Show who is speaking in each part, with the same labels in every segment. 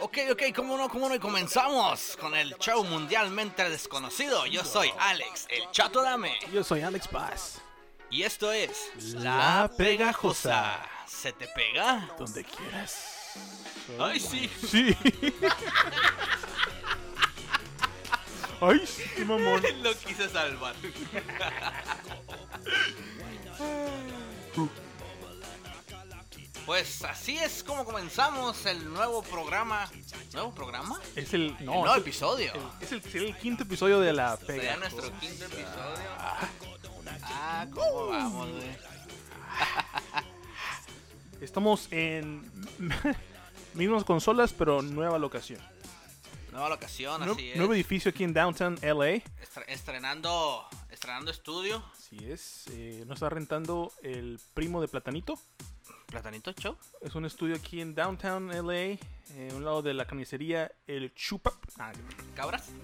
Speaker 1: ok, ok, ¿cómo no, cómo no? Y comenzamos con el show mundialmente desconocido. Yo soy Alex, el Chato Dame.
Speaker 2: Yo soy Alex Paz.
Speaker 1: Y esto es La Pegajosa. ¿Se te pega?
Speaker 2: Donde quieras.
Speaker 1: Ay, sí.
Speaker 2: Sí. Ay, sí, mamón.
Speaker 1: Lo quise salvar. Pues así es como comenzamos el nuevo programa. ¿Nuevo programa?
Speaker 2: Es el.
Speaker 1: No,
Speaker 2: No, es el-
Speaker 1: episodio.
Speaker 2: el- es el, sería el quinto episodio de la
Speaker 1: Sería
Speaker 2: pega.
Speaker 1: nuestro quinto episodio. Ah, ¿cómo vamos, güey?
Speaker 2: Estamos en. mismas consolas, pero nueva locación.
Speaker 1: Nueva locación,
Speaker 2: Nue-
Speaker 1: Ah, así es.
Speaker 2: nuevo edificio aquí en Downtown LA.
Speaker 1: Estre- estrenando, estrenando estudio.
Speaker 2: Así es. eh, nos está rentando el primo de Platanito.
Speaker 1: Platanito Show.
Speaker 2: Es un estudio aquí en Downtown LA. eh, a un lado de la carnicería El Chupa. Ah,
Speaker 1: Cabras.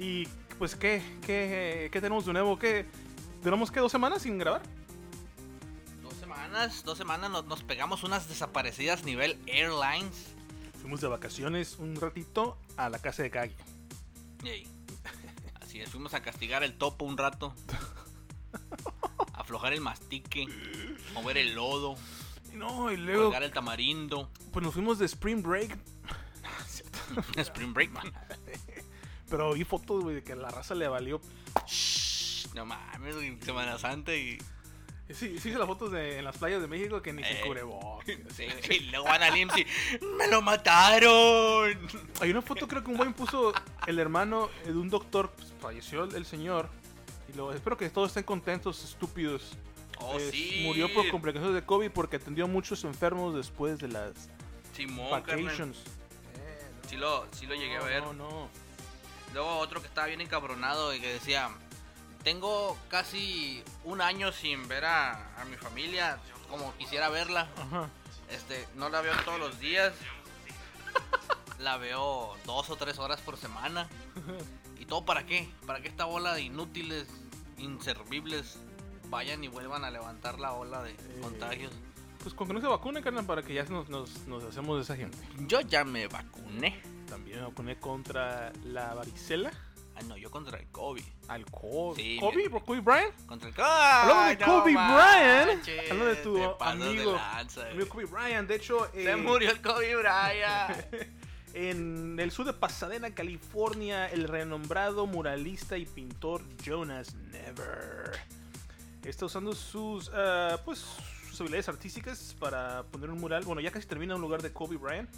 Speaker 2: Y pues, ¿qué, qué, qué tenemos de nuevo? ¿Qué, ¿Tenemos que dos semanas sin grabar?
Speaker 1: Dos semanas, dos semanas nos, nos pegamos unas desaparecidas nivel Airlines.
Speaker 2: Fuimos de vacaciones un ratito a la casa de Kagi.
Speaker 1: Yey. Así es, fuimos a castigar el topo un rato. Aflojar el mastique. Mover el lodo.
Speaker 2: No, y luego
Speaker 1: Colgar el tamarindo.
Speaker 2: pues nos fuimos de Spring Break,
Speaker 1: Spring Break, man.
Speaker 2: pero vi fotos, güey, de que la raza le valió.
Speaker 1: Shh, No mames, güey, Semana Santa y.
Speaker 2: Sí, sí hice las fotos de, en las playas de México que ni se
Speaker 1: Eh.
Speaker 2: cubrebocas.
Speaker 1: Sí, y luego van al IMSI. ¡Me lo mataron!
Speaker 2: Hay una foto, creo que un buen puso el hermano de un doctor, pues, falleció el, el señor. Y luego, espero que todos estén contentos, estúpidos.
Speaker 1: Oh,
Speaker 2: Es-
Speaker 1: sí.
Speaker 2: Eh, Murió por complicaciones de COVID porque atendió a muchos enfermos después de las
Speaker 1: Simón, Oh, carnal.
Speaker 2: vacations.
Speaker 1: Sí lo, sí lo llegué a ver.
Speaker 2: No, no.
Speaker 1: Luego otro que estaba bien encabronado y que decía, tengo casi un año sin ver a, a mi familia como quisiera verla.
Speaker 2: Ajá.
Speaker 1: Este, no la veo todos los días. La veo dos o tres horas por semana. ¿Y todo para qué? ¿Para que esta bola de inútiles, inservibles, vayan y vuelvan a levantar la ola de
Speaker 2: Eh.
Speaker 1: contagios?
Speaker 2: Pues con que no se vacune, carnal, para que ya nos, nos, nos hacemos de esa gente.
Speaker 1: Yo ya me vacuné.
Speaker 2: También me vacuné contra la varicela,
Speaker 1: Ah, no, yo contra el COVID.
Speaker 2: al COVID.
Speaker 1: Sí,
Speaker 2: ¿Kobe?
Speaker 1: me-
Speaker 2: ¿Por Kobe Bryant?
Speaker 1: Contra el
Speaker 2: Hablando de
Speaker 1: ¡Ay,
Speaker 2: Kobe Bryant,
Speaker 1: manches!
Speaker 2: hablando de tu
Speaker 1: Te pasas de
Speaker 2: amigo,
Speaker 1: lanza,
Speaker 2: Mi
Speaker 1: güey.
Speaker 2: amigo Kobe Bryant, de hecho, eh,
Speaker 1: Se murió el Kobe Bryant.
Speaker 2: en el sur de Pasadena, California, el renombrado muralista y pintor Jonas Never está usando sus, ah, pues, sus habilidades artísticas para poner un mural. Bueno, ya casi termina un lugar de Kobe Bryant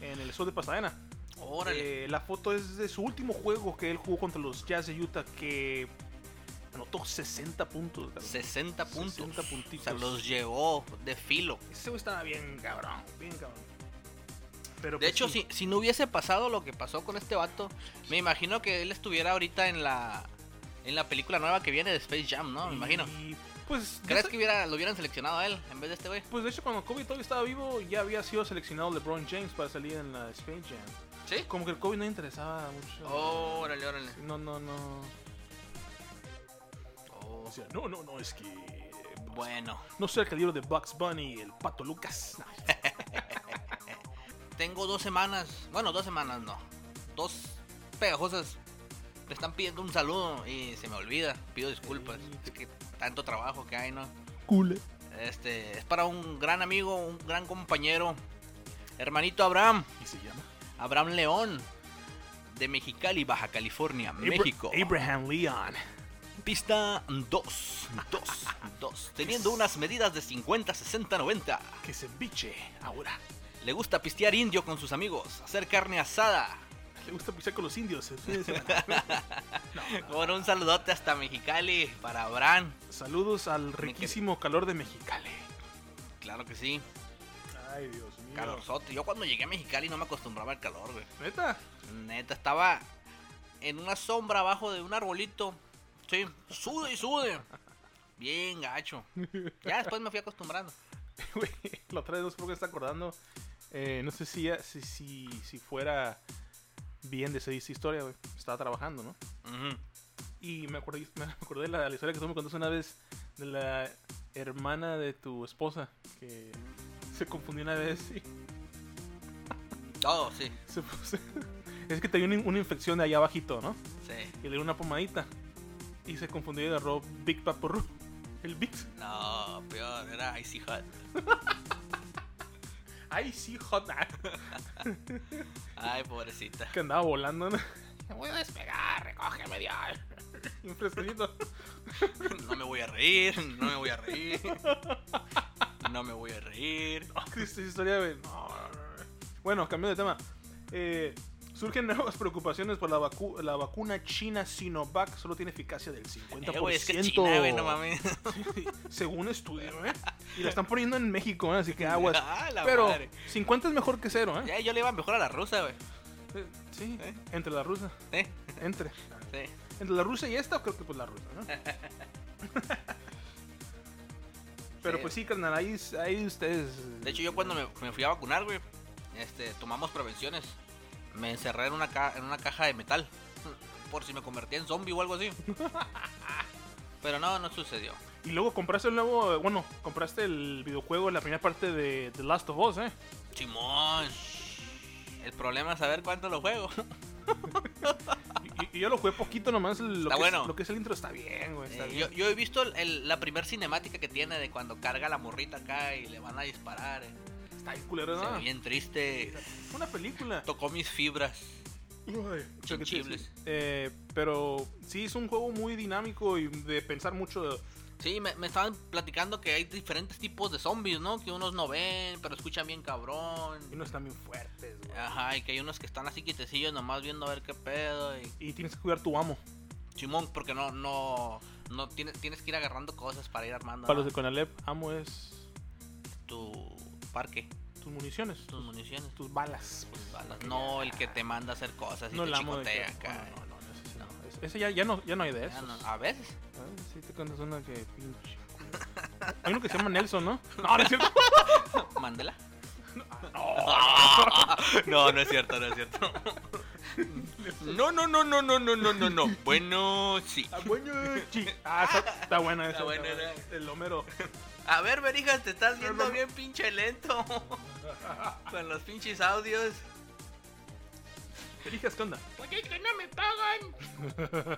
Speaker 2: en el sur de Pasadena.
Speaker 1: Órale.
Speaker 2: Eh, la foto es de su último juego que él jugó contra los Jazz de Utah que anotó 60 puntos. cabrón.
Speaker 1: 60 puntos.
Speaker 2: 60 puntitos.
Speaker 1: O sea, los llevó de filo.
Speaker 2: Ese güey estaba bien cabrón, bien cabrón. Pero,
Speaker 1: De
Speaker 2: pues,
Speaker 1: hecho, si, si no hubiese pasado lo que pasó con este vato, me imagino que él estuviera ahorita en la en la película nueva que viene de Space Jam, ¿no? Me imagino.
Speaker 2: Y, pues, de
Speaker 1: ¿Crees
Speaker 2: esa-
Speaker 1: que hubiera, lo hubieran seleccionado a él en vez de este güey?
Speaker 2: pues de hecho cuando Kobe todavía estaba vivo ya había sido seleccionado LeBron James para salir en la Space Jam.
Speaker 1: Sí. Oh.
Speaker 2: Como que el Kobe no le interesaba mucho.
Speaker 1: Órale, órale.
Speaker 2: No, no, no.
Speaker 1: Oh,
Speaker 2: O sea, no, no, no, es que... pues,
Speaker 1: bueno,
Speaker 2: No soy el calibre de Bugs Bunny, el Pato Lucas. No.
Speaker 1: tengo dos semanas. Bueno, dos semanas no. Dos pegajosas. Me están pidiendo un saludo y se me olvida. Pido disculpas.
Speaker 2: Sí.
Speaker 1: Es que tanto trabajo que hay, ¿no?
Speaker 2: Cule.
Speaker 1: Este, es para un gran amigo, un gran compañero, hermanito Abraham,
Speaker 2: Y se llama...
Speaker 1: Abraham León, de Mexicali, Baja California,
Speaker 2: Abra-
Speaker 1: México.
Speaker 2: Abraham Leon.
Speaker 1: Pista 2, 2, 2. Teniendo unas medidas de 50, 60, 90.
Speaker 2: Que se biche ahora.
Speaker 1: Le gusta pistear indio con sus amigos, hacer carne asada.
Speaker 2: Le gusta pichar con los indios. ¿eh? el fin de semana.
Speaker 1: Con un saludote hasta Mexicali para Abraham.
Speaker 2: Saludos al riquísimo calor de Mexicali.
Speaker 1: Claro que sí,
Speaker 2: Ay, Dios mío.
Speaker 1: calorzote. Yo cuando llegué a Mexicali no me acostumbraba al calor, güey.
Speaker 2: ¿Neta?
Speaker 1: Neta, estaba en una sombra abajo de un arbolito. Sí, sude y sude. Bien gacho. Ya después me fui acostumbrando.
Speaker 2: Güey, La otra vez no sé por qué está acordando. eh, no sé si, ya- si, si, si fuera bien de esa esa historia, güey. Estaba trabajando, ¿no?
Speaker 1: Ujú.
Speaker 2: Y me acordé, me acordé de la, la historia que tú me contaste una vez de la hermana de tu esposa que Se confundió una vez y
Speaker 1: Todo, sí.
Speaker 2: se puso. Es que tenía una, una infección de allá abajito, ¿no?
Speaker 1: Sí.
Speaker 2: Y le dio una pomadita. Y se confundió y agarró Big Papo El Big.
Speaker 1: No, peor, era Icy Hot.
Speaker 2: Ay, sí, hot.
Speaker 1: Ay, pobrecita.
Speaker 2: Que andaba volando, ¿no?
Speaker 1: Me voy a despegar, recógeme, Dios.
Speaker 2: Un fresquecito.
Speaker 1: No me voy a reír, no me voy a reír. No me voy a reír.
Speaker 2: No, Cristo, esa historia, güey. No, no, no. Bueno, cambio de tema. Eh, surgen nuevas preocupaciones por la, vacu- la vacuna china Sinovac. Solo tiene eficacia del 50%.
Speaker 1: Eh, güey, es que China, güey, no mames.
Speaker 2: Según estudio, ¿eh? Y la están poniendo en México, ¿eh? así que aguas.
Speaker 1: Ah, la
Speaker 2: Pero
Speaker 1: madre.
Speaker 2: 50 es mejor que cero, ¿eh?
Speaker 1: Ya yo le iba mejor a la rusa, güey.
Speaker 2: Eh, Sí,
Speaker 1: ¿Eh?
Speaker 2: entre la rusa.
Speaker 1: Sí,
Speaker 2: Entre.
Speaker 1: sí.
Speaker 2: Entre la rusa y esta, creo que pues la rusa, ¿no? Pero
Speaker 1: Sí.
Speaker 2: pues sí, carnal, ahí, ahí ustedes.
Speaker 1: De hecho, yo cuando me, me fui a vacunar, güey, este, tomamos prevenciones. Me encerré en una, ca- en una caja de metal. Por si me convertía en zombie o algo así. Pero no, no sucedió.
Speaker 2: Y luego compraste el nuevo, eh, bueno, compraste el videojuego, la primera parte de The Last of Us, ¿eh?
Speaker 1: Chimón. El problema es saber cuánto lo juego.
Speaker 2: Y, y- y yo lo jugué poquito nomás, lo,
Speaker 1: Está
Speaker 2: que, es-
Speaker 1: bueno.
Speaker 2: lo que es el intro está bien, güey, está
Speaker 1: Eh,
Speaker 2: bien.
Speaker 1: yo, yo he visto el- el- la primer cinemática que tiene de cuando carga la morrita acá y le van a disparar. eh.
Speaker 2: Está bien culero,
Speaker 1: Se
Speaker 2: ¿no?
Speaker 1: ve bien triste.
Speaker 2: Fue una película.
Speaker 1: Tocó mis fibras.
Speaker 2: Uy, creo que te-
Speaker 1: Chinchibles.
Speaker 2: Eh, pero sí, es un juego muy dinámico y de pensar mucho.
Speaker 1: Sí, me, me estaban platicando que hay diferentes tipos de zombies, ¿no? Que unos no ven, pero escuchan bien cabrón.
Speaker 2: Y no están bien fuertes, güey.
Speaker 1: Ajá, y que hay unos que están así quitecillos nomás viendo a ver qué pedo. Y...
Speaker 2: Y tienes que cuidar tu amo.
Speaker 1: Ah. Chimón, porque no, no, no tienes, tienes que ir agarrando cosas para ir armando
Speaker 2: Para los
Speaker 1: ¿no?
Speaker 2: de Conalep, amo es
Speaker 1: tu parque,
Speaker 2: tus municiones,
Speaker 1: tus
Speaker 2: tus,
Speaker 1: municiones, tus
Speaker 2: tus balas. pues.
Speaker 1: balas. pues, No el que te manda a hacer cosas y
Speaker 2: No
Speaker 1: te
Speaker 2: el amo de que-
Speaker 1: chicotea acá.
Speaker 2: No, no, no, no, ese, sí no. Ese- ese ya, ya no, ya no hay de
Speaker 1: Ya
Speaker 2: eso.
Speaker 1: no- a veces.
Speaker 2: Ah, Sí, te cuentas una que pinche. Hay uno que se llama Nelson, ¿no? No, no es cierto.
Speaker 1: Mándela. No. no, es cierto, no es cierto. No, no, no, no, no, no, no, no, no. Bueno, sí.
Speaker 2: Ah, está, está buena esa.
Speaker 1: Está buena,
Speaker 2: El Homero.
Speaker 1: A ver, Berijas, te estás
Speaker 2: No,
Speaker 1: viendo
Speaker 2: no, no.
Speaker 1: bien pinche lento. Con los pinches audios.
Speaker 2: Elijas qué onda.
Speaker 1: ¿Por qué que no me pagan?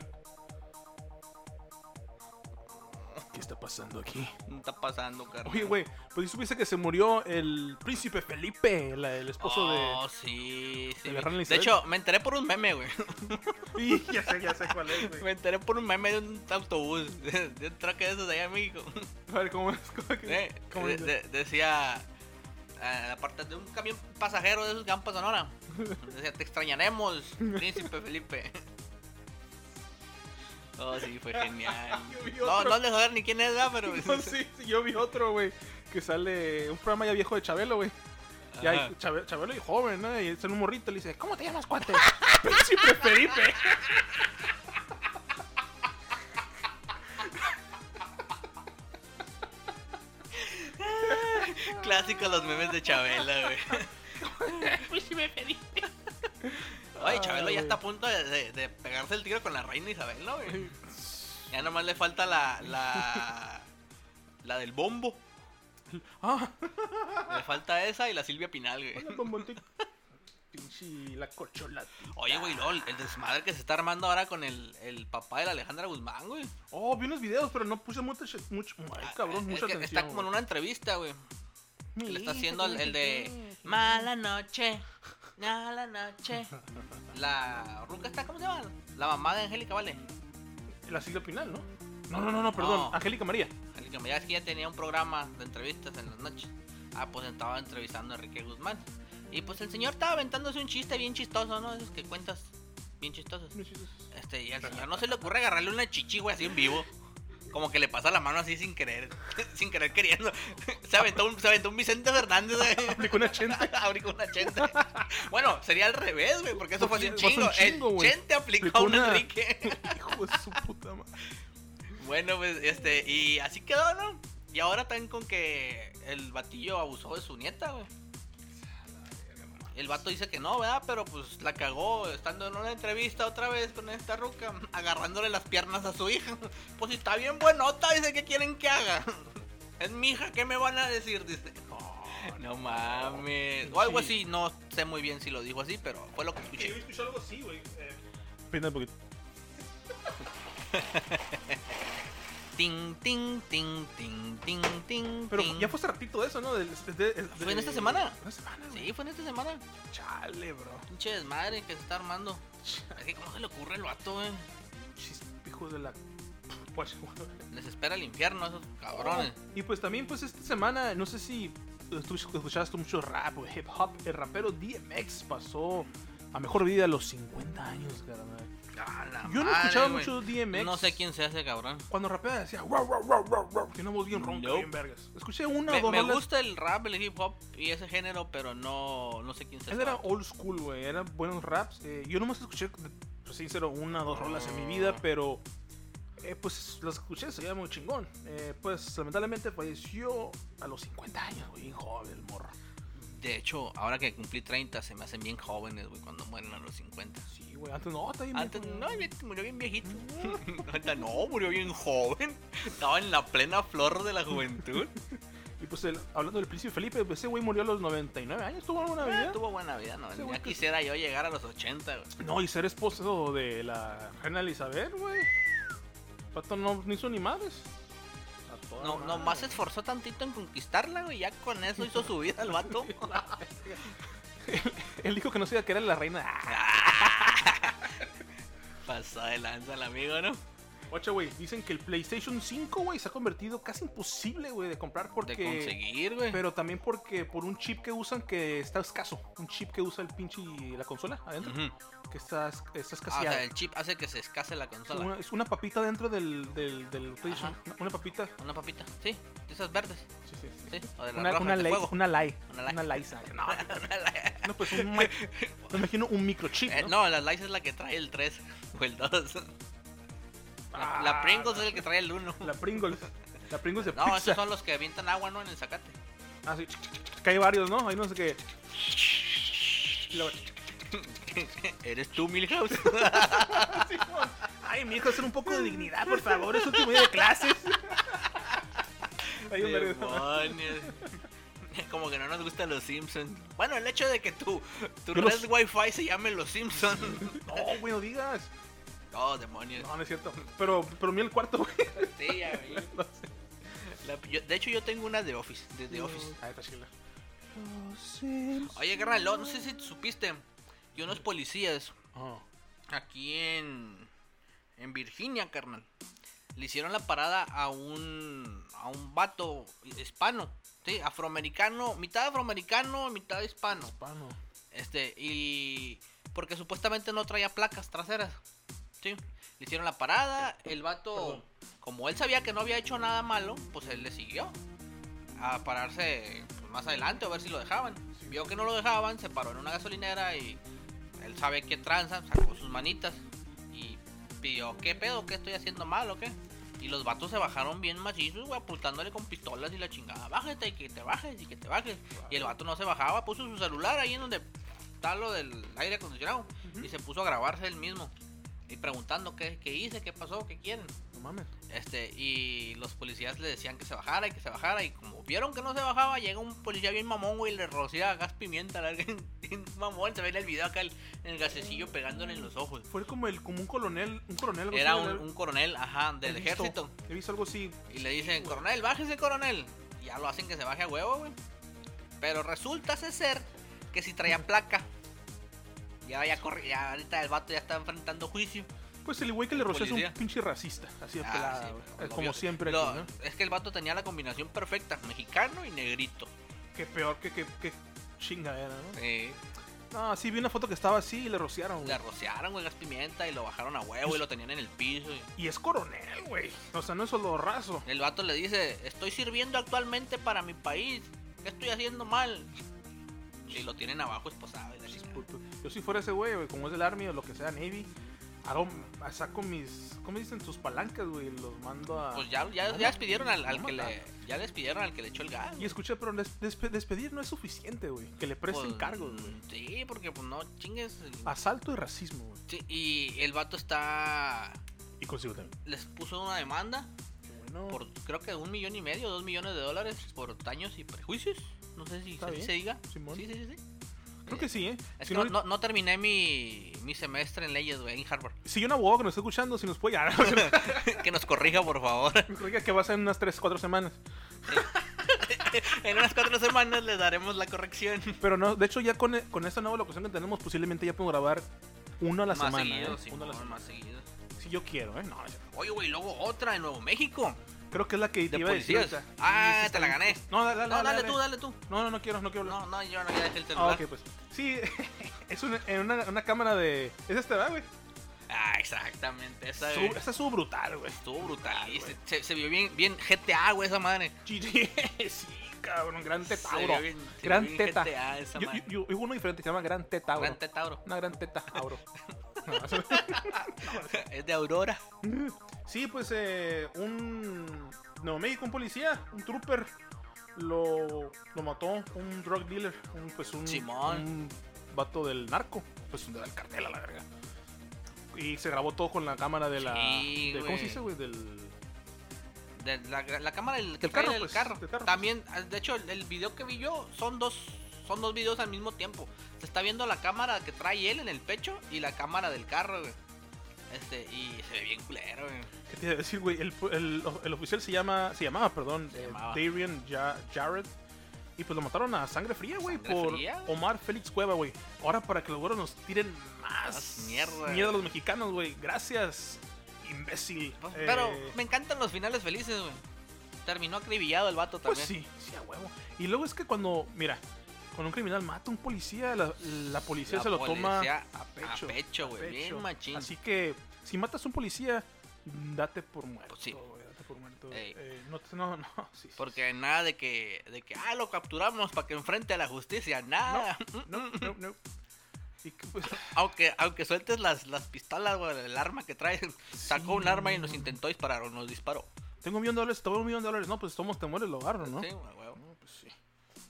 Speaker 2: ¿Qué está pasando aquí?
Speaker 1: ¿Qué está pasando, carnal?
Speaker 2: Oye, güey, pues si supiste que se murió el príncipe Felipe, la- el esposo
Speaker 1: Oh, sí, sí.
Speaker 2: de la
Speaker 1: vi.
Speaker 2: reina
Speaker 1: De,
Speaker 2: Elizabeth.
Speaker 1: hecho, me enteré por un meme, güey.
Speaker 2: de. Y ya sé, ya sé cuál es,
Speaker 1: Me enteré por un meme de un autobús, de, de un troque de esos de allá en México.
Speaker 2: A ver, ¿cómo es? ¿Cómo es?
Speaker 1: Eh,
Speaker 2: ¿Cómo
Speaker 1: de-
Speaker 2: es?
Speaker 1: de- decía, eh, aparte de un camión pasajero de esos que van pa' Sonora, decía, te extrañaremos, príncipe Felipe. Oh, sí, fue genial.
Speaker 2: Yo vi
Speaker 1: No,
Speaker 2: otro.
Speaker 1: no de saber ni quién es, ¿verdad? Pero... pues,
Speaker 2: No, sí, sí, yo vi otro, güey, que sale un programa ya viejo de Chabelo, güey. Ya,
Speaker 1: Ajá.
Speaker 2: y Chabe- Chabelo y joven, ¿no? Y sale un morrito y le dice, ¿cómo te llamas, cuate? Príncipe Felipe.
Speaker 1: Clásico los memes de Chabela, güey. Oye, Chabelo
Speaker 2: Ay,
Speaker 1: ya
Speaker 2: Ah, güey.
Speaker 1: está a punto de, de- de pegarse el tiro con la reina Isabel, ¿no, güey? Ya nomás le falta la. la. la del bombo.
Speaker 2: Ah,
Speaker 1: Le falta esa y la Silvia Pinal, güey.
Speaker 2: hola, bombontic. Pinche la cocholata.
Speaker 1: Oye, güey, lol, el desmadre que se está armando ahora con el, el papá de la Alejandra Guzmán, güey.
Speaker 2: Oh, vi unos videos, pero no puse mucho, mucho, ay,
Speaker 1: Ah, Es
Speaker 2: cabrón, mucha
Speaker 1: que
Speaker 2: atención.
Speaker 1: Está como en una entrevista, güey.
Speaker 2: güey.
Speaker 1: Le está haciendo el, el de. Mala noche, mala noche. La ruca está, ¿cómo se llama? La mamá de Angélica, vale.
Speaker 2: La sigla Pinal, ¿no? No, no, no, no, perdón.
Speaker 1: No.
Speaker 2: Angélica María.
Speaker 1: Angélica, ya es que ella tenía un programa de entrevistas en las noches. Ah, pues estaba entrevistando a Enrique Guzmán. Y pues el señor estaba aventándose un chiste bien chistoso, ¿no? Esos que cuentas bien chistosos. Este, y al señor no se le ocurre agarrarle una chichi, güey, así en vivo. Como que le pasa la mano así sin querer, sin querer queriendo. Se aventó un, se aventó un Vicente Fernández, güey.
Speaker 2: Aplicó una chenta.
Speaker 1: Aplicó una chente. Bueno, sería al revés, güey, porque eso fue así un
Speaker 2: Fue un
Speaker 1: chingo.
Speaker 2: chingo,
Speaker 1: El
Speaker 2: güey.
Speaker 1: chente aplicó
Speaker 2: Aplicó
Speaker 1: a un
Speaker 2: una-
Speaker 1: Enrique.
Speaker 2: Hijo de su puta madre.
Speaker 1: Bueno, pues, este, y así quedó, ¿no? Y ahora están con que el batillo abusó de su nieta, güey. El vato dice que no, ¿verdad? Pero pues la cagó estando en una entrevista otra vez con esta ruca, agarrándole las piernas a su hija. Pues si está bien buenota, dice que quieren que haga. Es mi hija, ¿qué me van a decir? Dice. No mames. O algo así, no sé muy bien si lo dijo así, pero fue lo que
Speaker 2: Yo
Speaker 1: escuché.
Speaker 2: escuché algo así, güey. Eh, Pina un poquito.
Speaker 1: Ting, ting, ting, ting, ting, ting.
Speaker 2: Pero
Speaker 1: ting.
Speaker 2: ya fue hace ratito eso, ¿no? Del- este, de- de-
Speaker 1: ¿Fue en
Speaker 2: de-
Speaker 1: esta semana?
Speaker 2: Una semana, güey.
Speaker 1: Sí, fue en esta semana.
Speaker 2: Chale, bro.
Speaker 1: Pinche desmadre que se está armando. Es que, ¿cómo se le ocurre al vato, eh?
Speaker 2: Chis, hijos de la. pues, Guacha, güey.
Speaker 1: Les espera el infierno a esos cabrones.
Speaker 2: Y pues también, pues esta semana, no sé si tú escuchaste mucho rap o hip hop, el rapero DMX pasó a mejor vida a los 50 años, carnal.
Speaker 1: A la
Speaker 2: Oh. Yo no
Speaker 1: madre,
Speaker 2: escuchaba
Speaker 1: güey.
Speaker 2: mucho DMX.
Speaker 1: No sé quién sea ese cabrón.
Speaker 2: Cuando rapeaba decía, wow, wow, wow, wow, wow, tiene una voz bien ronca,
Speaker 1: Nope.
Speaker 2: bien vergas. Escuché una
Speaker 1: Me,
Speaker 2: o dos
Speaker 1: me
Speaker 2: rolas.
Speaker 1: gusta el rap, el hip hop y ese género, pero no, no sé quién sea.
Speaker 2: Él
Speaker 1: ese
Speaker 2: era
Speaker 1: vato.
Speaker 2: old school, güey, eran buenos raps. Eh, yo nomás escuché, pues, sincero, una o dos rolas en mi vida,
Speaker 1: Ah.
Speaker 2: pero eh, pues las escuché, se veía muy chingón. Eh, pues lamentablemente falleció a los 50 años, güey, bien joven el morro.
Speaker 1: De hecho, ahora que cumplí 30, se me hacen bien jóvenes, güey, cuando mueren a los 50.
Speaker 2: Sí, güey, antes no, está bien
Speaker 1: Antes,
Speaker 2: viejo,
Speaker 1: no, ya te murió bien viejito. Ahorita, no, murió bien joven. Estaba en la plena flor de la juventud.
Speaker 2: Y pues el- hablando del príncipe Felipe, pues, ese güey murió a los 99 años, tuvo alguna vida.
Speaker 1: Ah, Tuvo buena vida, ¿no?
Speaker 2: Ese güey
Speaker 1: Ya
Speaker 2: que-
Speaker 1: quisiera yo llegar a los 80, güey.
Speaker 2: No, y ser esposo de la reina Elizabeth, güey. Pato no, no hizo ni madres. A toda
Speaker 1: No,
Speaker 2: madre.
Speaker 1: nomás se esforzó tantito en conquistarla, güey. Ya con eso hizo su vida el vato.
Speaker 2: Él dijo que no sabía que era la reina. Ah,
Speaker 1: Pasó de lanza el amigo, ¿no?
Speaker 2: Guacha, güey, dicen que el PlayStation 5, güey, se ha convertido casi imposible, güey, de comprar porque...
Speaker 1: De conseguir, güey.
Speaker 2: Pero también porque por un chip que usan que está escaso. Un chip que usa el pinche la consola adentro.
Speaker 1: Ujú.
Speaker 2: Que está, es- está
Speaker 1: Ah, o
Speaker 2: escaseado.
Speaker 1: sea, el chip hace que se escase la consola.
Speaker 2: Una,
Speaker 1: Una,
Speaker 2: es una papita dentro del, del, del PlayStation.
Speaker 1: Ajá.
Speaker 2: Una, una papita.
Speaker 1: papita, sí. De esas verdes,
Speaker 2: Sí, sí, sí.
Speaker 1: sí. O de las
Speaker 2: Una,
Speaker 1: rojas
Speaker 2: una
Speaker 1: de
Speaker 2: ley.
Speaker 1: fuego.
Speaker 2: Una lay.
Speaker 1: Una lay.
Speaker 2: Una lay. No, no, pues un. mi- Me imagino un microchip.
Speaker 1: Eh,
Speaker 2: ¿no?
Speaker 1: no, la Lice es la que trae el 3 o el 2. La, la
Speaker 2: Ah,
Speaker 1: Pringles es el que trae el 1.
Speaker 2: La Pringles. La Pringles de
Speaker 1: No,
Speaker 2: pizza.
Speaker 1: esos son los que avientan agua, ¿no? En el zacate.
Speaker 2: Ah, sí. Que hay varios, ¿no? Hay no sé qué. Y la-
Speaker 1: ¿Eres tú, Milhouse?
Speaker 2: Simón. Ay, mi hijo, hacer un poco de dignidad, por favor. Es último día de clases. Hay un verga.
Speaker 1: Demonios. Como que no nos gustan los Simpsons. Bueno, el hecho de que tu, tu
Speaker 2: Yo
Speaker 1: red
Speaker 2: los-
Speaker 1: Wi-Fi se llame los Simpsons.
Speaker 2: No, güey, no digas.
Speaker 1: Oh, demonios.
Speaker 2: No, no es cierto. Pero, pero mira el cuarto, güey.
Speaker 1: Sí, ya vi. La- yo- de hecho, yo tengo una de Office. De, de Office.
Speaker 2: Ah, está chila.
Speaker 1: Oye, carnal, no no sé si supiste que unos policías
Speaker 2: Ah.
Speaker 1: aquí en, en Virginia, carnal, le hicieron la parada a un, a un vato hispano, ¿sí? afroamericano, mitad afroamericano, mitad hispano.
Speaker 2: Hispano.
Speaker 1: Este, y porque supuestamente no traía placas traseras. ¿Sí? Le hicieron la parada, el vato,
Speaker 2: Perdón.
Speaker 1: como él sabía que no había hecho nada malo, pues él le siguió a pararse pues, más adelante a ver si lo dejaban. Vio que no lo dejaban, se paró en una gasolinera y él sabe que tranza, sacó sus manitas y pidió, ¿qué pedo? ¿Qué estoy haciendo mal o qué? Y los vatos se bajaron bien macizos, güey, apuntándole con pistolas y la chingada. Bájate y que te bajes y que te bajes. Y el vato no se bajaba, puso su celular ahí en donde está lo del aire acondicionado.
Speaker 2: Ujú.
Speaker 1: Y se puso a grabarse él mismo. Y preguntando qué, qué hice, qué pasó, qué quieren.
Speaker 2: No mames.
Speaker 1: Este, y los policías le decían que se bajara y que se bajara. Y como vieron que no se bajaba, llega un policía bien mamón, güey, y le rocía gas pimienta. La, bien mamón, se ve en el video acá el, el gasecillo pegándole en los ojos.
Speaker 2: Fue como el como un coronel, un coronel algo
Speaker 1: Era
Speaker 2: así,
Speaker 1: un,
Speaker 2: ¿verdad?
Speaker 1: un coronel, ajá,
Speaker 2: He
Speaker 1: del
Speaker 2: visto-
Speaker 1: ejército.
Speaker 2: He visto algo así.
Speaker 1: Y le dicen, coronel, bájese, coronel. Y ya lo hacen que se baje a huevo, güey. Pero resulta ese ser que si traía placa. Ya, ya, corre, ya ahorita el vato ya está enfrentando juicio.
Speaker 2: Pues el güey que le roció es un
Speaker 1: Policía.
Speaker 2: pinche racista, así de
Speaker 1: Ah,
Speaker 2: pelada,
Speaker 1: sí,
Speaker 2: güey.
Speaker 1: pero
Speaker 2: Es
Speaker 1: lo
Speaker 2: como
Speaker 1: vio.
Speaker 2: siempre
Speaker 1: Lo-
Speaker 2: aquí, ¿no?
Speaker 1: Es que el vato tenía la combinación perfecta, mexicano y negrito.
Speaker 2: Qué peor, que qué, qué chingadera, ¿no?
Speaker 1: Sí.
Speaker 2: No, sí, vi una foto que estaba así y le rociaron, güey.
Speaker 1: Le rociaron, güey, gas pimienta y lo bajaron a huevo y lo tenían en el piso. y-
Speaker 2: Y es coronel, güey. O sea, no es solo raso.
Speaker 1: El vato le dice, estoy sirviendo actualmente para mi país. ¿Qué estoy haciendo mal? Y lo tienen abajo esposado. y la chingada.
Speaker 2: pues, Puto. Yo si fuera ese güey, güey, como es el Army o lo que sea, Navy, hago, saco mis, ¿cómo dicen? Sus palancas, güey, los mando a...
Speaker 1: Pues ya, ya, ya despidieron al, al que le. Ya despidieron al que le echó el gas.
Speaker 2: Y escuché, pero des- despe- despedir no es suficiente, güey. Que le presten
Speaker 1: Pues,
Speaker 2: cargos, güey.
Speaker 1: Sí, porque pues no chingues. el-
Speaker 2: Asalto y racismo, güey.
Speaker 1: Sí, y el vato está.
Speaker 2: Y consigo también.
Speaker 1: Les puso una demanda
Speaker 2: Bueno,
Speaker 1: por creo que un millón y medio, dos millones de dólares por daños y perjuicios. no sé si
Speaker 2: Está
Speaker 1: se,
Speaker 2: bien,
Speaker 1: se diga.
Speaker 2: Simón.
Speaker 1: Sí, sí, sí. sí.
Speaker 2: Creo que sí, ¿eh?
Speaker 1: Es
Speaker 2: Si
Speaker 1: que
Speaker 2: no,
Speaker 1: no, no- no terminé mi, mi semestre en leyes, güey, en Harvard.
Speaker 2: si hay un abogado que nos está escuchando, si nos puede llamar,
Speaker 1: que nos corrija, por favor.
Speaker 2: creo que va a ser en unas 3, 4 semanas.
Speaker 1: en unas cuatro semanas les daremos la corrección.
Speaker 2: Pero no, de hecho, ya con, con esta nueva locución que tenemos, posiblemente ya puedo grabar uno a la
Speaker 1: más
Speaker 2: semana.
Speaker 1: seguido,
Speaker 2: ¿eh?
Speaker 1: Simón,
Speaker 2: Uno a la semana.
Speaker 1: más seguido.
Speaker 2: Si yo quiero, ¿eh? No, no sé.
Speaker 1: Oye, güey, luego otra en Nuevo México.
Speaker 2: creo que es la que te
Speaker 1: De
Speaker 2: iba a decir.
Speaker 1: policías.
Speaker 2: ahorita.
Speaker 1: Ah,
Speaker 2: Sí, sí,
Speaker 1: te la
Speaker 2: está bien.
Speaker 1: gané.
Speaker 2: No, dale, dale,
Speaker 1: No, dale
Speaker 2: dale.
Speaker 1: tú, dale tú.
Speaker 2: No, no, no quiero, no quiero hablar.
Speaker 1: No, no, yo no, ya dejé el
Speaker 2: Ah,
Speaker 1: celular.
Speaker 2: ok, pues. Sí, es una, en una, una cámara de. Es esta, ¿verdad, güey.
Speaker 1: Ah, exactamente. Esa,
Speaker 2: Su-
Speaker 1: güey,
Speaker 2: Esta estuvo brutal, güey.
Speaker 1: estuvo brutal. y
Speaker 2: güey.
Speaker 1: se, se- se vio bien, bien GTA, güey, esa madre.
Speaker 2: GG, sí, cabrón. Gran
Speaker 1: Se
Speaker 2: tetauro.
Speaker 1: vio bien, se
Speaker 2: Gran
Speaker 1: vio bien
Speaker 2: teta.
Speaker 1: GTA, esa
Speaker 2: Yo,
Speaker 1: madre.
Speaker 2: yo, yo- uno diferente, se llama Gran Tetauro.
Speaker 1: Gran tetauro.
Speaker 2: Una gran teta, auro.
Speaker 1: es de Aurora.
Speaker 2: Sí, pues eh, un Nuevo México, un policía, un trooper, lo, lo mató un drug dealer, un, pues un,
Speaker 1: Simón.
Speaker 2: un vato del narco, pues un del cartel a la verga. Y se grabó todo con la cámara de la...
Speaker 1: Sí,
Speaker 2: de- ¿Cómo se
Speaker 1: güey.
Speaker 2: dice, güey? Del...
Speaker 1: De la, la cámara del, que
Speaker 2: Del
Speaker 1: trae
Speaker 2: carro,
Speaker 1: del
Speaker 2: pues,
Speaker 1: carro.
Speaker 2: del carro,
Speaker 1: También, ah, de hecho, el, el video que vi yo son dos son dos videos al mismo tiempo. Se está viendo la cámara que trae él en el pecho y la cámara del carro, güey. Este, y se ve bien culero, güey.
Speaker 2: ¿Qué te iba a decir, güey? El, el- el oficial se llama... Se llamaba, perdón.
Speaker 1: Se
Speaker 2: eh,
Speaker 1: llamaba.
Speaker 2: Darian Ja- Jarrett. Y pues lo mataron a sangre fría, güey,
Speaker 1: ¿Sangre
Speaker 2: por
Speaker 1: fría?
Speaker 2: Omar Félix Cueva, güey. Ahora para que los güeros nos tiren más,
Speaker 1: Más mierda.
Speaker 2: a los mexicanos, güey. Gracias, imbécil.
Speaker 1: Pues,
Speaker 2: Eh,
Speaker 1: Pero me encantan los finales felices, güey. Terminó acribillado el vato
Speaker 2: Pues
Speaker 1: también.
Speaker 2: sí, sí, a huevo. Y luego es que cuando, mira, cuando un criminal mata a un policía, la, la policía
Speaker 1: La
Speaker 2: se lo toma
Speaker 1: policía
Speaker 2: a pecho.
Speaker 1: a pecho, güey. Bien
Speaker 2: pecho.
Speaker 1: machín.
Speaker 2: Así que, si matas a un policía, date por muerto,
Speaker 1: Pues sí.
Speaker 2: güey, Date por muerto.
Speaker 1: Ey.
Speaker 2: Eh, no, te- no, no, sí, sí,
Speaker 1: Porque nada de que, de que, ah, lo capturamos para que enfrente a la justicia. Nada.
Speaker 2: sí. No, no, no. Y que, pues,
Speaker 1: Aunque, aunque sueltes las, las pistolas, güey, el arma que traes. Sacó un
Speaker 2: Sí,
Speaker 1: arma y
Speaker 2: no.
Speaker 1: nos intentó disparar o nos disparó.
Speaker 2: Tengo un millón de dólares, te doy un millón de dólares. No, pues somos, te mueres, lo agarro, ¿no?
Speaker 1: Sí, güey, güey.
Speaker 2: No, pues sí.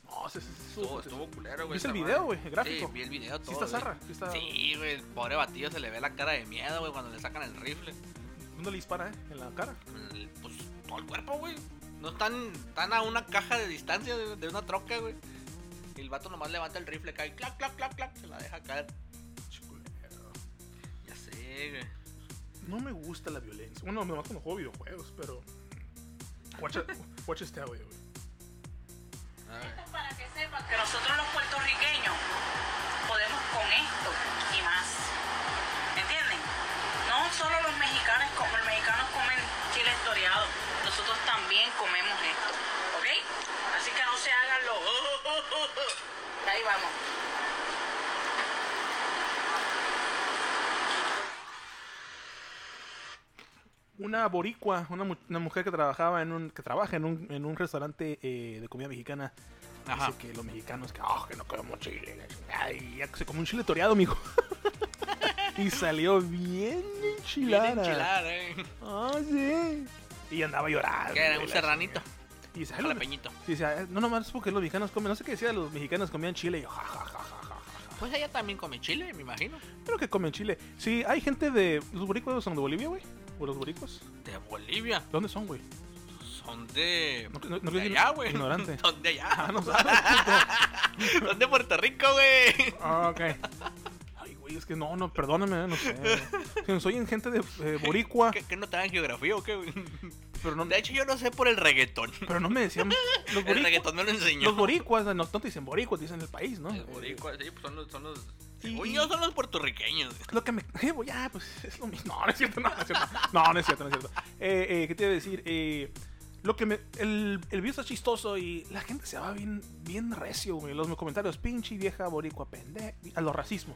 Speaker 2: No, ese- ese- ese-
Speaker 1: Estuvo,
Speaker 2: ese-
Speaker 1: estuvo culero, güey.
Speaker 2: ¿Viste el
Speaker 1: esa
Speaker 2: video,
Speaker 1: madre.
Speaker 2: güey? El gráfico.
Speaker 1: Sí, vi el video todo.
Speaker 2: Sí está
Speaker 1: güey.
Speaker 2: zarra, sí está...
Speaker 1: Sí, güey, el pobre batillo se le ve la cara de miedo, güey, cuando le sacan el rifle.
Speaker 2: Uno le dispara, ¿eh? En la cara.
Speaker 1: El- Pues todo el cuerpo, güey. No están, están a una caja de distancia de, de una troca, güey. Y el vato nomás levanta el rifle, cae, clac, clac, clac, clac, se la deja caer.
Speaker 2: Chiculero.
Speaker 1: Ya sé, güey.
Speaker 2: No me gusta la violencia. Bueno, me mata no juego videojuegos, pero... Watch, watch este audio, güey.
Speaker 1: A ver.
Speaker 3: Para que sepan que nosotros los puertorriqueños podemos con esto y más. ¿Me entienden? No solo los mexicanos, como los mexicanos comen chile historiado, nosotros también comemos esto. ¿Ok? Así que no se hagan los. Ahí vamos.
Speaker 2: Una boricua, una, mu- una mujer que trabajaba en un... Que trabaja en un, en un restaurante eh, de comida mexicana.
Speaker 1: Ajá.
Speaker 2: Dice que los mexicanos que, "Ah, que no comemos chile. la chingada", Y ya se comió un chile toreado, mijo. y salió bien
Speaker 1: Bien
Speaker 2: enchilada.
Speaker 1: enchilada, eh.
Speaker 2: Ah, sí. Y andaba llorando.
Speaker 1: Que era
Speaker 2: güey,
Speaker 1: un
Speaker 2: la
Speaker 1: serranito.
Speaker 2: chingada. Y dice, "Ay, los-
Speaker 1: Jalapeñito.
Speaker 2: y dice, "Ah, no nomás porque los mexicanos comen, no sé qué decía, los mexicanos comían chile. Y yo, "Ja, ja, ja, ja, ja, ja".
Speaker 1: Pues ella también come chile, me imagino.
Speaker 2: Creo que comen chile. Sí, hay gente de. ¿Los boricuas son de Bolivia, güey? ¿O los boricos?
Speaker 1: De Bolivia.
Speaker 2: ¿De dónde son, güey?
Speaker 1: Son de.
Speaker 2: No, no, no
Speaker 1: de
Speaker 2: creo que-
Speaker 1: allá, güey.
Speaker 2: ignorante.
Speaker 1: Son de allá.
Speaker 2: Ah, no sabes.
Speaker 1: Son de Puerto Rico, güey.
Speaker 2: Ah, ok. Ay, güey, es que no, no, perdóname, no sé. Si nos oyen gente de eh, boricua,
Speaker 1: ¿Qué, qué no te dan geografía o qué, güey?
Speaker 2: pero no,
Speaker 1: De hecho, yo no sé por el reggaetón.
Speaker 2: pero no me decían.
Speaker 1: El
Speaker 2: Los, boricua-
Speaker 1: reggaetón me lo enseñó.
Speaker 2: los boricuas, no, no te dicen boricuas, te dicen el país, ¿no?
Speaker 1: El boricua, sí, pues son los. Son los...
Speaker 2: Y-
Speaker 1: Según yo, son los puertorriqueños. güey.
Speaker 2: Lo que me. eh, voy, ah, pues es lo mismo. No, no es cierto, no, no es cierto. No, no es cierto, no es cierto. Eh, eh, ¿Qué te iba a decir? Eh, lo que me. El, el video está chistoso y la gente se va bien, bien recio, güey. Los comentarios, pinche vieja boricua pende A lo racismo.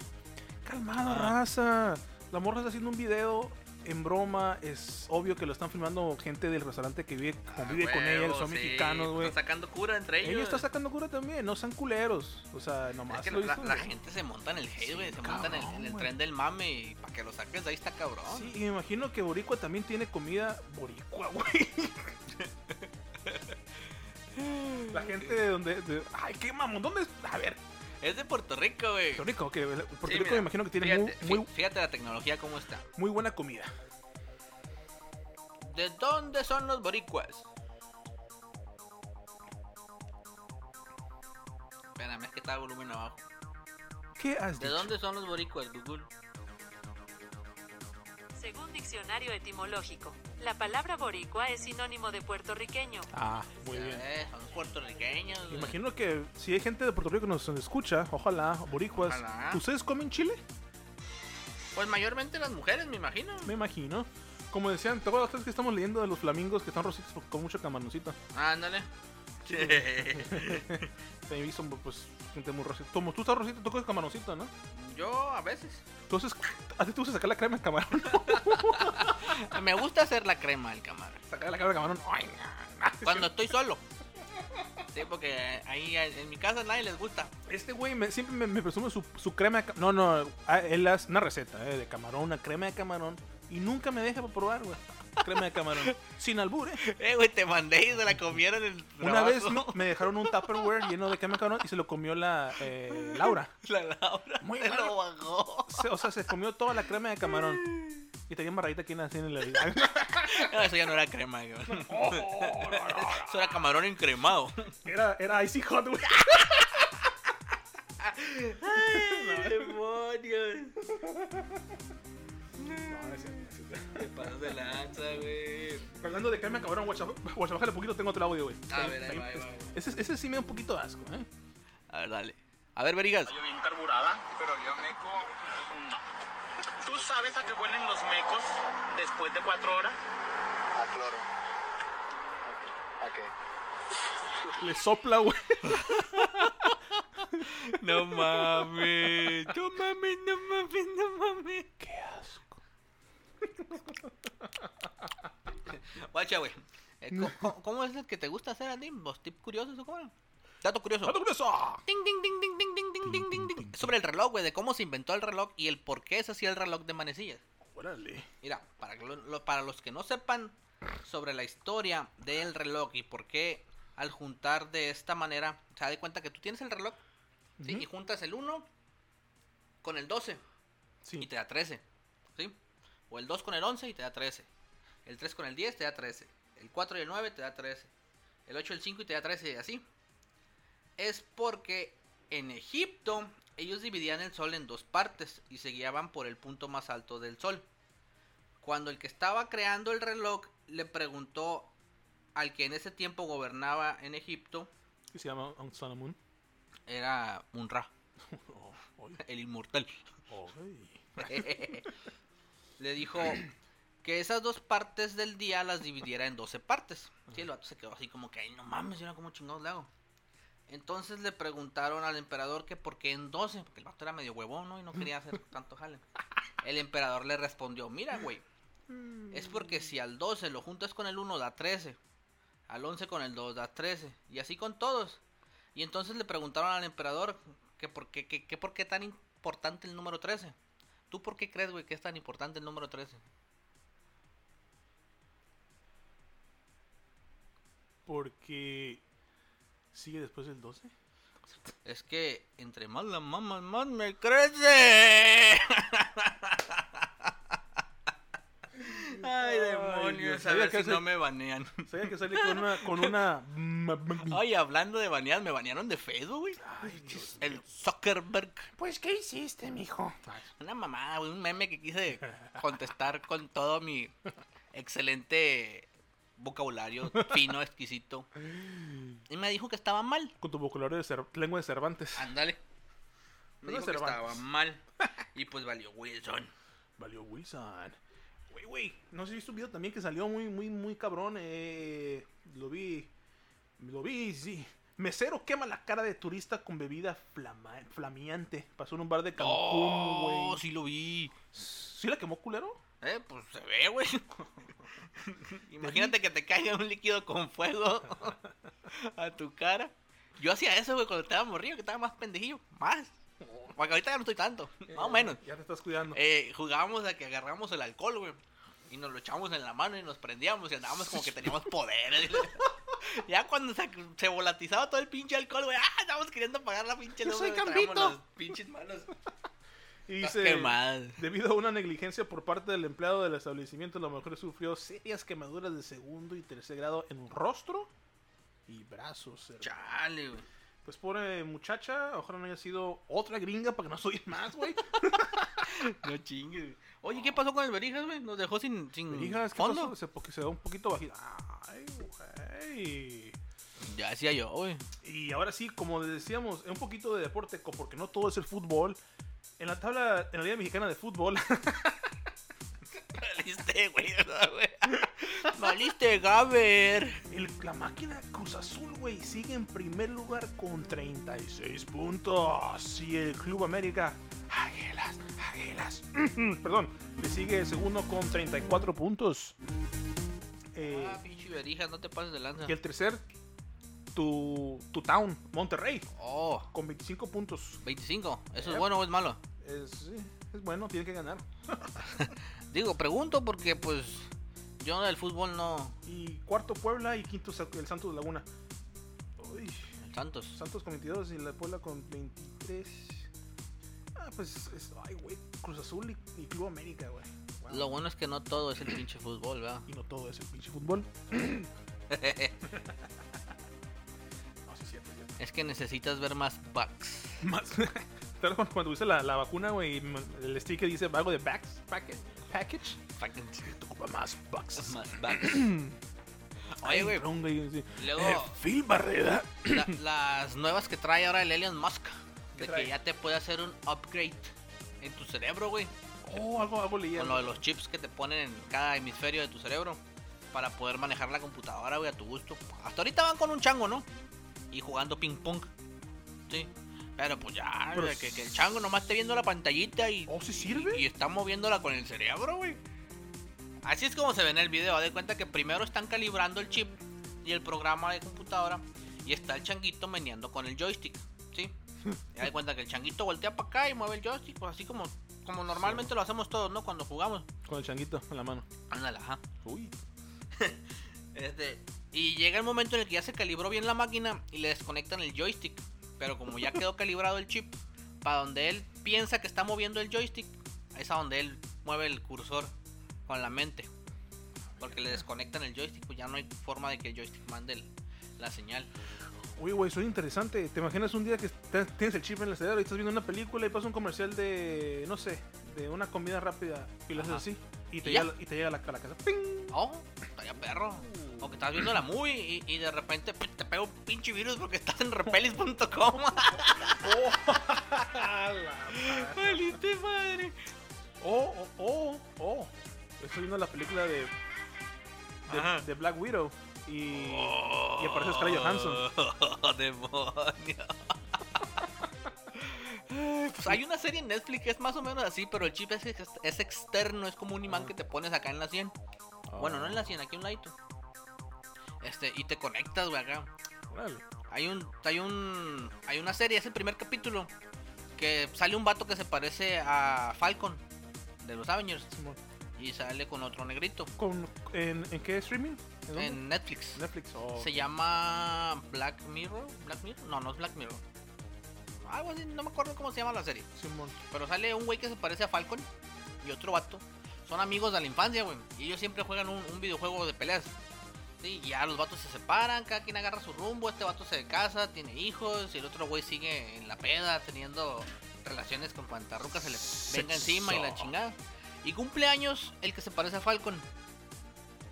Speaker 2: Calmado,
Speaker 1: Ah.
Speaker 2: raza. La morra está haciendo un video en broma. Es obvio que lo están filmando gente del restaurante que Ah, vive, convive con
Speaker 1: Ah, Huevo,
Speaker 2: ella, son
Speaker 1: sí, pues,
Speaker 2: mexicanos, güey.
Speaker 1: Están sacando cura entre ellos.
Speaker 2: Ella está sacando cura también, no sean culeros. O sea, nomás.
Speaker 1: Es que
Speaker 2: lo
Speaker 1: la,
Speaker 2: hizo,
Speaker 1: la
Speaker 2: güey.
Speaker 1: gente se monta en el hate,
Speaker 2: Sí,
Speaker 1: güey. se monta en el, en el
Speaker 2: cabrón,
Speaker 1: tren del mame y para que lo saques de ahí está cabrón.
Speaker 2: Sí, y me imagino que Boricua también tiene comida Boricua, güey. La gente de donde. de- ay, qué mamón, ¿dónde es? A ver,
Speaker 1: Es de Puerto Rico, güey.
Speaker 2: Puerto Rico, que Puerto
Speaker 1: Sí,
Speaker 2: Rico
Speaker 1: mira,
Speaker 2: me imagino que tiene muy,
Speaker 1: fíjate,
Speaker 2: muy,
Speaker 1: fí- fíjate la tecnología cómo está.
Speaker 2: muy buena comida.
Speaker 1: ¿De dónde son los boricuas? la mezcla está el volumen abajo.
Speaker 2: ¿Qué has
Speaker 1: ¿De
Speaker 2: dicho?
Speaker 1: dónde son los boricuas, Google?
Speaker 4: Según diccionario etimológico, la palabra boricua es sinónimo de puertorriqueño.
Speaker 2: Ah, muy
Speaker 1: Ya
Speaker 2: bien.
Speaker 1: ves, son puertorriqueños. güey.
Speaker 2: Imagino que si hay gente de Puerto Rico que nos escucha, ojalá, boricuas.
Speaker 1: Ojalá.
Speaker 2: ¿Ustedes comen chile?
Speaker 1: Pues mayormente las mujeres, me imagino.
Speaker 2: Me imagino. Como decían, ¿te acuerdas ustedes que estamos leyendo de los flamingos que están rositos porque con mucho camaroncito?
Speaker 1: Ándale.
Speaker 2: Te visto pues, gente muy rosita. Como tú estás rosito, tú comes camaroncito, ¿no?
Speaker 1: Yo a veces.
Speaker 2: Entonces, ¿a ti te gusta sacar la crema de camarón?
Speaker 1: Me gusta hacer la crema del camarón.
Speaker 2: sacar la crema de camarón. Ay, na, na.
Speaker 1: Cuando estoy solo. Sí, porque ahí en mi casa a nadie les gusta.
Speaker 2: Este güey me- siempre me, me presume su, su crema de camarón. No, no, ah, él hace una receta eh, de camarón, una crema de camarón. Y nunca me deja probar, güey. Crema de camarón. Sin albur, eh.
Speaker 1: Eh, güey, te mandé y se la comieron en el
Speaker 2: Una
Speaker 1: trabajo.
Speaker 2: vez me, me dejaron un Tupperware lleno de crema de camarón y se lo comió la eh, Laura.
Speaker 1: La Laura
Speaker 2: Muy
Speaker 1: se
Speaker 2: mal.
Speaker 1: lo bajó.
Speaker 2: Se- o sea, se comió toda la crema de camarón. Y tenía embarradita aquí en la en la-
Speaker 1: No, eso ya no era crema, güey. Eso era camarón encremado.
Speaker 2: Era, era Icy Hot, güey.
Speaker 1: demonios! Te pasas de lanza, güey.
Speaker 2: Hablando de crema de camarón, guacha, guacha, bájale un poquito, tengo otro audio, güey.
Speaker 1: A ver, ahí va, ahí va, ahí va.
Speaker 2: Ese, ese sí me da un poquito de asco, ¿eh?
Speaker 1: A ver, dale. A ver, Verigas.
Speaker 5: Yo bien carburada. Pero yo meco. ¿Tú sabes a qué huelen los mecos después de cuatro horas?
Speaker 6: A cloro. ¿A qué?
Speaker 2: Le sopla, güey.
Speaker 1: No mames. No mames, no mames, no mames.
Speaker 2: Qué asco.
Speaker 1: Guacha, güey. Eh, co- co- ¿cómo, es el que te gusta hacer a ti? ¿Vos tip curiosos o cómo? era? Dato curioso.
Speaker 2: ¡Dato curioso!
Speaker 1: Ting, ting, ting, ting, ting, ting, ting, ting, ting, ting. Sobre el reloj, güey, de cómo se inventó el reloj y el por qué se hacía el reloj de manecillas.
Speaker 2: Órale.
Speaker 1: Mira, para, que lo- lo- para los que no sepan sobre la historia del reloj y por qué al juntar de esta manera, se da de cuenta que tú tienes el reloj ¿sí?
Speaker 2: Ujú.
Speaker 1: y juntas el 1 con el 12 y
Speaker 2: Sí.
Speaker 1: te da 13. ¿sí? O el 2 con el 11 y te da 13. El 3 con el 10 te da 13. El 4 y el 9 te da 13. El 8 y el 5 y te da 13 y así. Es porque en Egipto ellos dividían el sol en dos partes y se guiaban por el punto más alto del sol. Cuando el que estaba creando el reloj le preguntó al que en ese tiempo gobernaba en Egipto,
Speaker 2: ¿Qué se llama Aung San Amun?
Speaker 1: era Munra,
Speaker 2: Oh, ay,
Speaker 1: el inmortal.
Speaker 2: ay.
Speaker 1: le dijo que esas dos partes del día las dividiera en 12 partes. Sí, el vato se quedó así como que, ay, no mames, yo no como chingados le hago. Entonces le preguntaron al emperador que por qué en 12, porque el vato era medio huevón, ¿no? Y no quería hacer tanto jale. El emperador le respondió, mira, güey, es porque si al 12 lo juntas con el 1 da 13, al 11 con el 2 da 13, y así con todos. Y entonces le preguntaron al emperador que por qué, que- que por qué tan importante el número 13. ¿Tú por qué crees, güey, que es tan importante el número 13?
Speaker 2: Porque. ¿Sigue después del 12?
Speaker 1: Es que entre más la mamas, más me crece. Ay,
Speaker 2: Dios,
Speaker 1: demonios, a
Speaker 2: sabía
Speaker 1: ver
Speaker 2: que
Speaker 1: si
Speaker 2: ese-
Speaker 1: no me banean.
Speaker 2: Sabía que sale con una. Con una...
Speaker 1: Ay, hablando de banear, me banearon de Facebook, güey. El Zuckerberg.
Speaker 2: Pues, ¿qué hiciste, mijo?
Speaker 1: Una mamada, güey, un meme que quise contestar con todo mi excelente vocabulario fino, exquisito. Y me dijo que estaba mal.
Speaker 2: Con tu vocabulario de Cer- lengua de Cervantes.
Speaker 1: Ándale. Me
Speaker 2: No
Speaker 1: dijo que
Speaker 2: Cervantes.
Speaker 1: estaba mal. Y pues valió Wilson.
Speaker 2: Valió Wilson. Güey, güey. No sé si viste un video también que salió muy, muy, muy cabrón. Eh, lo vi. Lo vi, sí. Mesero quema la cara de turista con bebida flama- flameante. Pasó en un bar de Cancún, güey.
Speaker 1: Oh, sí lo vi.
Speaker 2: ¿Sí la quemó culero?
Speaker 1: Eh, pues se ve, güey. Imagínate que te caiga un líquido con fuego a tu cara. Yo hacía eso, güey, cuando estaba morrido, que estaba más pendejillo. Más. Porque ahorita ya no estoy tanto. Eh, Más o menos.
Speaker 2: Ya te estás cuidando.
Speaker 1: Eh, jugábamos a que agarramos el alcohol, güey. Y nos lo echábamos en la mano y nos prendíamos y andábamos como que teníamos poderes. ya cuando se, se volatizaba todo el pinche alcohol, güey. Ah, estábamos queriendo apagar la pinche
Speaker 2: Yo
Speaker 1: luz,
Speaker 2: soy
Speaker 1: güey,
Speaker 2: Gambito.
Speaker 1: traíamos las pinches manos.
Speaker 2: y
Speaker 1: Estás
Speaker 2: dice,
Speaker 1: quemado.
Speaker 2: Debido a una negligencia por parte del empleado del establecimiento, la mujer sufrió serias quemaduras de segundo y tercer grado en rostro y brazos. hermano.
Speaker 1: Chale, güey.
Speaker 2: Pues pobre muchacha, ojalá no haya sido otra gringa para que no soy más, güey.
Speaker 1: No chingues. Oye, ¿qué pasó con el Berijas, güey? Nos dejó sin, sin
Speaker 2: Hijas, ¿qué
Speaker 1: fondo.
Speaker 2: pasó? Se, porque se da un poquito bajito. Ay, güey.
Speaker 1: Ya decía yo, güey.
Speaker 2: Y ahora sí, como decíamos, un poquito de deporte, co- porque no todo es el fútbol. En la tabla, en la Liga Mexicana de Fútbol,
Speaker 1: Valiste, güey. ¿verdad, güey? Valiste, Gaber.
Speaker 2: el- la máquina Cruz Azul, güey, sigue en primer lugar con 36 puntos. Y el Club América, Águilas, Águilas, perdón, le sigue segundo con 34 puntos. Eh,
Speaker 1: Ah, pinche Berijas, no te pases de lanza.
Speaker 2: y el tercer, tu, tu town, Monterrey,
Speaker 1: Oh,
Speaker 2: con 25 puntos.
Speaker 1: 25. ¿Eso
Speaker 2: Yep.
Speaker 1: es bueno o es malo?
Speaker 2: Es, es bueno, tiene que ganar.
Speaker 1: Digo, pregunto porque, pues, yo del fútbol no.
Speaker 2: Y cuarto Puebla y quinto Sa- el Santos Laguna. Uy,
Speaker 1: Santos.
Speaker 2: Santos con 22 y la Puebla con 23. Ah, pues, es- ay, güey, Cruz Azul y, y Club América, güey. Wow.
Speaker 1: Lo bueno es que no todo es el pinche fútbol, ¿verdad?
Speaker 2: Y no todo es el pinche fútbol. No, sí, es cierto, es cierto.
Speaker 1: es que necesitas ver más bucks.
Speaker 2: Más. Claro, cuando, cuando usé la, la vacuna, güey, y m- el sticker dice algo de backs, packet, package.
Speaker 1: Fucking
Speaker 2: Te ocupa más bucks.
Speaker 1: Más bucks.
Speaker 2: Ay,
Speaker 1: Oye, güey.
Speaker 2: cabrón, güey, sí.
Speaker 1: Luego,
Speaker 2: Eh, Phil Barrera.
Speaker 1: la- las nuevas que trae ahora el Elon Musk.
Speaker 2: ¿Qué
Speaker 1: De
Speaker 2: trae?
Speaker 1: que ya te puede hacer un upgrade en tu cerebro, güey.
Speaker 2: Oh, algo, algo leía.
Speaker 1: Con lo de los chips que te ponen en cada hemisferio de tu cerebro. Para poder manejar la computadora, güey, a tu gusto. Hasta ahorita van con un chango, ¿no? Y jugando ping pong. Sí. Pero pues ya,
Speaker 2: Pero
Speaker 1: güey, que, que el chango nomás esté viendo la pantallita y,
Speaker 2: Oh, ¿sí sirve?
Speaker 1: y, y está moviéndola con el cerebro, güey. Así es como se ve en el video. haz de cuenta que primero están calibrando el chip y el programa de computadora. Y está el changuito meneando con el joystick. ¿Sí? Ya de cuenta que el changuito voltea para acá y mueve el joystick. Pues así como, como normalmente lo hacemos todos, ¿no? Cuando jugamos.
Speaker 2: Con el changuito en la mano.
Speaker 1: Ándale, ajá.
Speaker 2: Uy.
Speaker 1: Este, y llega el momento en el que ya se calibró bien la máquina y le desconectan el joystick. Pero como ya quedó calibrado el chip, para donde él piensa que está moviendo el joystick, es a donde él mueve el cursor con la mente. Porque le desconectan el joystick, pues ya no hay forma de que el joystick mande el- la señal.
Speaker 2: Oye, güey, suena interesante. ¿Te imaginas un día que estás- tienes el chip en el cerebro y estás viendo una película y pasa un comercial de, no sé, de una comida rápida y lo haces
Speaker 1: Ajá.
Speaker 2: así? Y te,
Speaker 1: ¿Y
Speaker 2: llega, y te llega a la, a la casa. ¡Ping!
Speaker 1: Oh, estaría perro. O que estás viendo la movie y, y de repente pues, te pega un pinche virus porque estás en repelis.com. ¡Valiste madre!
Speaker 2: ¡Oh, oh, oh! oh. Estoy viendo la película de,
Speaker 1: Ajá.
Speaker 2: de, de Black Widow y, y aparece Scarlett Johansson.
Speaker 1: Oh, demonio. Pues hay una serie en Netflix que es más o menos así, pero el chip es, ex- es externo, es como un imán que te pones acá en la 100. Bueno, no en la 100, aquí a un ladito. Este, y te conectas, güey, acá.
Speaker 2: Órale.
Speaker 1: Hay un, hay un, hay una serie, es el primer capítulo, que sale un vato que se parece a Falcon de los Avengers
Speaker 2: Simón.
Speaker 1: y sale con otro negrito
Speaker 2: Con- en, en qué streaming? ¿En dónde?
Speaker 1: en Netflix.
Speaker 2: Netflix. Oh.
Speaker 1: Se llama Black Mirror. Black Mirror. No, no es Black Mirror. Algo así, no me acuerdo cómo se llama la serie.
Speaker 2: Simón.
Speaker 1: Pero sale un güey que se parece a Falcon y otro vato. Son amigos de la infancia, güey. Y ellos siempre juegan un, un videojuego de peleas. Sí, y ya los vatos se separan, cada quien agarra su rumbo. Este vato se casa, tiene hijos. Y el otro güey sigue en la peda, teniendo relaciones con cuanta ruca se le venga encima y la chingada. Y cumpleaños el que se parece a Falcon.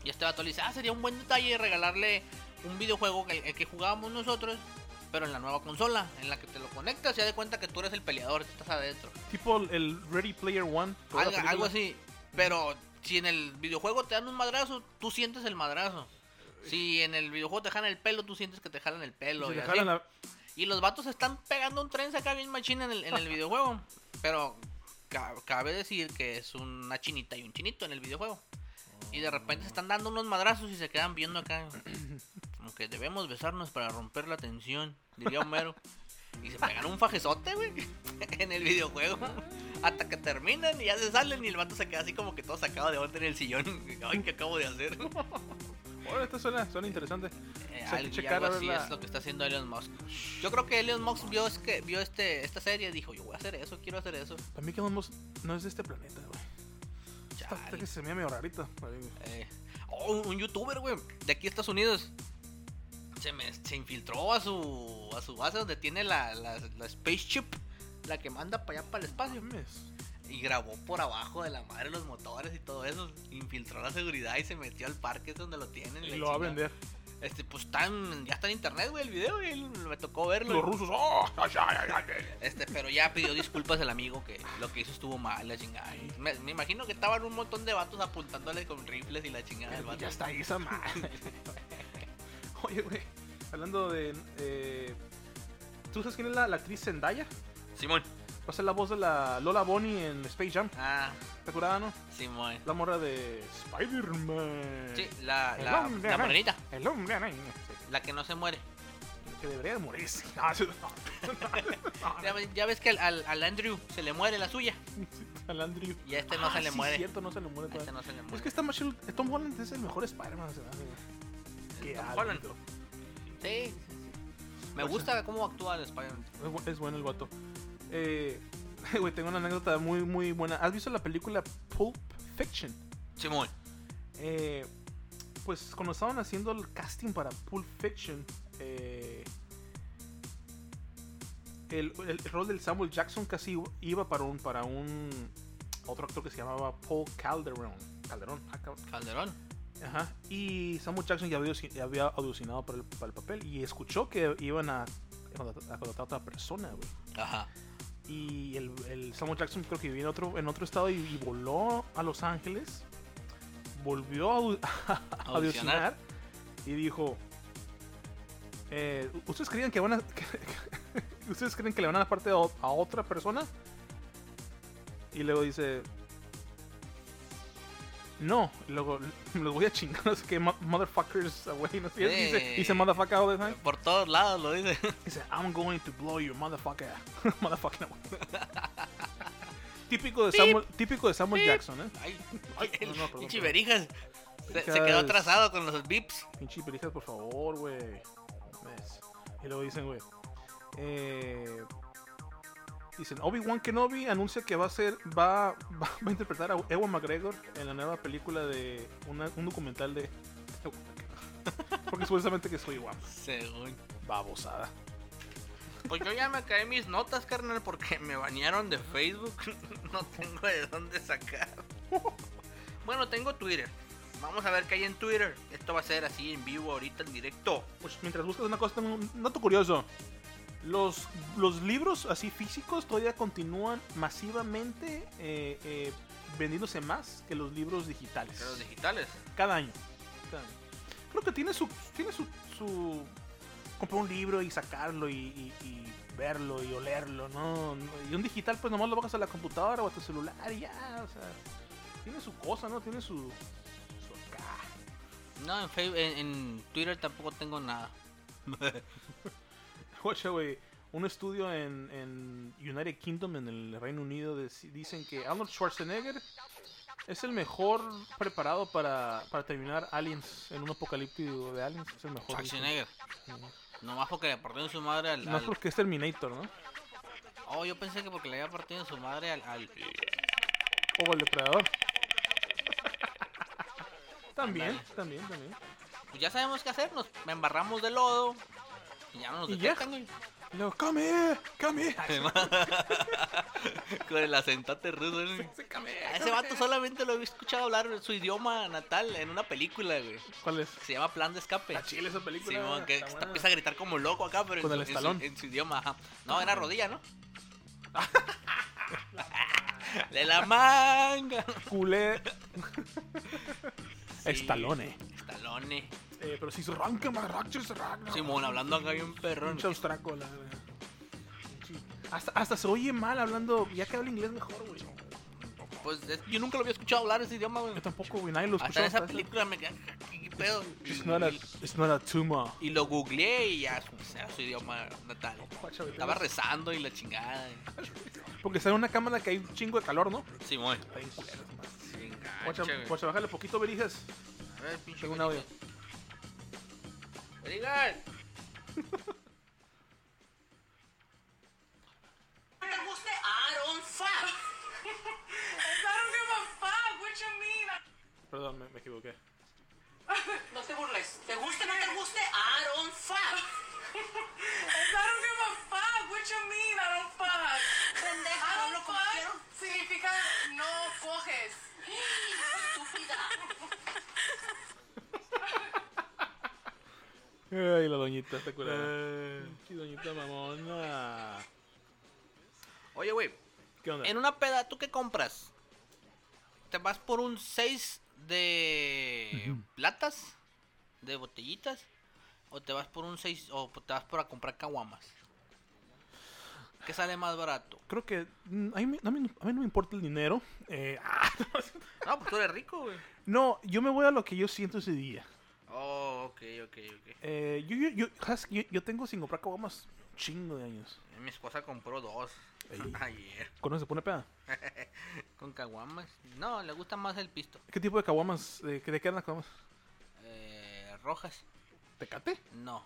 Speaker 1: Y este vato le dice, ah, sería un buen detalle regalarle un videojuego que, el que jugábamos nosotros, pero en la nueva consola, en la que te lo conectas y haz de cuenta que tú eres el peleador, tú estás adentro.
Speaker 2: Tipo el Ready Player One. toda la
Speaker 1: Algo, algo
Speaker 2: película.
Speaker 1: así. Pero si en el videojuego te dan un madrazo, tú sientes el madrazo. Si en el videojuego te jalan el pelo, tú sientes que te jalan el
Speaker 2: Eh, Y
Speaker 1: pelo.
Speaker 2: se
Speaker 1: y
Speaker 2: le
Speaker 1: así.
Speaker 2: jalan la-
Speaker 1: Y los vatos están pegando un tren acá bien machín en el, en el videojuego. Pero ca- cabe decir que es una chinita y un chinito en el videojuego. Y de repente se están dando unos madrazos y se quedan viendo acá. Como que debemos besarnos para romper la tensión, diría Homero. Y se pegan un fajezote, güey, en el videojuego. Hasta que terminan y ya se salen y el vato se queda así como que todo sacado de onda en el sillón. Ay, ¿qué acabo de hacer?
Speaker 2: Ahora esto suena, suena interesante.
Speaker 1: Eh,
Speaker 2: O sea, hay que
Speaker 1: algo, y
Speaker 2: checar,
Speaker 1: algo
Speaker 2: a ver,
Speaker 1: así
Speaker 2: la-
Speaker 1: es lo que está haciendo Elon Musk. Yo creo que Elon Musk vio, es que, vio este, esta serie y dijo, yo voy a hacer eso, quiero hacer eso.
Speaker 2: Para mí que vamos no es de este planeta, güey. Esta
Speaker 1: Chale.
Speaker 2: puta que se me medio rarita.
Speaker 1: Eh, oh, un, un youtuber, güey, de aquí a Estados Unidos. se, me- se infiltró a su, a su base donde tiene la, la, la spaceship, la que manda para allá para el espacio.
Speaker 2: Mames.
Speaker 1: Y grabó por abajo de la madre los motores y todo eso. Infiltró la seguridad y se metió al parque, es donde lo tienen.
Speaker 2: Y
Speaker 1: la
Speaker 2: lo va a
Speaker 1: chingada.
Speaker 2: vender.
Speaker 1: Este, pues tan, ya está en internet, güey, el video, y él- me tocó verlo.
Speaker 2: Los rusos. ¡oh! ¡Ay, ay, ay, ay!
Speaker 1: Este, pero ya pidió disculpas el amigo que lo que hizo estuvo mal, la chingada. Y Me, me imagino que estaban un montón de vatos apuntándole con rifles y la chingada del vato.
Speaker 2: Ya está ahí esa madre. Oye, güey. Hablando de. eh, ¿Tú sabes quién es la, la actriz Zendaya?
Speaker 1: Simón.
Speaker 2: Va a ser la voz de la Lola Bonnie en Space Jam.
Speaker 1: Ah,
Speaker 2: ¿Te acordabas, no?
Speaker 1: Simón.
Speaker 2: La morra de Spider-Man.
Speaker 1: Sí, la,
Speaker 2: El
Speaker 1: la, la
Speaker 2: hombre araña.
Speaker 1: morenita,
Speaker 2: El hombre araña.
Speaker 1: la que no se muere.
Speaker 2: Que debería de morirse. No, sí, no. No,
Speaker 1: Ya,
Speaker 2: no.
Speaker 1: ves- ya ves que al, al- al Andrew se le muere la suya.
Speaker 2: Al Andrew.
Speaker 1: Y a este no
Speaker 2: Ah,
Speaker 1: se le
Speaker 2: sí,
Speaker 1: muere.
Speaker 2: cierto, no se le
Speaker 1: A
Speaker 2: muere
Speaker 1: este
Speaker 2: todavía. Pues
Speaker 1: no se le muere.
Speaker 2: Es que esta Michelle, Tom Holland es el mejor Spider-Man. se me hace, güey. Qué
Speaker 1: Tom
Speaker 2: ávido.
Speaker 1: Holland. Sí, sí, sí. Me
Speaker 2: O sea-
Speaker 1: gusta cómo actúa el Spider-Man.
Speaker 2: Es bu- Es bueno el vato. Eh, güey, tengo una anécdota muy, muy buena. ¿Has visto la película Pulp Fiction?
Speaker 1: Simón.
Speaker 2: Eh, pues cuando estaban haciendo el casting para Pulp Fiction, eh, el, el rol del Samuel Jackson casi iba para un para un otro actor que se llamaba Paul Calderon. Calderón. ah, cabrón.
Speaker 1: Calderón.
Speaker 2: Ajá. Y Samuel Jackson ya había, ya había audicionado para el, para el papel y escuchó que iban a, a contratar a otra persona, güey.
Speaker 1: Ajá.
Speaker 2: Y el, el Samuel Jackson creo que vivía en otro, en otro estado y, y voló a Los Ángeles. Volvió a, au- a audicionar.
Speaker 1: Audicionar.
Speaker 2: Y dijo... eh, ¿Ustedes creen que van a... que- ¿Ustedes creen que le van a dar parte a, o- a otra persona? Y luego dice... No, y luego los voy a chingar, no sé qué, mo- motherfuckers away, no sé, dice,
Speaker 1: Sí.
Speaker 2: dice motherfucker all the time.
Speaker 1: Por todos lados lo dice.
Speaker 2: Dice, I'm going to blow you, motherfucker. motherfucker. típico de Samuel, típico de Samuel Jackson, ¿eh?
Speaker 1: Ay,
Speaker 2: Ay,
Speaker 1: el
Speaker 2: no, no, perdón,
Speaker 1: pinche
Speaker 2: perdón.
Speaker 1: Berijas. Se, se quedó
Speaker 2: Berijas.
Speaker 1: atrasado con los bips.
Speaker 2: Pinche perijas, por favor, güey. No mames. Y luego dicen, güey. eh, dicen, Obi-Wan Kenobi anuncia que va a ser, va, va, va a interpretar a Ewan McGregor en la nueva película de una- un documental de... Porque supuestamente que soy Ewan.
Speaker 1: Según.
Speaker 2: Babosada.
Speaker 1: Pues yo ya me caí mis notas, carnal, porque me banearon de Facebook. No tengo de dónde sacar. Bueno, tengo Twitter. Vamos a ver qué hay en Twitter. Esto va a ser así en vivo, ahorita en directo.
Speaker 2: Pues mientras buscas una cosa, tengo un dato curioso. Los, los libros así físicos todavía continúan masivamente eh, eh, vendiéndose más que los libros digitales.
Speaker 1: Los digitales.
Speaker 2: Cada año. Cada año. Creo que tiene su. Tiene su, su- comprar un libro y sacarlo y, y- y verlo y olerlo, ¿no? No, Y un digital, pues nomás lo bajas a la computadora o a tu celular y ya. O sea, tiene su cosa, ¿no? Tiene su. su acá.
Speaker 1: No, en, Facebook, en, en Twitter tampoco tengo nada.
Speaker 2: Oye, güey, un estudio en, en United Kingdom, en el Reino Unido, dec- dicen que Arnold Schwarzenegger es el mejor preparado para, para terminar Aliens, en un apocalíptico de Aliens. Es el mejor.
Speaker 1: Schwarzenegger.
Speaker 2: No
Speaker 1: Nomás porque le partió en su madre al,
Speaker 2: es
Speaker 1: al-
Speaker 2: porque es Terminator, ¿no?
Speaker 1: Oh, yo pensé que porque le había partido en su madre al... al-
Speaker 2: O el Depredador. también, también, también.
Speaker 1: Pues ya sabemos qué hacer, nos embarramos de lodo. Y ya no nos
Speaker 2: Y ya.
Speaker 1: detectan, güey. Ah,
Speaker 2: Y luego, come here, come here.
Speaker 1: Con el acentote ruso. ¿eh? ¿no?
Speaker 2: Sí, come here,
Speaker 1: A ese
Speaker 2: come
Speaker 1: vato
Speaker 2: here.
Speaker 1: solamente lo había escuchado hablar su idioma natal en una película, güey.
Speaker 2: ¿Cuál es?
Speaker 1: Se llama Plan de Escape.
Speaker 2: Está chile esa Ah, película.
Speaker 1: Simón, que
Speaker 2: está
Speaker 1: está-
Speaker 2: buena.
Speaker 1: empieza a gritar como loco acá, pero
Speaker 2: Con
Speaker 1: en,
Speaker 2: el
Speaker 1: su, en su-
Speaker 2: estalón.
Speaker 1: en su idioma. ajá. No, era rodilla, ¿no? De la manga.
Speaker 2: Culé.
Speaker 1: Sí,
Speaker 2: Estalone.
Speaker 1: Estalone.
Speaker 2: Eh, pero si se arranca, más arranca, se arranca.
Speaker 1: Simón, hablando acá bien perrón.
Speaker 2: Pinche austraco, la verdad. Sí. Hasta, hasta se oye mal hablando. Ya que habla inglés mejor, güey.
Speaker 1: Pues es- yo nunca lo había escuchado hablar ese idioma, güey.
Speaker 2: Yo tampoco, güey. Nadie lo escuchó.
Speaker 1: Hasta en esa
Speaker 2: hasta esa-
Speaker 1: película me quedé. ¿Qué pedo?
Speaker 2: It's not a, it's not a tumor.
Speaker 1: Y lo googleé y ya pues, era su idioma natal.
Speaker 2: Guacha, güey,
Speaker 1: Estaba
Speaker 2: tenés-
Speaker 1: rezando y la chingada. y-
Speaker 2: Porque está en una cámara que hay un chingo de calor, ¿no?
Speaker 1: Sí, muy.
Speaker 2: Está bien culero, esa madre. Guacha,
Speaker 1: Engancha, güey.
Speaker 2: guacha, bájale poquito, verijas.
Speaker 1: A ver, pinche.
Speaker 2: Tengo un audio.
Speaker 1: Digan.
Speaker 3: No te guste Aaron Fab. It's I don't give a fuck what you mean.
Speaker 2: Perdón, me, me equivoqué.
Speaker 3: No te burles. Te guste o no te guste, I don't fuck.
Speaker 7: I don't give a fuck. What you mean I don't fuck?
Speaker 3: Pendeja,
Speaker 7: I
Speaker 3: hablo
Speaker 7: don't
Speaker 3: como quiero.
Speaker 7: fuck significa no coges.
Speaker 3: Estúpida.
Speaker 2: Ay, la doñita está curada. Qué Eh, doñita mamona.
Speaker 1: Oye, güey,
Speaker 2: ¿Qué onda?
Speaker 1: en una peda, ¿tú qué compras? ¿Te vas por un 6 de latas? ¿De botellitas? ¿O te vas por un 6 o te vas por a comprar caguamas? ¿Qué sale más barato?
Speaker 2: Creo que mm, a mí, me- no me- a mí no me importa el dinero. Eh, ah,
Speaker 1: No, pues tú eres rico, güey.
Speaker 2: no, yo me voy a lo que yo siento ese día.
Speaker 1: Oh, ok, ok, ok.
Speaker 2: Eh, yo, yo, yo, ¿sabes? Yo- yo tengo sin comprar caguamas chingo de años.
Speaker 1: Mi esposa compró dos ayer
Speaker 2: ¿Cuándo se pone peda?
Speaker 1: con caguamas. No, le gusta más el pisto.
Speaker 2: ¿Qué tipo de caguamas? eh, ¿De qué eran las caguamas?
Speaker 1: Eh, rojas,
Speaker 2: ¿Tecate?
Speaker 1: no.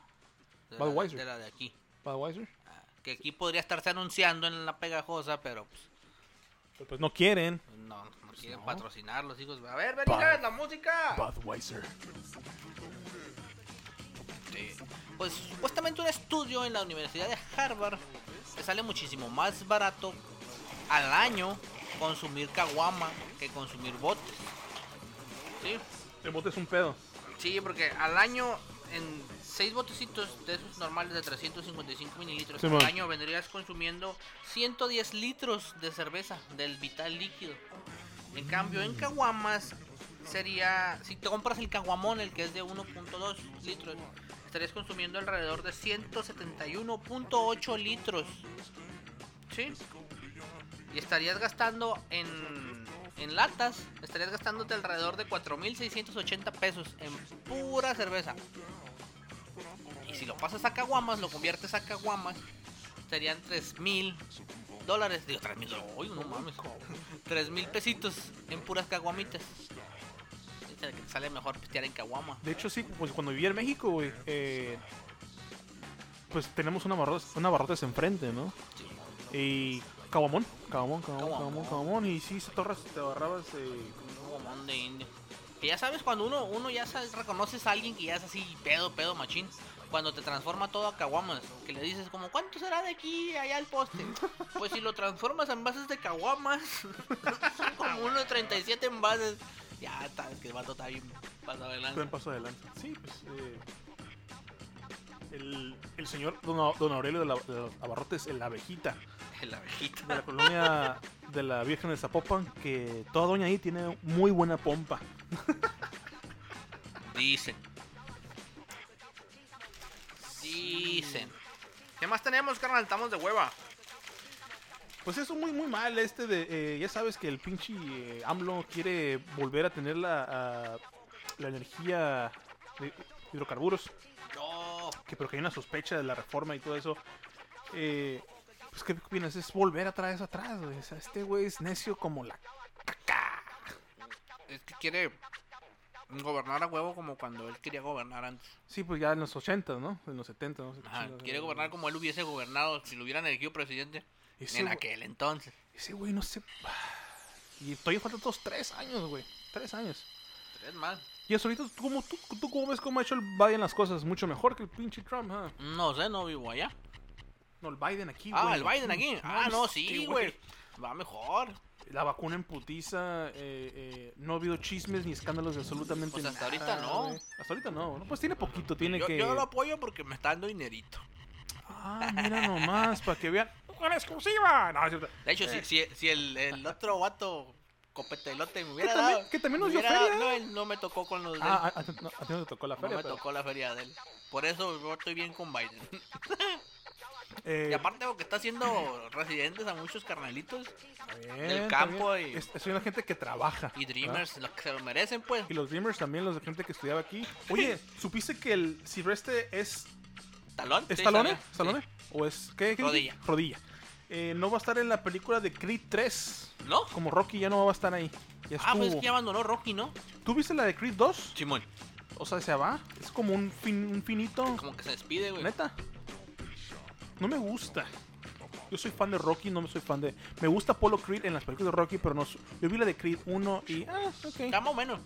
Speaker 1: De la,
Speaker 2: Budweiser.
Speaker 1: de la de aquí.
Speaker 2: ¿Budweiser?
Speaker 1: Ah, Que aquí podría estarse anunciando en la pegajosa, pero pues,
Speaker 2: Pero pues no quieren.
Speaker 1: no, no quieren
Speaker 2: Pues no.
Speaker 1: patrocinar los hijos. A ver,
Speaker 2: Bud-
Speaker 1: venga, la música.
Speaker 2: Budweiser.
Speaker 1: Sí. Pues supuestamente un estudio en la Universidad de Harvard te sale muchísimo más barato al año consumir caguama que consumir botes. Sí,
Speaker 2: El bote es un pedo.
Speaker 1: sí porque al año en seis botecitos de esos normales de 355 mililitros
Speaker 2: Sí,
Speaker 1: al
Speaker 2: man.
Speaker 1: año vendrías consumiendo 110 litros de cerveza del vital líquido. En cambio en caguamas sería si te compras el caguamón el que es de 1.2 litros estarías consumiendo alrededor de 171.8 litros. ¿Sí? Y estarías gastando en, en latas, estarías gastándote alrededor de 4.680 pesos en pura cerveza. Y si lo pasas a caguamas, lo conviertes a caguamas, serían 3.000 dólares. Digo, 3.000 dólares. Uy, no mames. 3.000 pesitos en puras caguamitas. Dice que te Sale mejor pistear en caguama.
Speaker 2: De hecho, sí, pues cuando vivía en México, güey, eh, pues tenemos una barrotes, una barrotes enfrente, ¿no?
Speaker 1: Sí.
Speaker 2: Y Cabamón, Cabamón, Cabamón, Cabamón,
Speaker 1: Caguamón.
Speaker 2: Cabamón. Y sí, torres te agarrabas. eh,
Speaker 1: Gomón de indio. Que ya sabes, cuando uno, uno ya sa- reconoces a alguien que ya es así, pedo, pedo, machín. Cuando te transforma todo a caguamas, que le dices como, ¿cuánto será de aquí allá al poste? Pues si lo transformas a envases de caguamas, son como unos 37 envases. Ya sabes que el vato está bien pasado adelante.
Speaker 2: Gran paso adelante. Sí, pues. eh, el, el señor don, A- don Aurelio de, la, de los Abarrotes, el abejita,
Speaker 1: La abejita.
Speaker 2: de la colonia de la Virgen de Zapopan, que toda doña ahí tiene muy buena pompa.
Speaker 1: Dicen. Dicen. ¿Qué más tenemos, carnal? Estamos de hueva.
Speaker 2: Pues eso muy muy mal este de eh, ya sabes que el pinche eh, AMLO quiere volver a tener la ah, la energía de hidrocarburos,
Speaker 1: No.
Speaker 2: que pero que hay una sospecha de la reforma y todo eso. Eh, pues qué opinas, es volver atrás atrás, güey. O sea, este güey es necio como la
Speaker 1: Es que quiere gobernar a huevo como cuando él quería gobernar antes.
Speaker 2: Sí, pues ya en los 80, ¿no? En los 70, no sé qué
Speaker 1: Ajá,
Speaker 2: chingados.
Speaker 1: quiere gobernar como él hubiese gobernado si lo hubieran elegido presidente
Speaker 2: Ese
Speaker 1: en
Speaker 2: güey-
Speaker 1: aquel entonces.
Speaker 2: Ese güey no se Y todavía faltan todos tres años, güey. Tres años.
Speaker 1: Tres más.
Speaker 2: Y eso ahorita, ¿tú cómo, tú, tú cómo ves cómo ha hecho el Biden las cosas? Mucho mejor que el pinche Trump, ¿ah?
Speaker 1: No sé, no vivo allá.
Speaker 2: No, el Biden aquí, güey.
Speaker 1: Ah, el Biden aquí. Ah, no, sí,
Speaker 2: este
Speaker 1: güey. Va mejor.
Speaker 2: La vacuna en putiza. eh, eh, no ha habido chismes ni escándalos de absolutamente
Speaker 1: Pues hasta
Speaker 2: nada,
Speaker 1: ahorita no.
Speaker 2: güey. Hasta ahorita no. no. Pues tiene poquito, tiene
Speaker 1: Yo,
Speaker 2: que.
Speaker 1: yo lo apoyo porque me está dando dinerito.
Speaker 2: Ah, mira nomás, para que vean. ¡Una exclusiva! No, es cierto.
Speaker 1: De hecho,
Speaker 2: Eh.
Speaker 1: si, si, si el, el otro vato copetelote me hubiera
Speaker 2: Que también-
Speaker 1: dado.
Speaker 2: que también nos
Speaker 1: me
Speaker 2: dio
Speaker 1: hubiera dado-
Speaker 2: feria. ¿eh?
Speaker 1: No, él no me tocó con los de
Speaker 2: Ah, a, a- no, a ti no te tocó la
Speaker 1: él. No
Speaker 2: feria.
Speaker 1: me
Speaker 2: pero,
Speaker 1: tocó la feria de él. Por eso yo estoy bien con Biden.
Speaker 2: eh,
Speaker 1: Y aparte, porque está haciendo residentes a muchos carnalitos.
Speaker 2: está bien,
Speaker 1: del
Speaker 2: está
Speaker 1: campo
Speaker 2: bien.
Speaker 1: y-
Speaker 2: Es, es una gente que trabaja.
Speaker 1: Y
Speaker 2: ¿verdad?
Speaker 1: Dreamers, los que se lo merecen, pues.
Speaker 2: Y los Dreamers también, los de gente que estudiaba aquí. Oye, ¿supiste que el Silvestre es.
Speaker 1: ¿Talón?
Speaker 2: ¿Es
Speaker 1: sí,
Speaker 2: Talone?
Speaker 1: sí.
Speaker 2: ¿Talone? ¿O es. ¿Qué? qué-
Speaker 1: Rodilla.
Speaker 2: Rodilla. Eh, no va a estar en la película de Creed 3.
Speaker 1: ¿No?
Speaker 2: Como Rocky ya no va a estar ahí. Ya
Speaker 1: Ah, pues es
Speaker 2: estuvo.
Speaker 1: que ya abandonó Rocky, ¿no?
Speaker 2: ¿Tú viste la de Creed 2?
Speaker 1: Simón.
Speaker 2: O sea, se va. Es como un, fin- un finito.
Speaker 1: Como que se despide, güey.
Speaker 2: Neta. No me gusta. Yo soy fan de Rocky, no soy fan de. Me gusta Apollo Creed en las películas de Rocky, pero no. su- Yo vi la de Creed 1 y. Ah, ok.
Speaker 1: Está más o menos.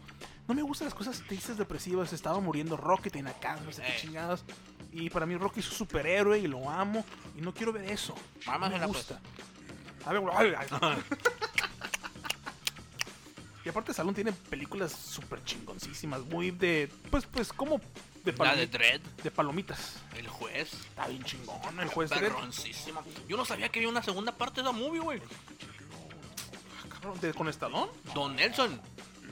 Speaker 2: No me gustan las cosas tristes, depresivas. Estaba muriendo Rocket en acá, no sé qué
Speaker 1: Eh.
Speaker 2: chingadas. Y para mí Rocket es un superhéroe y lo amo. Y no quiero ver eso. no me
Speaker 1: Mámasela, pues.
Speaker 2: gusta. A ver, ay, ay. Y aparte Salón tiene películas súper chingoncísimas. Muy de... Pues, pues, como... De,
Speaker 1: La
Speaker 2: palomi-
Speaker 1: de Dread,
Speaker 2: de palomitas.
Speaker 1: el juez.
Speaker 2: Está bien chingón el juez. Dredd.
Speaker 1: Perroncísima. Yo no sabía que había una segunda parte de esa movie, güey.
Speaker 2: Cabrón, ¿de- ¿Con Stallone?
Speaker 1: Don Nelson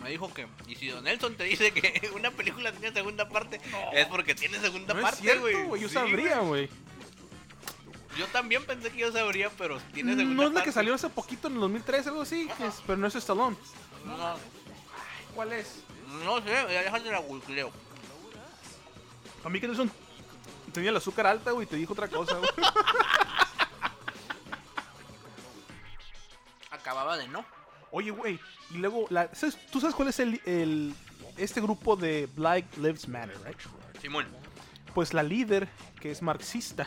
Speaker 1: me dijo que. Y si Don Nelson te dice que una película tiene segunda parte, es porque tiene segunda
Speaker 2: No es
Speaker 1: parte,
Speaker 2: cierto,
Speaker 1: güey.
Speaker 2: güey. Yo
Speaker 1: Sí,
Speaker 2: sabría,
Speaker 1: güey.
Speaker 2: güey.
Speaker 1: Yo también pensé que yo sabría, pero tiene segunda
Speaker 2: No es la
Speaker 1: parte.
Speaker 2: que salió hace poquito en el 2003, algo así. que es- pero no es Stallone.
Speaker 1: No,
Speaker 2: ¿Cuál es?
Speaker 1: no sé, ya déjate la googleo.
Speaker 2: A mí que Nelson tenía el azúcar alta, güey, y te dijo otra cosa, güey.
Speaker 1: Acababa de no.
Speaker 2: Oye, güey, y luego, la- ¿sabes- ¿tú sabes cuál es el, el- este grupo de Black Lives Matter, right?
Speaker 1: Simón.
Speaker 2: Pues la líder, que es marxista,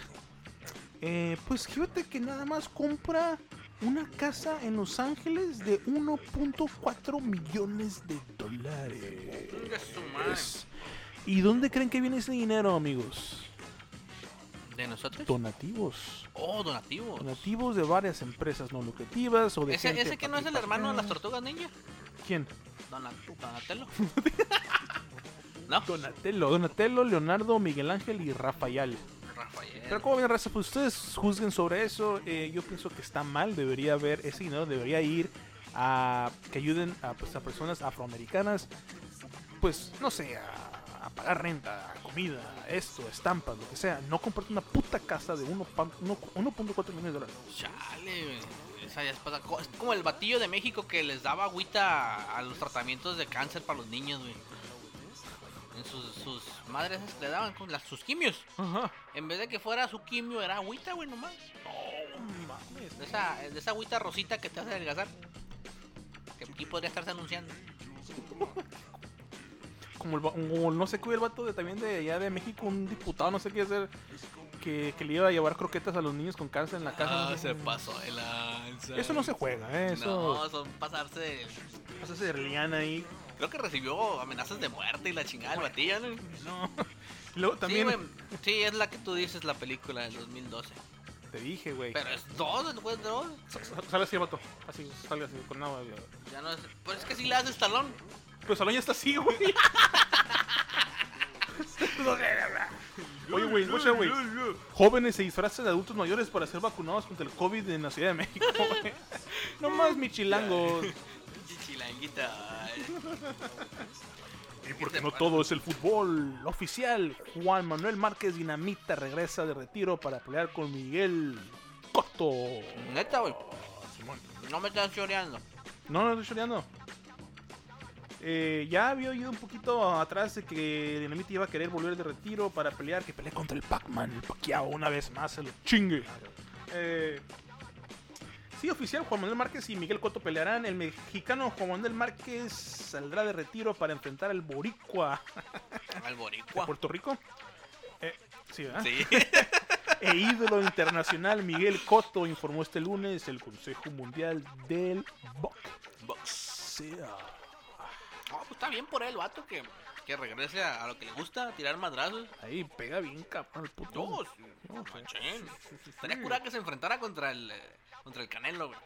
Speaker 2: eh, pues fíjate que nada más compra una casa en Los Ángeles de 1.4 millones de dólares.
Speaker 1: Chinga su madre.
Speaker 2: ¿Y dónde creen que viene ese dinero, amigos?
Speaker 1: ¿De nosotros?
Speaker 2: Donativos.
Speaker 1: Oh, donativo.
Speaker 2: Donativos de varias empresas no lucrativas o de
Speaker 1: Ese,
Speaker 2: gente
Speaker 1: ese que no es el hermano de las tortugas ninja.
Speaker 2: ¿Quién?
Speaker 1: Dona- Donatello. no,
Speaker 2: Donatello, Donatello, Leonardo, Miguel Ángel y Rafael. Pero
Speaker 1: Rafael.
Speaker 2: como ven, raza, pues ustedes juzguen sobre eso. Eh, yo pienso que está mal, debería haber ese dinero, debería ir a que ayuden a, pues, a personas afroamericanas, pues no sé, a, a pagar renta, a comida, a esto, estampas, lo que sea. No comprarte una puta casa de 1 pa- uno- 1.4 millones de dólares.
Speaker 1: Chale, güey. esa ya es pasa- co- Es como el batillo de México que les daba agüita a los tratamientos de cáncer para los niños, güey. En sus, sus madres esas que le daban con las, sus quimios.
Speaker 2: Ajá.
Speaker 1: En vez de que fuera su quimio, era agüita, güey, nomás. De esa, de esa agüita rosita que te hace adelgazar. Que aquí podría estarse anunciando.
Speaker 2: como el, va- como el- no sé qué el vato de, también de allá de México, un diputado, no sé qué hacer, que, que le iba a llevar croquetas a los niños con cáncer en la casa. no sé.
Speaker 1: Ah, pasó de lanza.
Speaker 2: Eso no se juega, ¿eh? eso.
Speaker 1: No, son pasarse de-
Speaker 2: No, pues, se de Rihanna ahí.
Speaker 1: Creo que recibió amenazas de muerte y la chingada del batillo, ¿no?
Speaker 2: No. Y Luego
Speaker 1: Sí,
Speaker 2: también
Speaker 1: güey, sí, es la que tú dices, la película del 2012.
Speaker 2: te dije, güey.
Speaker 1: Pero es dos, el juez dos.
Speaker 2: Sa- Sale así, vato. Así, sale así, con nada. güey.
Speaker 1: Ya no es. Pues es que si le haces talón.
Speaker 2: Pero Salón ya está así, güey. Oye, güey, escucha, güey. Jóvenes se disfrazan de adultos mayores para ser vacunados contra el COVID en la Ciudad de México, güey. No más, mi chilango.
Speaker 1: Chichilanguita.
Speaker 2: Y porque no todo es el fútbol oficial. Juan Manuel Márquez Dinamita regresa de retiro para pelear con Miguel Coto.
Speaker 1: Neta, güey.
Speaker 2: Oh, Simón.
Speaker 1: No me estás choreando.
Speaker 2: No, no estoy choreando. Eh, ya había oído un poquito atrás de que Dinamita iba a querer volver de retiro para pelear, que pelee contra el Pac-Man, el Pacquiao, una vez más, se lo chingue. Eh, sí, oficial, Juan Manuel Márquez y Miguel Coto pelearán. El mexicano Juan Manuel Márquez saldrá de retiro para enfrentar al Boricua
Speaker 1: Al
Speaker 2: de
Speaker 1: boricua.
Speaker 2: Puerto Rico. Eh, sí, ¿verdad?
Speaker 1: Sí.
Speaker 2: E ídolo internacional Miguel Cotto informó este lunes el Consejo Mundial del Boxeo.
Speaker 1: No, pues está bien por él, vato, que, que regrese a, a lo que le gusta, a tirar madrazos.
Speaker 2: Ahí pega bien cabrón el puto. pues,
Speaker 1: Dos. Manchén. Estaría curada que se enfrentara contra el, eh, contra el Canelo, güey.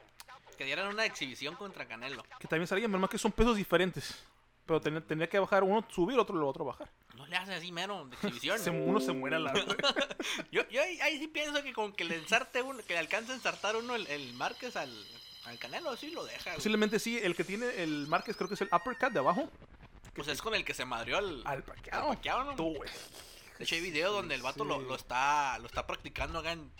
Speaker 1: Que dieran una exhibición contra Canelo.
Speaker 2: Que también salía, más que son pesos diferentes. Pero ten- tendría que bajar uno, subir, otro, lo otro bajar.
Speaker 1: No le hace así mero de exhibición.
Speaker 2: Se- uno se muere a la
Speaker 1: Yo, yo ahí, ahí sí pienso que con que le ensarte uno, que le alcance a ensartar uno el, el Márquez al, al Canelo, así lo deja. güey.
Speaker 2: Posiblemente sí, el que tiene el Márquez creo que es el uppercut de abajo.
Speaker 1: Pues es con el que se madrió al,
Speaker 2: Al
Speaker 1: al
Speaker 2: paqueado.
Speaker 1: Pacquiao, ¿no?
Speaker 2: Tú, güey.
Speaker 1: De hecho, hay video donde el vato lo,
Speaker 2: Sí.
Speaker 1: lo está lo está practicando acá en-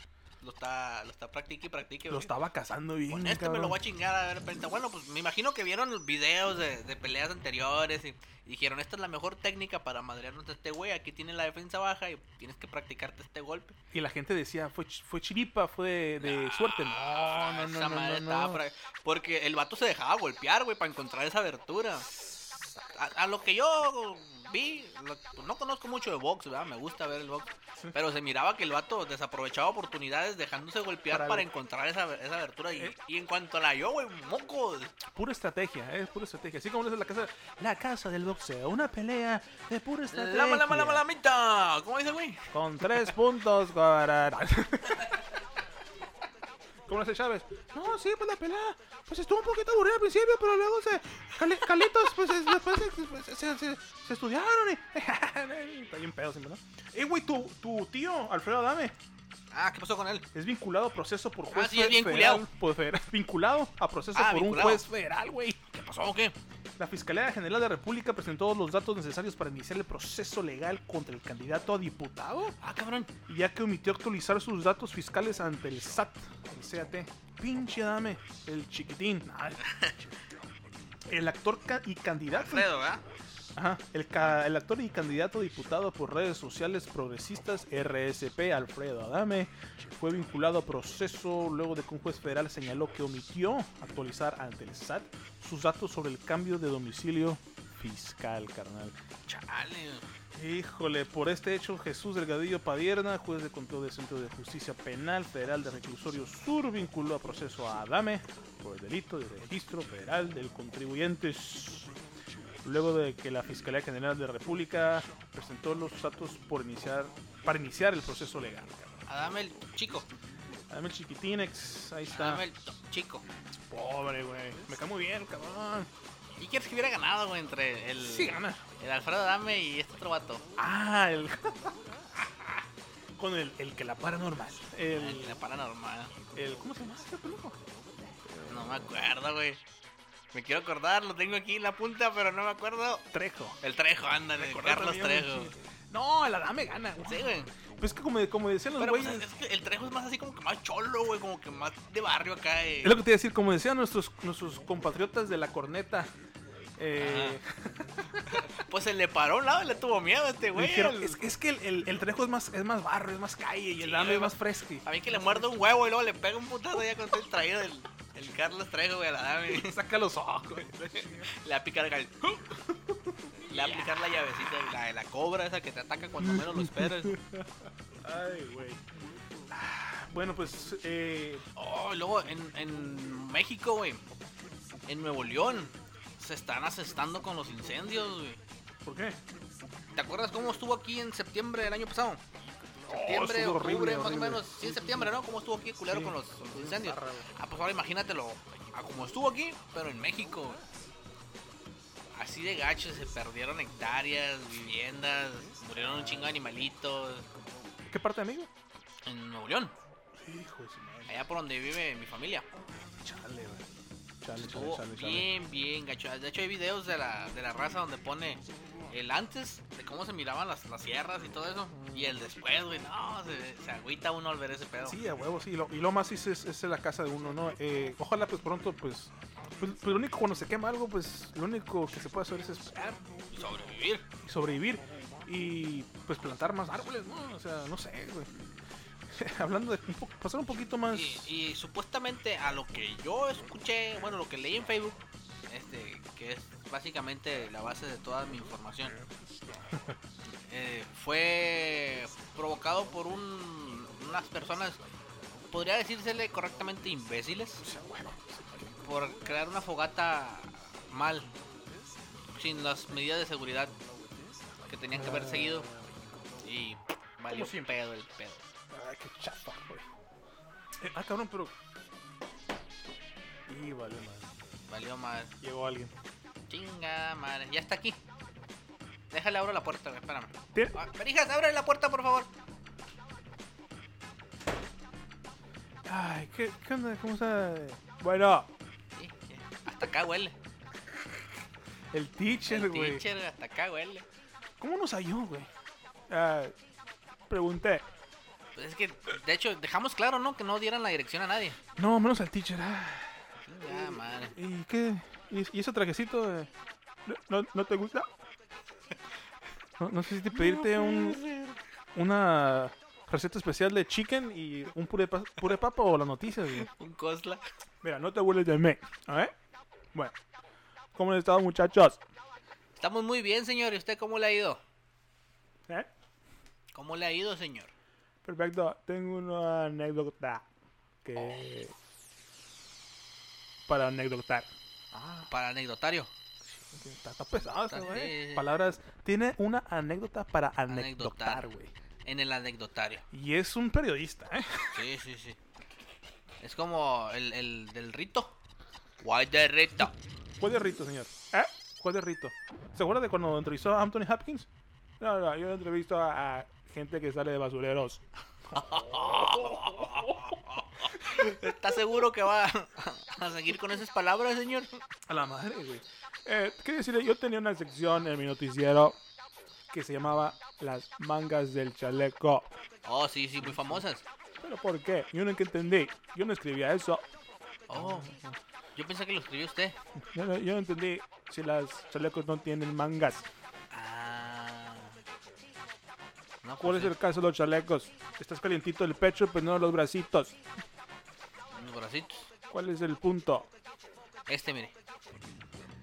Speaker 1: lo está lo está practique y practique.
Speaker 2: Lo
Speaker 1: güey.
Speaker 2: estaba cazando bien.
Speaker 1: Con este me lo
Speaker 2: cabrón.
Speaker 1: voy a chingar a ver, penta. Bueno, pues me imagino que vieron videos de, de peleas anteriores y, y dijeron, esta es la mejor técnica para madrearnos a este güey, aquí tiene la defensa baja y tienes que practicarte este golpe.
Speaker 2: Y la gente decía, fue, ch- fue chiripa, fue de, de suerte. No, no, no,
Speaker 1: Ah, Esa
Speaker 2: no,
Speaker 1: madre
Speaker 2: no,
Speaker 1: estaba
Speaker 2: no.
Speaker 1: pra- Porque el vato se dejaba golpear, güey, para encontrar esa abertura. A, a lo que yo vi, lo- pues, no conozco mucho de box, ¿verdad? Me gusta ver el box. Pero se miraba que el vato desaprovechaba oportunidades dejándose golpear para,
Speaker 2: Para el- Eh.
Speaker 1: encontrar esa, esa abertura. Y, y en cuanto la yo, güey, moco.
Speaker 2: Pura estrategia, es pura estrategia. Así como es la casa, la casa del boxeo, una pelea de pura estrategia.
Speaker 1: La mala, mala, mala mitad. ¿Cómo dice, güey?
Speaker 2: Con tres puntos, guararán. ¿Cómo lo hace Chávez? No, sí, pues la pelea. Pues estuvo un poquito aburrida al principio, pero luego se. Cali- Calitos, pues es- después se, se- se- se estudiaron y. Está bien pedo, siempre, ¿no? Eh, güey, tu, tu tío, Alfredo Adame,
Speaker 1: Ah, ¿qué pasó con él?
Speaker 2: es vinculado a proceso por juez.
Speaker 1: Ah, sí, es
Speaker 2: fe-
Speaker 1: vinculado.
Speaker 2: federal- por federal- vinculado a proceso
Speaker 1: Ah,
Speaker 2: por
Speaker 1: vinculado.
Speaker 2: un juez federal, güey.
Speaker 1: ¿Qué pasó o qué?
Speaker 2: La Fiscalía General de la República presentó los datos necesarios para iniciar el proceso legal contra el candidato a diputado.
Speaker 1: Ah, cabrón.
Speaker 2: y ya que omitió actualizar sus datos fiscales ante el SAT, el CAT. Pinche dame, el chiquitín. Ay, El actor ca- y candidato.
Speaker 1: Alfredo, ¿verdad?
Speaker 2: Ajá, el, ca- el actor y candidato diputado por redes sociales progresistas RSP, Alfredo Adame, fue vinculado a proceso luego de que un juez federal señaló que omitió actualizar ante el SAT sus datos sobre el cambio de domicilio fiscal, carnal.
Speaker 1: Chale.
Speaker 2: Híjole, por este hecho, Jesús Delgadillo Padierna, juez de control del Centro de Justicia Penal Federal de Reclusorio Sur, vinculó a proceso a Adame por el delito de registro federal del contribuyente. Luego de que la Fiscalía General de la República presentó los datos por iniciar, para iniciar el proceso legal. cabrón.
Speaker 1: Adame el chico.
Speaker 2: Adame el chiquitín, ex, ahí está.
Speaker 1: Adame el chico.
Speaker 2: Pobre, güey. Me cae muy bien, cabrón.
Speaker 1: ¿Y quieres que hubiera ganado, güey, entre el,
Speaker 2: Sí, gana.
Speaker 1: el Alfredo Adame y este otro vato?
Speaker 2: Ah, el... Con el, el que la paranormal.
Speaker 1: El de
Speaker 2: El,
Speaker 1: la paranormal.
Speaker 2: el, ¿Cómo se llama este pendejo?
Speaker 1: No me acuerdo, güey. Me quiero acordar, lo tengo aquí en la punta, pero no me acuerdo.
Speaker 2: Trejo.
Speaker 1: El Trejo, ándale,
Speaker 2: Recordé
Speaker 1: Eh, Carlos
Speaker 2: también,
Speaker 1: Trejo.
Speaker 2: sí. No, el Adame gana, güey.
Speaker 1: Sí, güey.
Speaker 2: Pues es que como, como decían los
Speaker 1: Pero pues,
Speaker 2: güeyes.
Speaker 1: es que el Trejo es más así como que más cholo, güey, como que más de barrio acá. eh.
Speaker 2: es lo que te iba a decir, como decían nuestros, nuestros compatriotas de la corneta. eh,
Speaker 1: Pues se le paró a un lado y le tuvo miedo a este güey.
Speaker 2: dijeron,
Speaker 1: al-
Speaker 2: es, es que el, el- el trejo es más, es más barro, es más calle y el
Speaker 1: Sí,
Speaker 2: Adame
Speaker 1: güey.
Speaker 2: es más fresco.
Speaker 1: A mí que le muerde un huevo y luego le pega un putazo ya cuando estoy traído el, el Carlos Trejo, güey, a la dame.
Speaker 2: Saca los ojos.
Speaker 1: Le va a picar acá el... Le va a picar la llavecita, la de la cobra esa que te ataca cuando menos lo esperas.
Speaker 2: Ay, güey. Ah, Bueno, pues eh,
Speaker 1: Oh, y luego en, en México, güey, en Nuevo León, se están asestando con los incendios, güey.
Speaker 2: ¿por qué?
Speaker 1: ¿Te acuerdas cómo estuvo aquí en septiembre del año pasado? Septiembre,
Speaker 2: Oh, estuvo
Speaker 1: octubre,
Speaker 2: horrible,
Speaker 1: más
Speaker 2: horrible.
Speaker 1: o menos. Sí, en septiembre, ¿no? ¿Cómo estuvo aquí el culero
Speaker 2: Sí.
Speaker 1: con los, con los incendios? Ah, pues ahora imagínatelo. A como estuvo aquí, pero en México. Así de gacho, se perdieron hectáreas, viviendas, murieron un chingo de animalitos.
Speaker 2: ¿Qué parte, amigo?
Speaker 1: En Nuevo León,
Speaker 2: Hijo de su madre.
Speaker 1: allá por donde vive mi familia.
Speaker 2: Chale, güey. Chale, chale,
Speaker 1: Estuvo
Speaker 2: chale, chale.
Speaker 1: bien, bien gacho. De hecho, hay videos de la, de la raza donde pone el antes de cómo se miraban las, las sierras y todo eso. Y el después, güey. No, se, se agüita uno al ver ese pedo.
Speaker 2: Sí, a huevo, sí. Lo, y lo más sí es, es, es la casa de uno, ¿no? Eh, ojalá, pues pronto, pues, pues. pues lo único, cuando se quema algo, pues lo único que se puede hacer es esperar
Speaker 1: Y sobrevivir.
Speaker 2: y sobrevivir. Y pues plantar más árboles, ¿no? O sea, no sé, güey. Hablando de. un po- pasar un poquito más.
Speaker 1: Y, y supuestamente a lo que yo escuché, bueno, lo que leí en Facebook, este, que es básicamente la base de toda mi información, eh, fue provocado por un- unas personas, podría decírsele correctamente imbéciles,
Speaker 2: O sea, bueno.
Speaker 1: por crear una fogata mal, sin las medidas de seguridad que tenían que haber seguido. Y valió pedo el pedo.
Speaker 2: Ay, qué chapa, güey. Eh, ah, cabrón, pero. Y vale, madre.
Speaker 1: Valió mal.
Speaker 2: Llegó alguien.
Speaker 1: Chinga madre, ya está aquí. Déjale abro la puerta, güey, espérame.
Speaker 2: Tien-
Speaker 1: Ah, Berijas, abre la puerta, por favor.
Speaker 2: Ay, ¿qué, qué onda? ¿Cómo está? Bueno,
Speaker 1: Sí, sí, hasta acá huele.
Speaker 2: el teacher,
Speaker 1: El
Speaker 2: güey.
Speaker 1: teacher, hasta acá huele.
Speaker 2: ¿Cómo nos halló, güey? Ah, pregunté.
Speaker 1: Pues es que, de hecho, dejamos claro, ¿no? Que no dieran la dirección a nadie.
Speaker 2: No, menos al teacher. ah.
Speaker 1: Chinga madre.
Speaker 2: ¿Y qué? ¿Y, y ese trajecito? eh? ¿No, no, no te gusta? No, no sé si te pedirte un, una receta especial de chicken y un puré, pa- puré papa o las noticias, güey.
Speaker 1: Un cosla.
Speaker 2: ¿eh? Mira, no te hueles de mí. A ver. Bueno. ¿Cómo han estado, muchachos?
Speaker 1: Estamos muy bien, señor. ¿Y usted cómo le ha ido?
Speaker 2: ¿Eh?
Speaker 1: ¿Cómo le ha ido, señor?
Speaker 2: Perfecto, tengo una anécdota que. Para anecdotar. Ah,
Speaker 1: Para anecdotario.
Speaker 2: está, está pesado este
Speaker 1: Está- sí, sí,
Speaker 2: güey.
Speaker 1: sí.
Speaker 2: Palabras. Tiene una anécdota para
Speaker 1: Anecdotar.
Speaker 2: anecdotar, güey.
Speaker 1: En el anecdotario.
Speaker 2: Y es un periodista, ¿eh?
Speaker 1: Sí, sí, sí. Es como el, el del rito. Guay de rito.
Speaker 2: Juez de Rito, señor. ¿Eh? Juez de Rito. ¿Se acuerda de cuando entrevistó a Anthony Hopkins? No, no, yo entrevisto a, a gente que sale de basureros.
Speaker 1: ¿Está seguro que va a seguir con esas palabras, señor?
Speaker 2: A la madre, güey. Eh, quiero decirle, yo tenía una sección en mi noticiero que se llamaba Las mangas del chaleco.
Speaker 1: Oh, sí, sí, muy famosas.
Speaker 2: ¿Pero por qué? Yo nunca entendí. Yo no escribía eso.
Speaker 1: Oh, yo pensé que lo escribió usted.
Speaker 2: Yo no, yo no entendí si las chalecos no tienen mangas.
Speaker 1: Ah. No,
Speaker 2: ¿Cuál
Speaker 1: pues
Speaker 2: es el caso de los chalecos? Estás calientito el pecho, pero no los bracitos.
Speaker 1: es- Los bracitos.
Speaker 2: ¿Cuál es el punto?
Speaker 1: Este, mire.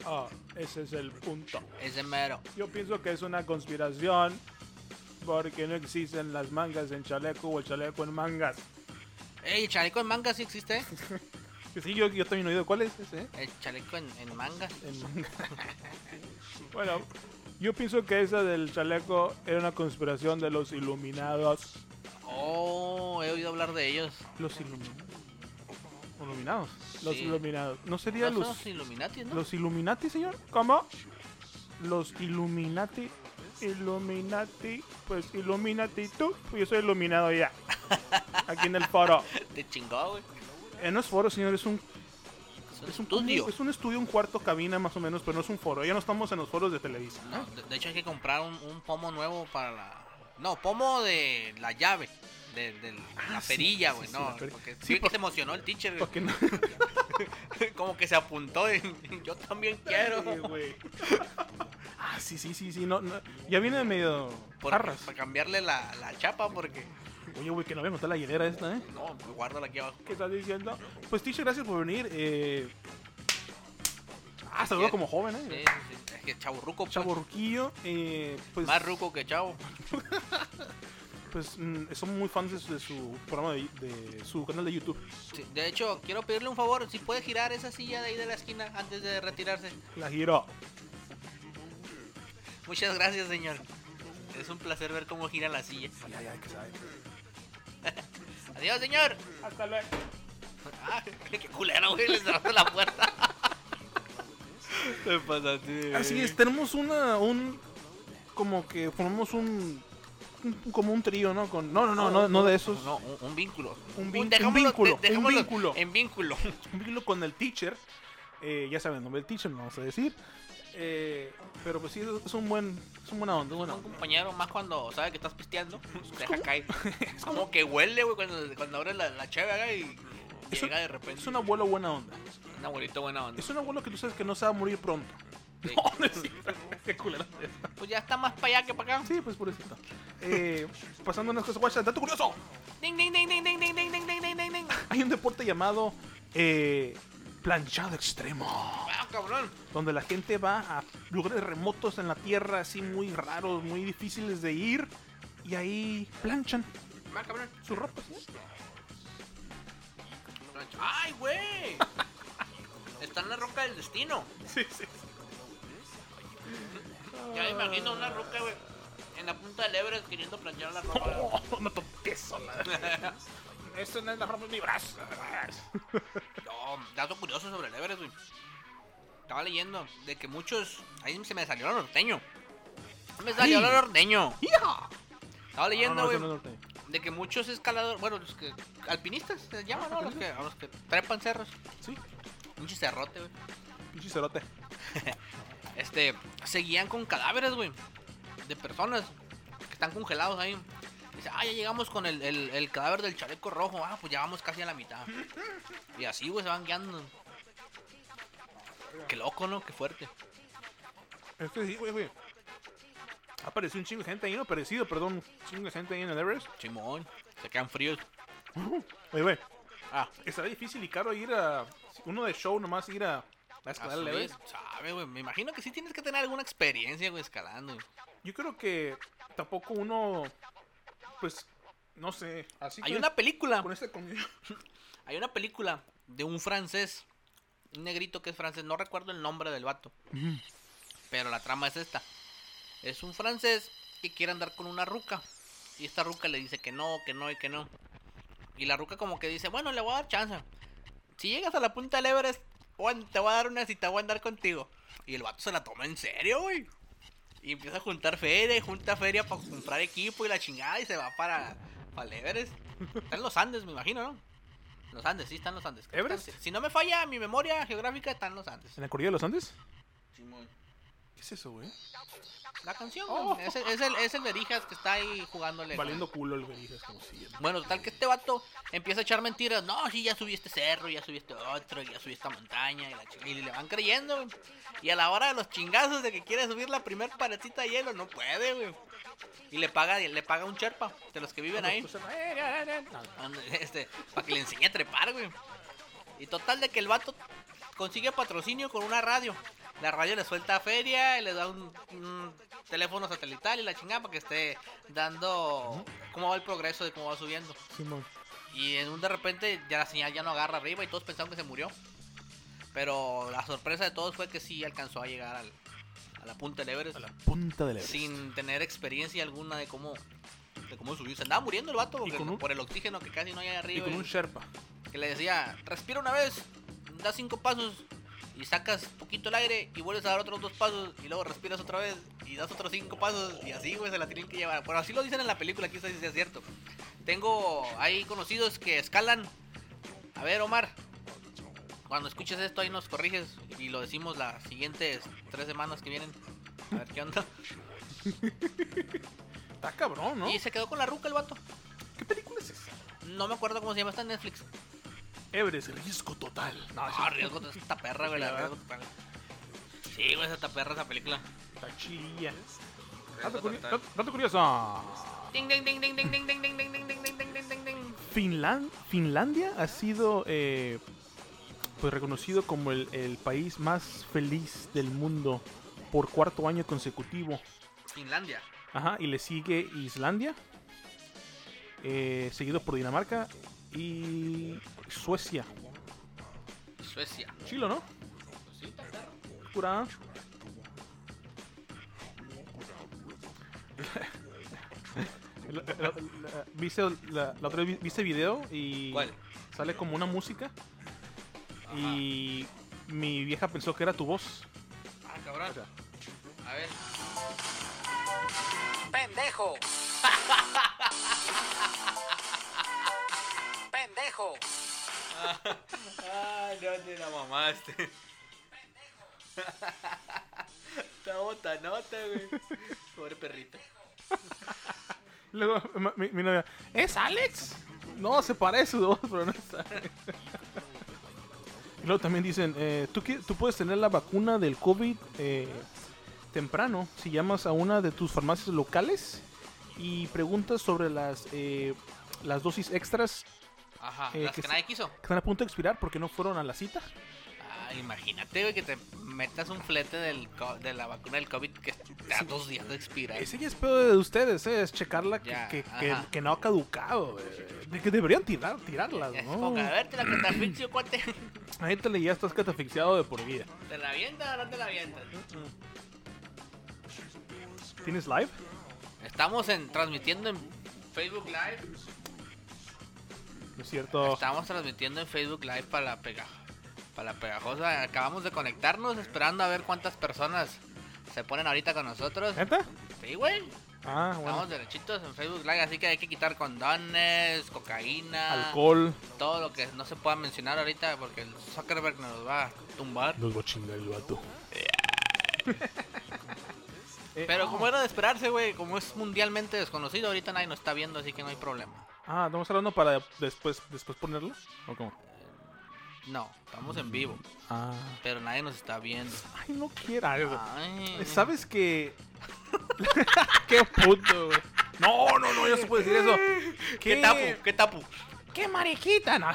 Speaker 2: Ah, ese es el punto.
Speaker 1: Es de mero.
Speaker 2: Yo pienso que es una conspiración porque no existen las mangas en chaleco o el chaleco en mangas.
Speaker 1: Ey, el chaleco en manga sí existe. ¿eh?
Speaker 2: Que Sí, yo, yo también he oído cuál es ese. ¿eh?
Speaker 1: El chaleco en, en manga.
Speaker 2: En- bueno, yo pienso que esa del chaleco era una conspiración de los iluminados.
Speaker 1: Oh, he oído hablar de ellos.
Speaker 2: ¿Los iluminados? ¿Iluminados? Los
Speaker 1: Sí.
Speaker 2: iluminados. ¿No
Speaker 1: No
Speaker 2: sería
Speaker 1: son
Speaker 2: los,
Speaker 1: los Illuminati, ¿no?
Speaker 2: los Illuminati, señor? ¿Cómo? Los Illuminati. Illuminati. Pues Illuminati tú. Pues yo soy iluminado ya. Aquí en el foro.
Speaker 1: Te chingó, güey.
Speaker 2: Eh, no es foro, señor, es un,
Speaker 1: Es un
Speaker 2: es un
Speaker 1: estudio.
Speaker 2: Es un estudio, un cuarto, cabina más o menos, pero no es un foro. Ya no estamos en los foros de Televisa.
Speaker 1: No, de, de hecho hay que comprar un, un pomo nuevo para la... No, pomo de la llave, de, de la
Speaker 2: Ah, sí,
Speaker 1: perilla,
Speaker 2: sí,
Speaker 1: güey.
Speaker 2: sí,
Speaker 1: no,
Speaker 2: la perilla.
Speaker 1: porque
Speaker 2: Sí,
Speaker 1: sí, que
Speaker 2: por-
Speaker 1: se emocionó el teacher, güey.
Speaker 2: Porque no-
Speaker 1: Como que se apuntó y yo también quiero.
Speaker 2: Sí, güey. ah, sí, sí, sí, sí. No, no. Ya viene medio
Speaker 1: Por-
Speaker 2: jarras.
Speaker 1: para cambiarle la, la chapa porque...
Speaker 2: Oye, güey, que no voy a notar la hielera esta, ¿eh?
Speaker 1: No, pues, guárdala aquí abajo.
Speaker 2: ¿Qué estás diciendo? Pues, teacher, gracias por venir. Eh... Ah, se veo como joven,
Speaker 1: Sí,
Speaker 2: ¿eh?
Speaker 1: sí, sí. Es que chaburruco, pues.
Speaker 2: Chaborruquillo. Eh, pues,
Speaker 1: Más ruco que chavo.
Speaker 2: pues mm, son muy fans de su, de su programa, de, de su canal de YouTube.
Speaker 1: Sí, de hecho, quiero pedirle un favor, si puede girar esa silla de ahí de la esquina antes de retirarse.
Speaker 2: La giro.
Speaker 1: Muchas gracias, señor. Es un placer ver cómo gira la silla.
Speaker 2: Ay, ay, ay, que sabe.
Speaker 1: Adiós, señor.
Speaker 2: Hasta luego.
Speaker 1: Ah, qué culero, güey, le cerraste la puerta. Te pasaste.
Speaker 2: Así es, tenemos una, un, como que formamos un, un- como un trío, ¿no? Con, no, no, no, no, no de esos.
Speaker 1: No, un, un vínculo.
Speaker 2: Un vin- un
Speaker 1: dejámoslo-
Speaker 2: vínculo,
Speaker 1: de-
Speaker 2: un
Speaker 1: dejámoslo
Speaker 2: vínculo.
Speaker 1: En vínculo.
Speaker 2: Un vínculo con el teacher, eh, ya saben el nombre del teacher, no vamos a decir. Eh, pero pues sí, es un buen, es un buena onda, buena
Speaker 1: Un
Speaker 2: onda.
Speaker 1: compañero, más cuando sabe que estás pisteando, pues, te deja caer. Es como que huele, güey, cuando, cuando abres la, la chave acá y
Speaker 2: Es
Speaker 1: llega
Speaker 2: un-
Speaker 1: de repente.
Speaker 2: Es un abuelo buena onda.
Speaker 1: Un abuelito buena onda.
Speaker 2: Es un abuelo que tú sabes que no se va a morir pronto.
Speaker 1: Sí.
Speaker 2: No, es cierto. Qué culero.
Speaker 1: Pues ya está más para allá que para acá.
Speaker 2: Sí, pues pobrecito. Eh, pasando unas cosas guachas, dato curioso.
Speaker 1: Ding, ding, ding, ding, ding, ding, ding, ding, ding, ding, ding, ding.
Speaker 2: Hay un deporte llamado eh, planchado extremo.
Speaker 1: Ah, cabrón.
Speaker 2: donde la gente va a lugares remotos en la tierra, así muy raros, muy difíciles de ir, y ahí planchan
Speaker 1: Ah, cabrón.
Speaker 2: sus ropas. ¿sí?
Speaker 1: ¡Ay, güey! Está en la roca del destino.
Speaker 2: Sí, sí.
Speaker 1: Ya me imagino una roca, güey. En la punta del Everest queriendo planchar la ropa.
Speaker 2: Oh, no toqué eso, la Eso no es la ropa de mi brazo.
Speaker 1: No, dato curioso sobre el Everest, güey. Estaba leyendo de que muchos. Ahí se me salió lo norteño. Se me salió
Speaker 2: Ay.
Speaker 1: lo norteño. Estaba leyendo, güey,
Speaker 2: eso no es norteño.
Speaker 1: de que muchos escaladores. Bueno, los que. Alpinistas se llaman, ¿no? Los que, a los que trepan cerros.
Speaker 2: Sí,
Speaker 1: Un cerrote, güey.
Speaker 2: pinche cerote.
Speaker 1: Este. Seguían con cadáveres, güey. De personas que están congelados ahí. Dice, ah, ya llegamos con el, el- el cadáver del chaleco rojo. Ah, pues ya vamos casi a la mitad. Y así, güey, se van guiando. Qué loco, ¿no? Qué fuerte.
Speaker 2: Es que sí, güey, güey. Apareció un chingo de gente ahí, no aparecido, perdón, un chingo de gente ahí en el Everest.
Speaker 1: Simón, se quedan fríos.
Speaker 2: Oye, güey,
Speaker 1: Ah,
Speaker 2: estará difícil y caro ir a. Uno de show nomás ir a. A
Speaker 1: a
Speaker 2: escalar el
Speaker 1: subir.
Speaker 2: Everest.
Speaker 1: Ah, sabe, güey. Me imagino que sí tienes que tener alguna experiencia, güey, escalando. güey.
Speaker 2: Yo creo que tampoco uno, pues, no sé, así
Speaker 1: Hay
Speaker 2: con
Speaker 1: una película.
Speaker 2: con este con-
Speaker 1: Hay una película de un francés, un negrito que es francés, no recuerdo el nombre del vato. Pero la trama es esta. Es un francés que quiere andar con una ruca. Y esta ruca le dice que no, que no y que no. Y la ruca como que dice, bueno, le voy a dar chance. Si llegas a la punta del Everest, bueno, te voy a dar una cita, voy a andar contigo. Y el vato se la toma en serio, güey. Y empieza a juntar feria y junta feria para comprar equipo y la chingada y se va para, para el Everest. Está en los Andes, me imagino, ¿no? Los Andes, sí, están los Andes. Creo que
Speaker 2: ¿Everest?
Speaker 1: están- Si no me falla mi memoria geográfica, están los Andes.
Speaker 2: ¿En la cordillera de los Andes?
Speaker 1: Simón.
Speaker 2: ¿Qué es eso, güey?
Speaker 1: La canción,
Speaker 2: Oh.
Speaker 1: güey. es, el- es el, es el Berijas que está ahí jugándole. güey.
Speaker 2: Valiendo culo el verijas, como siempre.
Speaker 1: Bueno, tal que este vato empieza a echar mentiras. No, sí, ya subí este cerro, ya subí este otro, ya subí esta montaña. Y, la chi- y le van creyendo, güey. Y a la hora de los chingazos de que quiere subir la primer paletita de hielo, no puede, güey. Y le paga, le paga un cherpa de los que
Speaker 2: Ah,
Speaker 1: viven ahí.
Speaker 2: pues, eh,
Speaker 1: Ande- Este, para que le enseñe a trepar, güey. Y total de que el vato consigue patrocinio con una radio. La radio le suelta feria, y le da un, un teléfono satelital y la chingada para que esté dando cómo va el progreso de cómo va subiendo.
Speaker 2: Simón.
Speaker 1: Y en un de repente ya la señal ya no agarra arriba y todos pensaron que se murió. Pero la sorpresa de todos fue que sí alcanzó a llegar al- a la punta del Everest
Speaker 2: A la punta del Everest.
Speaker 1: sin tener experiencia alguna de cómo de cómo subir. Se andaba muriendo el vato porque-
Speaker 2: con un-
Speaker 1: por el oxígeno que casi no hay arriba.
Speaker 2: Y con
Speaker 1: y-
Speaker 2: un Sherpa.
Speaker 1: que le decía, respira una vez, da cinco pasos y sacas poquito el aire y vuelves a dar otros dos pasos y luego respiras otra vez y das otros cinco pasos y así, güey, se la tienen que llevar. Bueno, así lo dicen en la película, aquí si es cierto. Tengo ahí conocidos que escalan. A ver, Omar, cuando escuches esto ahí nos corriges y lo decimos las siguientes tres semanas que vienen. A ver qué onda.
Speaker 2: Está cabrón, ¿no?
Speaker 1: Y se quedó con la ruca el vato.
Speaker 2: ¿Qué película es esa?
Speaker 1: No me acuerdo cómo se llama, está en Netflix.
Speaker 2: Everest, riesgo total. No,
Speaker 1: Ah, riesgo de esta perra, güey. La riesgo total. Sí, güey, esta perra esa película.
Speaker 2: Está chililla. Dato,
Speaker 1: Riesgo
Speaker 2: curi-
Speaker 1: total.
Speaker 2: dato- dato curioso.
Speaker 1: Ding, ding, ding, ding, ding, ding, ding, ding, ding, ding, ding, ding, ding, ding, ding.
Speaker 2: Finlan- Finlandia ha sido eh, pues reconocido como el, el país más feliz del mundo por cuarto año consecutivo.
Speaker 1: Finlandia.
Speaker 2: Ajá, y le sigue Islandia, eh, seguido por Dinamarca y Suecia.
Speaker 1: Suecia.
Speaker 2: Chilo, ¿no? Pura. La- la- la- ¿Viste, la, la otra vez vi- viste video y
Speaker 1: ¿Cuál?
Speaker 2: sale como una música y mi vieja pensó que era tu voz.
Speaker 1: Ah, cabrón. A ver.
Speaker 5: Pendejo. Pendejo.
Speaker 1: Ay, no te la mamaste. Está botanota, güey. Pobre perrito.
Speaker 2: Luego ma- mi, mi novia, ¿es Alex? No, se parece su voz, pero no es Alex. Y luego también dicen, eh, ¿tú, qui- tú puedes tener la vacuna del COVID eh, temprano si llamas a una de tus farmacias locales y preguntas sobre las, eh, las dosis extras
Speaker 1: Ajá,
Speaker 2: Eh,
Speaker 1: las
Speaker 2: que
Speaker 1: que
Speaker 2: sí.
Speaker 1: nadie quiso.
Speaker 2: que están a punto de expirar porque no fueron a la cita.
Speaker 1: Ah, imagínate, güey, que te metas un flete del co- de la vacuna del COVID que está a dos días de expirar.
Speaker 2: Ese ya es pedo de ustedes, eh, es checarla que,
Speaker 1: Ya,
Speaker 2: que- que-
Speaker 1: ajá.
Speaker 2: que no ha caducado. eh, de que deberían tirar, tirarlas,
Speaker 1: Es
Speaker 2: ¿no?
Speaker 1: como que a ver, te la que te asfixio, cuate.
Speaker 2: Ahí te le ya estás catafixiado de por vida.
Speaker 1: ¿Te la avientas o no te la avientas?
Speaker 2: Mm. ¿Tienes live?
Speaker 1: Estamos en, transmitiendo en Facebook Live.
Speaker 2: No es cierto.
Speaker 1: Estamos transmitiendo en Facebook Live para la, pega, para la pegajosa. Acabamos de conectarnos esperando a ver cuántas personas se ponen ahorita con nosotros.
Speaker 2: ¿Neta?
Speaker 1: Sí, güey.
Speaker 2: Ah, bueno.
Speaker 1: Estamos derechitos en Facebook Live, así que hay que quitar condones, cocaína,
Speaker 2: Alcohol.
Speaker 1: todo lo que no se pueda mencionar ahorita porque el Zuckerberg nos va a tumbar.
Speaker 2: Nos va a chingar el vato.
Speaker 1: Pero como era de esperarse, güey, como es mundialmente desconocido, ahorita nadie nos está viendo, así que no hay problema.
Speaker 2: Ah, ¿estamos hablando para después, después ponerlo? ¿O cómo?
Speaker 1: No, estamos en vivo,
Speaker 2: Ah.
Speaker 1: pero nadie nos está viendo.
Speaker 2: Ay, no quiera algo.
Speaker 1: Ah. Ay.
Speaker 2: ¿Sabes que... ¡Qué puto, güey! No, no, no, ya se puede decir eso.
Speaker 1: ¿Qué tapu? ¿Qué tapu?
Speaker 2: ¡Qué mariquita! No.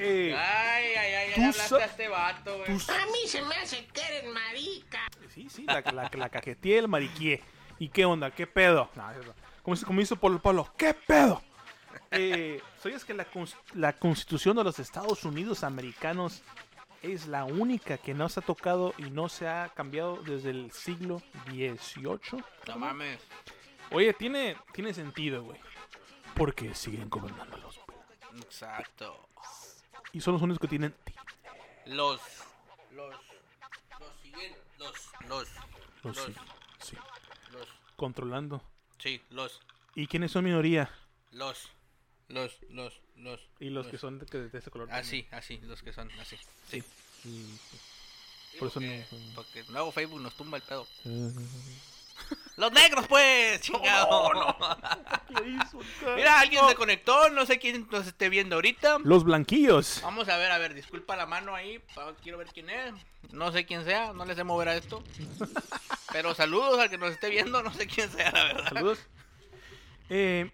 Speaker 2: Eh,
Speaker 8: Ay, ay, ay,
Speaker 2: Tú
Speaker 8: ya le hablaste
Speaker 2: sa-
Speaker 8: a este vato, güey.
Speaker 2: tú
Speaker 9: A mí se me hace que eres marica.
Speaker 2: Sí, sí, la, la, la cajeteé, el mariquié. ¿Y qué onda? ¿Qué pedo? No, es- como, hizo- como hizo Polo Polo, ¿qué pedo? Eh, ¿Sabías que la, cons- la constitución de los Estados Unidos americanos es la única que no se ha tocado y no se ha cambiado desde el siglo XVIII?
Speaker 1: No mames.
Speaker 2: Oye, tiene, tiene sentido, güey. Porque siguen gobernándolos. güey.
Speaker 1: Exacto.
Speaker 2: Y son los únicos que tienen ti-
Speaker 1: Los. Los. Los siguientes. Los. Los.
Speaker 2: los
Speaker 1: Los.
Speaker 2: sí, sí,
Speaker 1: Los.
Speaker 2: controlando.
Speaker 1: Sí, los.
Speaker 2: ¿Y quiénes son minoría?
Speaker 1: Los. Los. Los. Los.
Speaker 2: Y los que son de, que- de ese color.
Speaker 1: Así, así, los que son así. Pues, ah, Sí.
Speaker 2: Y- por eso no.
Speaker 1: Porque luego Facebook nos tumba el pedo. ¡Los negros, pues! ¡Chingado!
Speaker 2: ¿Qué hizo, cara?
Speaker 1: Mira, alguien se conectó, no sé quién nos esté viendo ahorita.
Speaker 2: Los blanquillos.
Speaker 1: Vamos a ver, a ver, disculpa la mano ahí, pa- quiero ver quién es. No sé quién sea, no le sé mover a esto. Pero saludos al que nos esté viendo, no sé quién sea, la verdad.
Speaker 2: Saludos. Eh,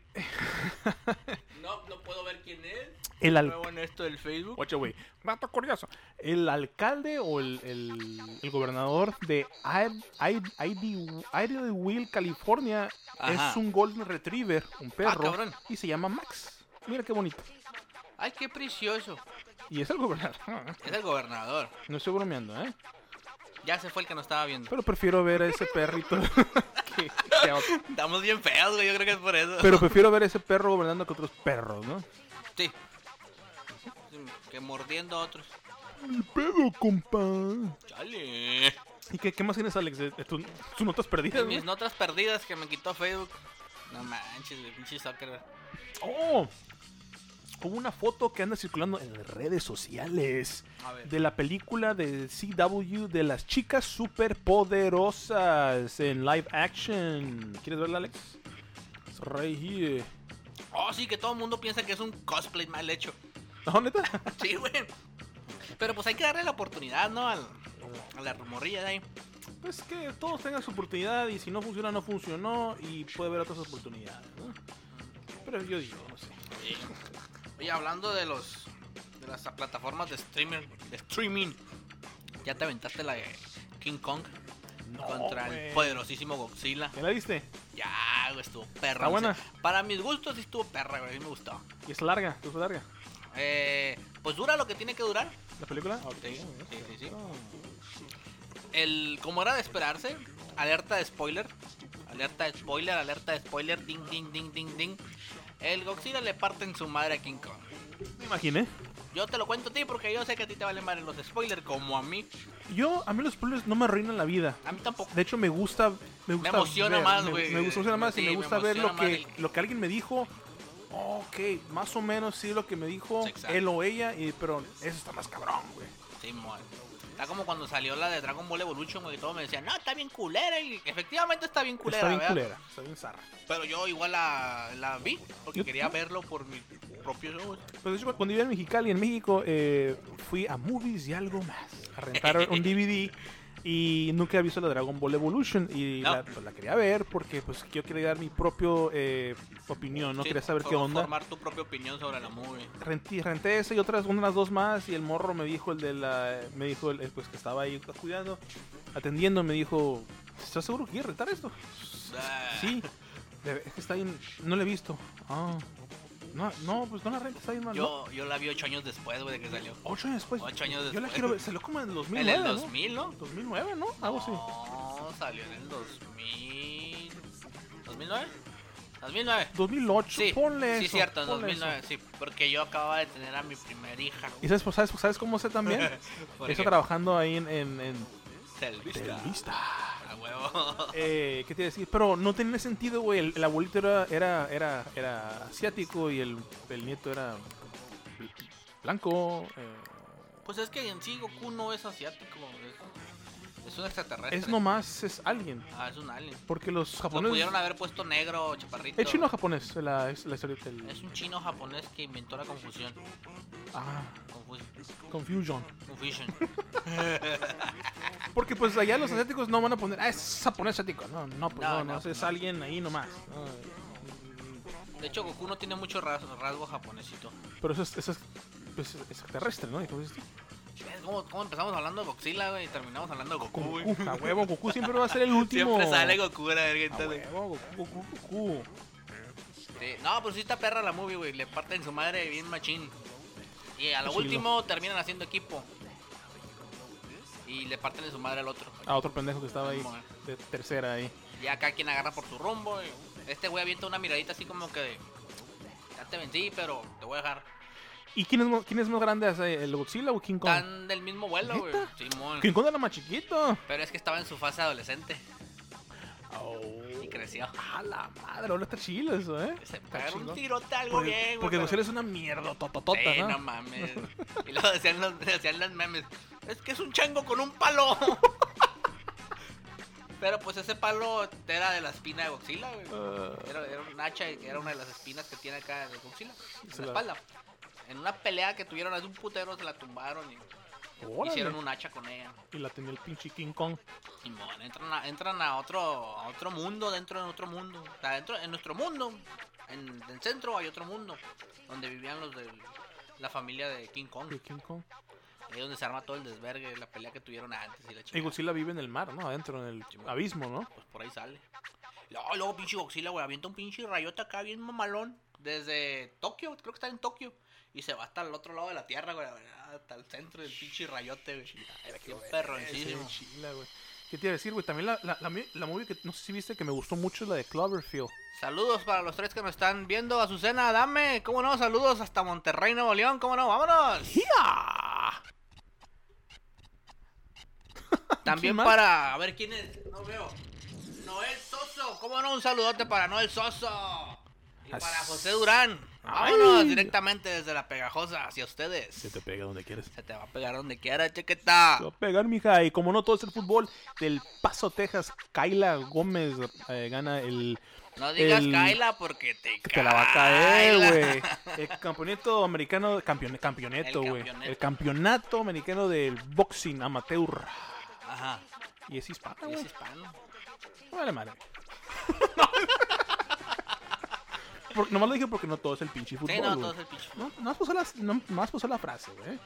Speaker 1: No, no puedo ver quién es.
Speaker 2: el al-
Speaker 1: Nuevo en esto del Facebook.
Speaker 2: Oye, güey, dato curioso. El alcalde o el, el- el gobernador de Idyllwill, California,
Speaker 1: Ajá. Ah,
Speaker 2: es un Golden Retriever, un perro,
Speaker 1: cabrón.
Speaker 2: y se llama Max. Mira qué bonito.
Speaker 1: Ay, qué precioso.
Speaker 2: Y es el gobernador.
Speaker 1: Es el gobernador.
Speaker 2: No estoy bromeando, ¿eh?
Speaker 1: Ya se fue el que nos estaba viendo.
Speaker 2: Pero prefiero ver a ese perrito que- que a otro.
Speaker 1: Estamos bien feos, güey, yo creo que es por eso.
Speaker 2: Pero prefiero ver a ese perro gobernando que otros perros, ¿no?
Speaker 1: Sí. Sí, Que mordiendo a otros.
Speaker 2: El pedo, compa.
Speaker 1: Chale.
Speaker 2: ¿Y qué, qué más tienes, Alex? de- de tus- tus notas perdidas?
Speaker 1: Mis
Speaker 2: güey?
Speaker 1: notas perdidas que me quitó Facebook. No manches, güey, pinche Zuckerberg.
Speaker 2: Oh, hubo una foto que anda circulando en las redes sociales
Speaker 1: A ver.
Speaker 2: de la película de CW de las chicas superpoderosas en live action. ¿Quieres verla, Alex? It's Right here.
Speaker 1: Oh, sí, que todo el mundo piensa que es un cosplay mal hecho.
Speaker 2: ¿No, neta?
Speaker 1: Sí, güey. Pero pues hay que darle la oportunidad, ¿no? Al- a la rumorilla de ahí.
Speaker 2: Pues que todos tengan su oportunidad y si no funciona, no funcionó y puede haber otras oportunidades, ¿no? Pero yo digo, no sé.
Speaker 1: Sí. Oye, hablando de los de las plataformas de streamer, de streaming. Ya te aventaste la de King Kong contra el
Speaker 2: güey.
Speaker 1: poderosísimo Godzilla.
Speaker 2: ¿Ya la viste?
Speaker 1: Ya, güey, estuvo perra.
Speaker 2: Está buena.
Speaker 1: Para mis gustos sí estuvo perra, güey. A mí me gustó.
Speaker 2: Y es larga, es larga.
Speaker 1: Eh, pues dura lo que tiene que durar.
Speaker 2: ¿La película? Ok,
Speaker 1: Sí, sí, sí, sí.
Speaker 2: oh.
Speaker 1: El, como era de esperarse, alerta de spoiler. Alerta de spoiler, alerta de spoiler. Ding, ding, ding, ding, ding. El Godzilla le parte en su madre a King Kong.
Speaker 2: Me imaginé.
Speaker 1: Yo te lo cuento a ti porque yo sé que a ti te valen madre los spoilers como a mí.
Speaker 2: Yo, a mí los spoilers no me arruinan la vida.
Speaker 1: A mí tampoco.
Speaker 2: De hecho, me gusta. Me, gusta
Speaker 1: emociona
Speaker 2: ver,
Speaker 1: más,
Speaker 2: me-
Speaker 1: güey.
Speaker 2: Me, emociona más
Speaker 1: Sí,
Speaker 2: y
Speaker 1: me
Speaker 2: me gusta ver lo
Speaker 1: emociona
Speaker 2: que,
Speaker 1: más
Speaker 2: lo que alguien me dijo. Ok, más o menos sí lo que me dijo
Speaker 1: Exacto.
Speaker 2: él o ella, y, pero eso está más cabrón, güey.
Speaker 1: Sí, mon. Está como cuando salió la de Dragon Ball Evolution, güey, y todos me decían, no, está bien culera. Y efectivamente está bien culera,
Speaker 2: está bien
Speaker 1: ¿verdad?
Speaker 2: culera, está bien zarra.
Speaker 1: Pero yo igual la, la vi porque
Speaker 2: Yo-
Speaker 1: quería verlo por mis propios ojos.
Speaker 2: Pues de hecho, cuando vivía en Mexicali, en México, eh, fui a Movies y algo más, a rentar un DVD. Y nunca había visto la Dragon Ball Evolution y
Speaker 1: No.
Speaker 2: la, pues, la quería ver porque pues yo quería dar mi propio eh, opinión, no
Speaker 1: Sí,
Speaker 2: quería saber qué
Speaker 1: for-
Speaker 2: onda.
Speaker 1: Formar tu propia opinión sobre la movie.
Speaker 2: renté, renté ese y otras unas dos más y el morro me dijo el de la me dijo el, el, pues que estaba ahí cuidando atendiendo me dijo ¿estás seguro que quieres rentar esto?
Speaker 1: Ah.
Speaker 2: sí De- es que está bien no lo he visto ah no no pues no la renta está bien mal
Speaker 1: Yo, yo la vi ocho años después, güey, de que salió.
Speaker 2: No, ocho años después
Speaker 1: Ocho años
Speaker 2: yo la
Speaker 1: después.
Speaker 2: quiero ver salió como en el 2009
Speaker 1: En el
Speaker 2: ¿no? Ah, pues
Speaker 1: 2000, ¿no?
Speaker 2: 2009 no algo así
Speaker 1: No, salió en el 2000. ¿2009? ¿2009?
Speaker 2: 2008
Speaker 1: Sí,
Speaker 2: ponle
Speaker 1: sí,
Speaker 2: eso,
Speaker 1: cierto,
Speaker 2: ponle eso.
Speaker 1: 2009, sí, porque yo acababa de tener a mi primera hija.
Speaker 2: y sabes, pues, sabes, sabes cómo sé también
Speaker 1: Porque-
Speaker 2: eso trabajando ahí en, en, en
Speaker 1: Telvista,
Speaker 2: Televista.
Speaker 1: a huevo.
Speaker 2: Eh, ¿Qué te iba a decir? Pero no tenía sentido, güey. El, el abuelito era, era, era, era asiático y el, el nieto era bl- blanco. eh,
Speaker 1: Pues es que en sí Goku no es asiático, es, es un extraterrestre.
Speaker 2: es nomás es alguien.
Speaker 1: Ah, es un alien.
Speaker 2: Porque los
Speaker 1: Lo
Speaker 2: japoneses.
Speaker 1: pudieron haber puesto negro, chaparrito.
Speaker 2: ¿Es chino o japonés? La, es la historia del.
Speaker 1: Es un chino japonés que inventó la confusión.
Speaker 2: Ah,
Speaker 1: Confusion.
Speaker 2: Confusion.
Speaker 1: Confusion.
Speaker 2: Porque pues allá los asiáticos no van a poner. Ah, es japonés asiático. No, no, pues
Speaker 1: No,
Speaker 2: no, no,
Speaker 1: no,
Speaker 2: es
Speaker 1: no.
Speaker 2: alguien ahí nomás. No,
Speaker 1: De hecho, Goku no tiene mucho ras- rasgo japonesito.
Speaker 2: Pero eso es, eso es pues, extraterrestre, ¿no? Y todo esto.
Speaker 1: ¿Ves ¿Cómo, cómo empezamos hablando de Godzilla, güey? Y terminamos hablando de Goku, güey.
Speaker 2: Goku, a huevo, Goku siempre va a ser el último.
Speaker 1: Siempre sale Goku, a la
Speaker 2: A
Speaker 1: verga. entonces.
Speaker 2: huevo, Goku, Goku, Goku.
Speaker 1: Sí, No, pues sí está perra la movie, güey. Le parten su madre bien machín. Y a lo
Speaker 2: Chilo.
Speaker 1: último terminan haciendo equipo. Y le parten de su madre al otro.
Speaker 2: Ah, otro pendejo que estaba ahí. De tercera ahí.
Speaker 1: Y acá quien agarra por su rumbo. y Este güey avienta una miradita así como que de, Ya te vencí, pero te voy a dejar.
Speaker 2: ¿Y quién es, mo- quién es más grande? ¿Es, eh, ¿El Godzilla o King Kong?
Speaker 1: Están del mismo vuelo, güey.
Speaker 2: ¿Neta?
Speaker 1: Simón.
Speaker 2: King Kong era más chiquito.
Speaker 1: Pero es que estaba en su fase adolescente. Oh. Y creció.
Speaker 2: A Ah, la madre, ahora está chido eso, ¿eh?
Speaker 1: Se
Speaker 2: Está
Speaker 1: pegaron un
Speaker 2: chingón.
Speaker 1: tirote algo
Speaker 2: Porque,
Speaker 1: bien, güey.
Speaker 2: porque
Speaker 1: pero-
Speaker 2: Godzilla es una mierda tototota,
Speaker 1: Sí,
Speaker 2: ¿no?
Speaker 1: no mames. Y luego decían los, decían los memes. Es que es un chango con un palo. Pero pues ese palo era de la espina de Godzilla, güey.
Speaker 2: Ah,
Speaker 1: Era, era un hacha y era una de las espinas que tiene acá de Godzilla. En
Speaker 2: Se
Speaker 1: la
Speaker 2: la-
Speaker 1: espalda. En una pelea que tuvieron hace un putero, se la tumbaron y
Speaker 2: Órale.
Speaker 1: hicieron un hacha con ella.
Speaker 2: Y la tenía el pinche King Kong.
Speaker 1: Simón, entran a, entran a otro a otro mundo, dentro de otro mundo. O sea, dentro, en nuestro mundo, en el centro hay otro mundo, donde vivían los de la familia de King Kong.
Speaker 2: Y King Kong.
Speaker 1: Ahí es donde se arma todo el desvergue, la pelea que tuvieron antes y la
Speaker 2: Y
Speaker 1: chingada.
Speaker 2: Godzilla vive en el mar, ¿no? Adentro, en el abismo, ¿no?
Speaker 1: Pues por ahí sale. Luego, luego pinche Godzilla, güey, avienta un pinche rayota acá bien mamalón. Desde Tokio, creo que está en Tokio. Y se va hasta el otro lado de la tierra, güey. Hasta el centro del pinche rayote, güey. Bien perroncísimo.
Speaker 2: Sí, chila, güey. ¿Qué te iba a decir, güey? También la, la, la, mi- la movie que no sé si viste que me gustó mucho es la de Cloverfield.
Speaker 1: Saludos para los tres que nos están viendo. Azucena, dame, cómo no, saludos hasta Monterrey, Nuevo León, cómo no, vámonos. También
Speaker 2: ¿Quién más?
Speaker 1: para, a ver quién es, no veo. Noel Soso, cómo no, un saludote para Noel Soso. Y
Speaker 2: As-
Speaker 1: para José Durán.
Speaker 2: Ay.
Speaker 1: Vámonos directamente desde la pegajosa hacia ustedes. Se te,
Speaker 2: pega donde quieres.
Speaker 1: va a pegar donde quiera, chequeta.
Speaker 2: Te va a pegar, mija. Y como no todo es el fútbol, del Paso, Texas, Kaila Gómez eh, gana el
Speaker 1: No digas
Speaker 2: el-
Speaker 1: Kaila porque te,
Speaker 2: Que te la va a caer,
Speaker 1: caila.
Speaker 2: güey. El campeonato americano, campeon, campeonato,
Speaker 1: El
Speaker 2: güey.
Speaker 1: campeonato.
Speaker 2: El campeonato americano del boxing amateur.
Speaker 1: Ajá.
Speaker 2: Y es hispana,
Speaker 1: Es
Speaker 2: güey.
Speaker 1: hispano.
Speaker 2: Vale, madre. Por- nomás lo dije porque no todo es el pinche fútbol.
Speaker 1: Sí, no,
Speaker 2: güey.
Speaker 1: todo es el pinche
Speaker 2: No, nomás puso las- no, nomás puso la frase, güey.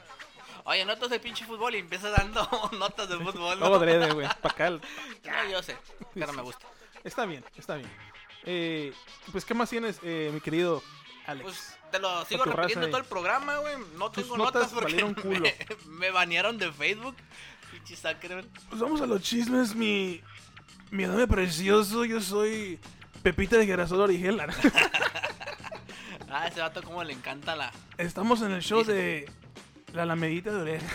Speaker 1: Oye, notas de pinche fútbol y empieza dando notas de fútbol.
Speaker 2: Luego adrede, güey. Pa' acá el-
Speaker 1: No, yo sé, pero me gusta.
Speaker 2: Está bien, está bien. Eh, pues, ¿qué más tienes, eh, mi querido Alex?
Speaker 1: Pues te lo sigo
Speaker 2: tu raza
Speaker 1: repitiendo
Speaker 2: ahí.
Speaker 1: todo el programa, güey. No
Speaker 2: Tus
Speaker 1: tengo
Speaker 2: notas
Speaker 1: notas, porque
Speaker 2: valieron culo.
Speaker 1: Me, me banearon de Facebook. Pinche sacre.
Speaker 2: Pues vamos a los chismes, mi. Mi dame precioso, yo soy Pepita de Gerasol Origel.
Speaker 1: Ah, ese vato como le encanta la...
Speaker 2: Estamos en el show de La Lamedita de Oreja.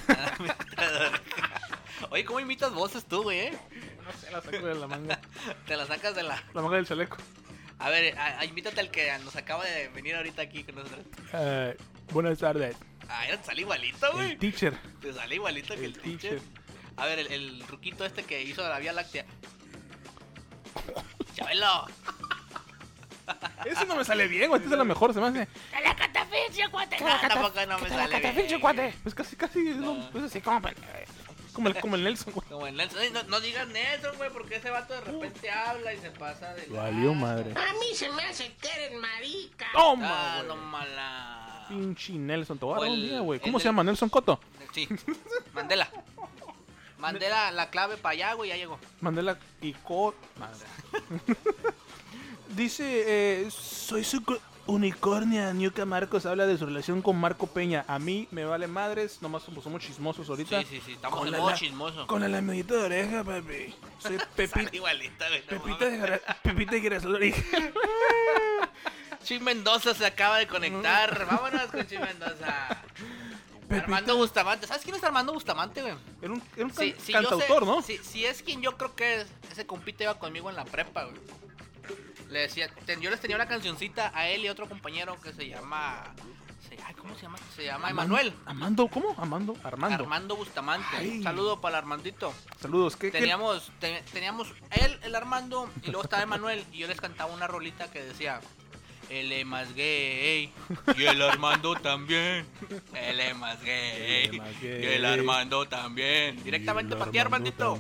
Speaker 1: Oye, ¿cómo imitas voces tú, güey? eh?
Speaker 2: No sé, la saco de la manga.
Speaker 1: Te la sacas de la...
Speaker 2: La manga del chaleco.
Speaker 1: A ver, a- a- invítate al que nos acaba de venir ahorita aquí con nosotros.
Speaker 2: Eh, buenas tardes.
Speaker 1: Ah, era- te sale igualito,
Speaker 2: El
Speaker 1: güey.
Speaker 2: teacher.
Speaker 1: Te sale igualito que el
Speaker 2: el
Speaker 1: teacher. A ver, el, el ruquito este que hizo la Vía Láctea. Chabelo.
Speaker 2: Eso no me sale bien, güey. Esta es la mejor, se me hace.
Speaker 9: ¡La catafixia, cuate!
Speaker 1: No, Ah, tampoco no me sale bien.
Speaker 2: Pues casi, casi. es lo- es así como. Como el, como el Nelson, güey.
Speaker 1: Como el Nelson. Ey, No, no digas Nelson, güey, porque ese vato de repente habla y se pasa de. la-
Speaker 9: A mí se me hace que eres marica.
Speaker 2: Toma,
Speaker 1: Ah,
Speaker 2: güey.
Speaker 1: no mala.
Speaker 2: Pinche Nelson, te voy a
Speaker 1: O
Speaker 2: dar un
Speaker 1: el-
Speaker 2: día, güey. ¿Cómo
Speaker 1: el-
Speaker 2: se llama? Nelson Coto.
Speaker 1: Sí. Mandela. Mandela la clave para allá, güey, ya llegó.
Speaker 2: Mandela y Co. Madre. Dice, eh, soy su co- unicornia. Niuka Marcos habla de su relación con Marco Peña. A mí me vale madres, nomás somos, somos chismosos ahorita.
Speaker 1: Sí, sí, sí. Estamos
Speaker 2: Con
Speaker 1: en
Speaker 2: la-
Speaker 1: modo
Speaker 2: la-
Speaker 1: chismoso.
Speaker 2: Con la lamedita de oreja, papi. Soy Pepita.
Speaker 1: Sale igualito, güey. no
Speaker 2: Pepita
Speaker 1: mames.
Speaker 2: de, Gara- Pepita de Girasol Origen.
Speaker 1: Chin Mendoza se acaba de conectar. Vámonos con Chin Mendoza.
Speaker 2: Pepita.
Speaker 1: Armando Bustamante. ¿Sabes quién es Armando Bustamante, güey?
Speaker 2: Era un, era un
Speaker 1: Sí,
Speaker 2: can-
Speaker 1: sí, yo
Speaker 2: cantautor,
Speaker 1: sé-
Speaker 2: ¿no?
Speaker 1: Sí, sí es quien yo creo que es. Ese compite iba conmigo en la prepa, güey. Le decía, ten- yo les tenía una cancioncita a él y otro compañero que se llama. se- ay, ¿Cómo se llama? Se llama Emanuel.
Speaker 2: Amando, ¿cómo? Amando, Armando.
Speaker 1: Armando Bustamante.
Speaker 2: Ay.
Speaker 1: Un saludo para el Armandito.
Speaker 2: Saludos, ¿qué? qué-
Speaker 1: Teníamos, te- teníamos él, el Armando, y luego estaba Emanuel, y yo les cantaba una rolita que decía, el E más gay, y el Armando también, el E más gay,
Speaker 2: El E más
Speaker 1: y
Speaker 2: gay.
Speaker 1: el Armando también. Directamente para ti, Armandito.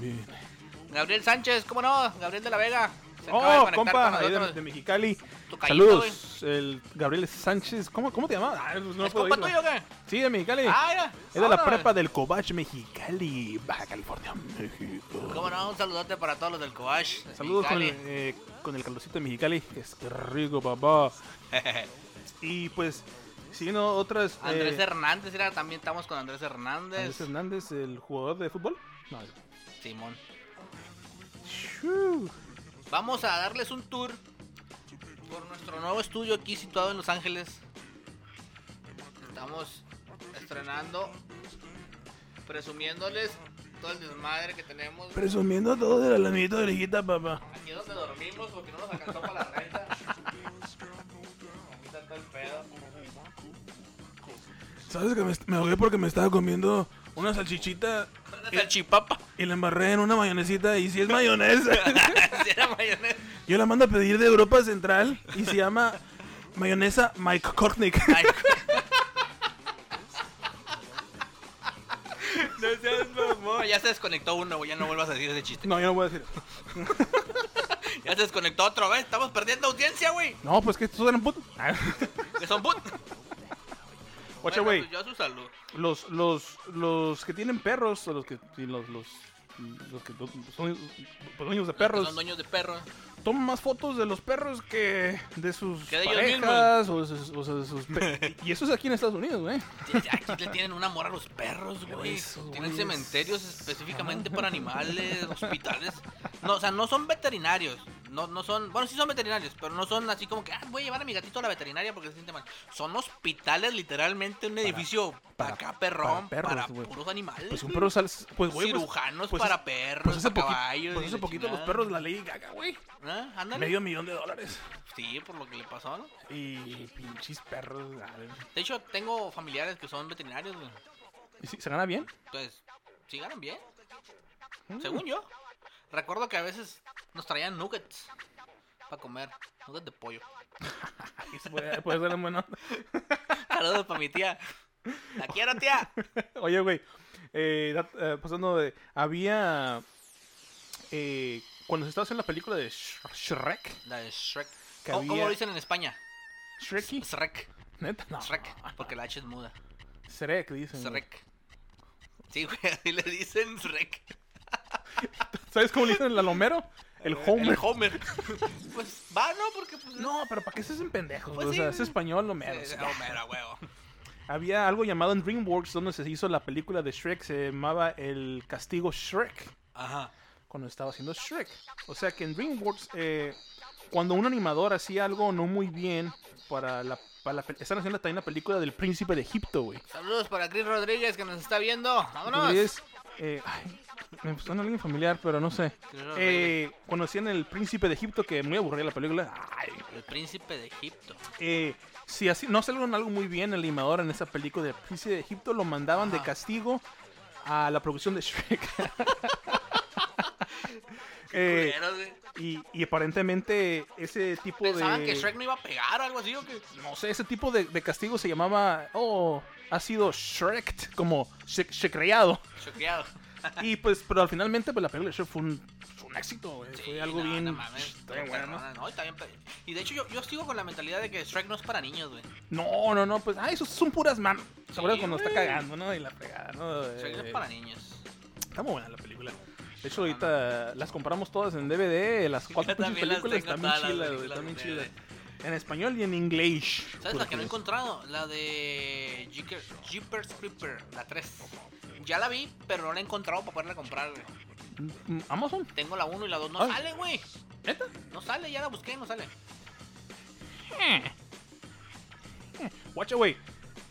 Speaker 1: Gabriel Sánchez, ¿cómo no? Gabriel de la Vega. Se acaba de
Speaker 2: Oh,
Speaker 1: conectar con
Speaker 2: compa, ahí de,
Speaker 1: nosotros.
Speaker 2: de Mexicali.
Speaker 1: Tu callito,
Speaker 2: Saludos, el Gabriel Sánchez. ¿Cómo, cómo te llamas? Ah, no
Speaker 1: ¿Es
Speaker 2: puedo
Speaker 1: compa tuyo
Speaker 2: oírlo.
Speaker 1: o qué?
Speaker 2: Sí, de Mexicali.
Speaker 1: Ah, mira.
Speaker 2: es de la
Speaker 1: Ahora.
Speaker 2: prepa del Cobach Mexicali, Baja California, México.
Speaker 1: ¿Cómo no? Un saludote para todos los del Coash.
Speaker 2: Saludos con el, eh, con el calorcito de Mexicali. Es que rico, papá. Y pues, siguiendo otras. eh,
Speaker 1: Andrés Hernández, mira, también estamos con Andrés Hernández.
Speaker 2: Andrés Hernández, el jugador de fútbol. No,
Speaker 1: Simón.
Speaker 2: Shoo.
Speaker 1: Vamos a darles un tour por nuestro nuevo estudio aquí situado en Los Ángeles. Estamos estrenando, presumiéndoles todo el desmadre que tenemos.
Speaker 2: Presumiendo todo de la lamita de orejita, papá.
Speaker 1: Aquí es donde dormimos porque no nos alcanzó para la renta. Aquí está todo el pedo.
Speaker 2: ¿Sabes que me, me ahogué porque me estaba comiendo una salchichita
Speaker 1: El chipapa.
Speaker 2: y la embarré en una mayonesita? Y si es mayonesa.
Speaker 1: Si era mayonesa.
Speaker 2: Yo la mando a pedir de Europa Central y se llama mayonesa Mike Cornick.
Speaker 1: Ay, no, ya se desconectó uno, güey, Ya no vuelvas a decir ese chiste.
Speaker 2: No, yo no voy a decir. eso.
Speaker 1: Ya se desconectó otra vez. Estamos perdiendo audiencia, güey.
Speaker 2: No, pues que estos eran putos.
Speaker 1: Que son put.
Speaker 2: Oye,
Speaker 1: Bueno,
Speaker 2: güey,
Speaker 1: pues yo a su salud.
Speaker 2: los, los, los que tienen perros, o los que, y los, los, los que do- son pues, dueños de
Speaker 1: Que
Speaker 2: perros,
Speaker 1: Son dueños de perros.
Speaker 2: toman más fotos de los perros que de sus
Speaker 1: Que de ellos
Speaker 2: parejas o de sus... o sea, de sus pe- y eso es aquí en Estados Unidos, güey.
Speaker 1: Aquí le tienen un amor a los perros, güey.
Speaker 2: Eso,
Speaker 1: Tienen
Speaker 2: güey,
Speaker 1: cementerios específicamente para animales, hospitales. No, o sea, no son veterinarios. No, no son, bueno, sí son veterinarios, pero no son así como que, ah, voy a llevar a mi gatito a la veterinaria porque se siente mal. Son hospitales, literalmente, un edificio para,
Speaker 2: para-
Speaker 1: acá, perrón,
Speaker 2: para
Speaker 1: para,
Speaker 2: perros, güey.
Speaker 1: puros animales.
Speaker 2: Pues un perro sale... Pues, güey, pues-
Speaker 1: cirujanos
Speaker 2: pues-
Speaker 1: para perros,
Speaker 2: Pues hace,
Speaker 1: para
Speaker 2: poqui-
Speaker 1: caballos.
Speaker 2: pues
Speaker 1: y
Speaker 2: hace
Speaker 1: la
Speaker 2: poquito los
Speaker 1: chingada.
Speaker 2: perros de la ley gaga, güey.
Speaker 1: ¿Ah? Ándale.
Speaker 2: Medio millón de dólares.
Speaker 1: Sí, por lo que le pasó, ¿no?
Speaker 2: Y pinches perros. a ver.
Speaker 1: De hecho, tengo familiares que son veterinarios, güey.
Speaker 2: ¿Y si- ¿Se gana bien?
Speaker 1: Entonces, sí ganan bien.
Speaker 2: Mm.
Speaker 1: Según yo. Recuerdo que a veces nos traían nuggets para comer. Nuggets de pollo.
Speaker 2: Ahí se puede, puede ser bueno.
Speaker 1: Saludos para mi tía. La quiero, tía.
Speaker 2: Oye, güey. eh, dat- eh, pasando de. Había. eh, cuando se estaba haciendo la película de Sh- Shrek.
Speaker 1: La de Shrek.
Speaker 2: Que
Speaker 1: ¿Cómo, cómo lo
Speaker 2: había-
Speaker 1: dicen en España?
Speaker 2: Shreky.
Speaker 1: Shrek.
Speaker 2: Neta, no.
Speaker 1: Shrek. Porque la H es muda.
Speaker 2: Ah, Shrek, dicen. güey.
Speaker 1: Shrek. Sí, güey, así le dicen Shrek.
Speaker 2: ¿Sabes cómo le dicen el alomero? El Homer.
Speaker 1: Eh, El Homer. pues va, ¿no? Porque pues
Speaker 2: No, pero ¿para qué se hacen pendejos?
Speaker 1: Pues
Speaker 2: güey? o
Speaker 1: sí, ah,
Speaker 2: sea,
Speaker 1: güey.
Speaker 2: es español, lo menos.
Speaker 1: Es Homer, a huevo.
Speaker 2: Había algo llamado en DreamWorks donde se hizo la película de Shrek. Se llamaba El Castigo Shrek.
Speaker 1: Ajá.
Speaker 2: cuando estaba haciendo Shrek. O sea que en DreamWorks, eh, cuando un animador hacía algo no muy bien para la... Para la pel- están haciendo también la película del Príncipe de Egipto, güey.
Speaker 1: Saludos para Chris Rodríguez que nos está viendo. Vámonos.
Speaker 2: Entonces, eh, ay, me suena alguien familiar, pero no sé.
Speaker 1: Chris Rodríguez,
Speaker 2: Eh, cuando hacían el Príncipe de Egipto, que muy aburrida la película, ay,
Speaker 1: El príncipe de Egipto.
Speaker 2: eh, si así, no salieron algo muy bien el animador en esa película del Príncipe de Egipto, lo mandaban de
Speaker 1: Ajá.
Speaker 2: castigo a la producción de Shrek. Eh,
Speaker 1: Culeros, güey.
Speaker 2: Y, y aparentemente ese tipo
Speaker 1: Pensaban
Speaker 2: de...
Speaker 1: que Shrek no iba a pegar o algo así o que.
Speaker 2: No sé, ese tipo de, de castigo se llamaba... Oh, ha sido Shrek, como Shrek- Shrekreado.
Speaker 1: Choqueado.
Speaker 2: y pues, pero finalmente pues, la película de Shrek fue un, fue un éxito, güey.
Speaker 1: Sí,
Speaker 2: fue algo
Speaker 1: no,
Speaker 2: bien... pues,
Speaker 1: No, mames,
Speaker 2: está bien bueno, ¿no?
Speaker 1: perrona, no, está bien pe- Y de hecho, yo, yo sigo con la mentalidad de que Shrek no es para niños, güey.
Speaker 2: no, no, no, pues... Ah, esos son puras manos. Seguro
Speaker 1: Sí,
Speaker 2: cuando está
Speaker 1: güey.
Speaker 2: cagando, ¿no? Y la fregada, ¿no?
Speaker 1: Shrek no es
Speaker 2: Eh,
Speaker 1: para niños.
Speaker 2: Está muy buena la película. De hecho, ahorita las compramos todas en DVD. Las cuatro pinches
Speaker 1: también las
Speaker 2: películas
Speaker 1: tengo
Speaker 2: están bien
Speaker 1: todas las
Speaker 2: chilas, güey.
Speaker 1: películas
Speaker 2: Están bien
Speaker 1: en
Speaker 2: chilas. En español y en inglés.
Speaker 1: ¿Sabes la que no he
Speaker 2: porque-
Speaker 1: encontrado? La de Jeeker- Jeepers Creeper, la 3. Ya la vi, pero no la he encontrado para poderla comprar, güey.
Speaker 2: Mm, Amazon.
Speaker 1: Tengo la 1 y la 2. No
Speaker 2: Ay.
Speaker 1: sale, güey.
Speaker 2: ¿Neta?
Speaker 1: No sale, ya la busqué y no sale.
Speaker 2: Watcha, güey.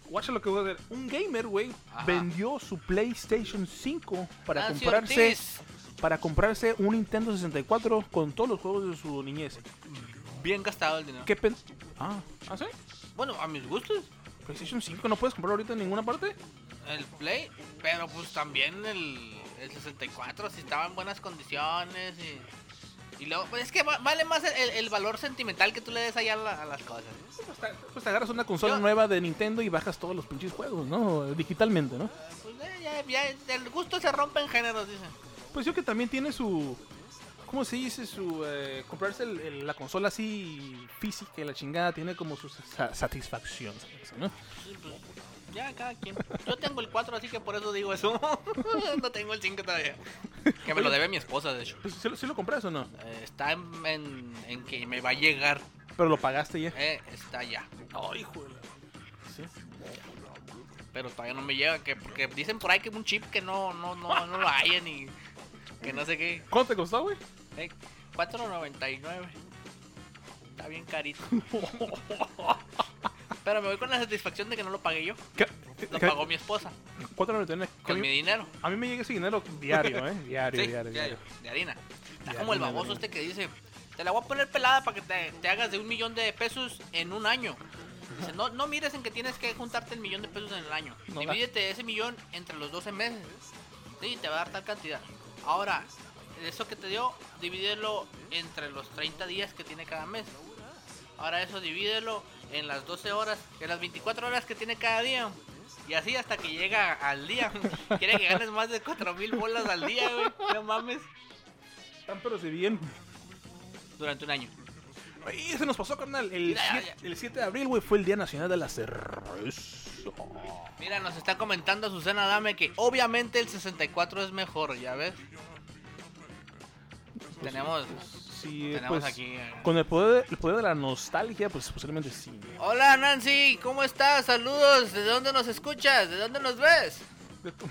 Speaker 2: Watcha lo que voy a hacer. Un gamer, güey,
Speaker 1: Ajá. Ah,
Speaker 2: vendió su PlayStation 5 para
Speaker 1: Nancy
Speaker 2: comprarse
Speaker 1: Ortiz,
Speaker 2: para comprarse un Nintendo 64 con todos los juegos de su niñez.
Speaker 1: Bien gastado el dinero.
Speaker 2: ¿Qué pen... Ah, ¿ah, sí?
Speaker 1: Bueno, a mis gustos.
Speaker 2: PlayStation 5 no puedes comprar ahorita en ninguna parte.
Speaker 1: El Play, pero pues también el, el 64, si estaba en buenas condiciones y, y luego, pues es que va- vale más el, el valor sentimental que tú le des allá a, la- a las cosas.
Speaker 2: Pues te, pues te agarras una consola
Speaker 1: Yo-
Speaker 2: nueva de Nintendo y bajas todos los pinches juegos, ¿no? Digitalmente, ¿no?
Speaker 1: Pues eh, ya, ya, el gusto se rompe en géneros, dicen.
Speaker 2: Pues yo que también tiene su ¿Cómo se dice su. eh, comprarse el- el- la consola así física y la chingada tiene como su sa- satisfacción, eso, ¿no?
Speaker 1: Sí, pues, Ya, cada quien. Yo tengo el 4, así que por eso digo eso. no tengo el 5 todavía. Que me lo debe mi esposa, de hecho.
Speaker 2: Pues, ¿sí, lo- sí lo compras o no?
Speaker 1: Eh, está en, en- en que me va a llegar.
Speaker 2: Pero lo pagaste ya.
Speaker 1: Eh, está ya.
Speaker 2: Ay, hijo de la- Sí.
Speaker 1: Pero todavía no me llega. Que, porque dicen por ahí que un chip que no, no, no, no lo hay ni. Que no sé qué.
Speaker 2: ¿Cuánto te costó, güey?
Speaker 1: Eh, 4.99. Está bien carito. Pero me voy con la satisfacción de que no lo pagué yo.
Speaker 2: ¿Qué?
Speaker 1: Lo
Speaker 2: ¿Qué?
Speaker 1: pagó mi esposa.
Speaker 2: ¿Cuánto lo tenés?
Speaker 1: Con mi dinero.
Speaker 2: A mí me llega ese dinero diario, ¿eh? Diario,
Speaker 1: Sí,
Speaker 2: diario, diario.
Speaker 1: de harina. Está
Speaker 2: De
Speaker 1: como el
Speaker 2: harina,
Speaker 1: baboso
Speaker 2: de
Speaker 1: este que dice, te la voy a poner pelada para que te, te hagas de un millón de pesos en un año. Dice, no, no mires en que tienes que juntarte el millón de pesos en el año.
Speaker 2: No,
Speaker 1: Divídete ese millón entre los 12 meses. Sí, te va a dar tal cantidad. Ahora, eso que te dio, divídelo entre los 30 días que tiene cada mes. Ahora eso divídelo en las 12 horas, en las 24 horas que tiene cada día. Y así hasta que llega al día. Quiere que ganes más de 4 mil bolas al día, güey. No mames.
Speaker 2: Tan pero si bien.
Speaker 1: Durante un año.
Speaker 2: Ay, se nos pasó, carnal. El,
Speaker 1: Ya,
Speaker 2: siete- el 7 de abril, güey, fue el Día Nacional de la Cerveza.
Speaker 1: Mira, nos está comentando Susana Dame que obviamente el 64 es mejor, ¿ya ves? Tenemos...
Speaker 2: Sí,
Speaker 1: Tenemos
Speaker 2: pues,
Speaker 1: aquí, eh.
Speaker 2: Con el poder, el poder de la nostalgia, pues posiblemente sí.
Speaker 1: Hola Nancy, ¿cómo estás? Saludos, ¿de dónde nos escuchas? ¿De dónde nos ves?
Speaker 2: De tu-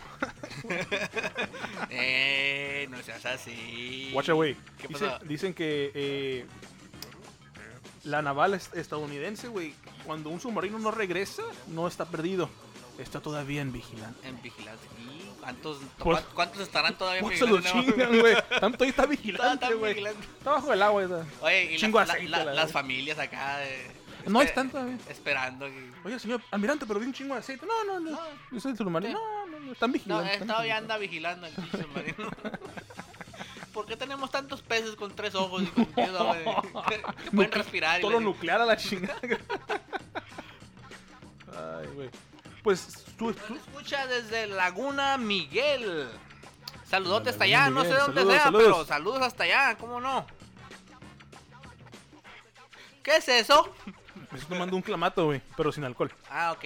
Speaker 1: Eh, no seas así.
Speaker 2: Watch away.
Speaker 1: ¿Qué
Speaker 2: Dicen,
Speaker 1: pasó?
Speaker 2: dicen que eh, la naval est- estadounidense, güey, cuando un submarino no regresa, no está perdido. Está todavía en vigilancia.
Speaker 1: En vigilancia. ¿Y ¿Cuántos,
Speaker 2: Pues-
Speaker 1: cuán- cuántos estarán todavía en
Speaker 2: Pues se lo
Speaker 1: vigilancia?
Speaker 2: chingan, güey. Tanto ahí está
Speaker 1: Está-
Speaker 2: vigilante,
Speaker 1: está
Speaker 2: güey.
Speaker 1: vigilante.
Speaker 2: Está bajo el agua. Está.
Speaker 1: Oye, y la-
Speaker 2: Chingo
Speaker 1: la-
Speaker 2: aceite,
Speaker 1: la-
Speaker 2: la
Speaker 1: las
Speaker 2: verdad.
Speaker 1: familias acá. de-
Speaker 2: No
Speaker 1: espe-
Speaker 2: están todavía.
Speaker 1: Esperando. que-
Speaker 2: Oye, señor almirante, pero vi un chingo de aceite. No, no, no. Ese es el submarino. No, no, no. Están
Speaker 1: No,
Speaker 2: vigilando.
Speaker 1: eh,
Speaker 2: están
Speaker 1: todavía
Speaker 2: vigilando.
Speaker 1: anda vigilando el pinche submarino. ¿Por qué tenemos tantos peces con tres ojos y con pies, güey? Que pueden
Speaker 2: Nucle-
Speaker 1: respirar. y
Speaker 2: Todo lo
Speaker 1: les-
Speaker 2: nuclear a la chingada. Ay, güey. Pues tú, tú-
Speaker 1: Nos escucha desde Laguna Miguel. Saludote
Speaker 2: Hola,
Speaker 1: hasta
Speaker 2: Laguna
Speaker 1: allá, no sé
Speaker 2: Miguel.
Speaker 1: dónde
Speaker 2: Saludos,
Speaker 1: sea,
Speaker 2: saludos.
Speaker 1: pero saludos hasta allá, ¿cómo no? ¿Qué es eso?
Speaker 2: me estoy tomando un clamato, güey, pero sin alcohol.
Speaker 1: Ah, ok.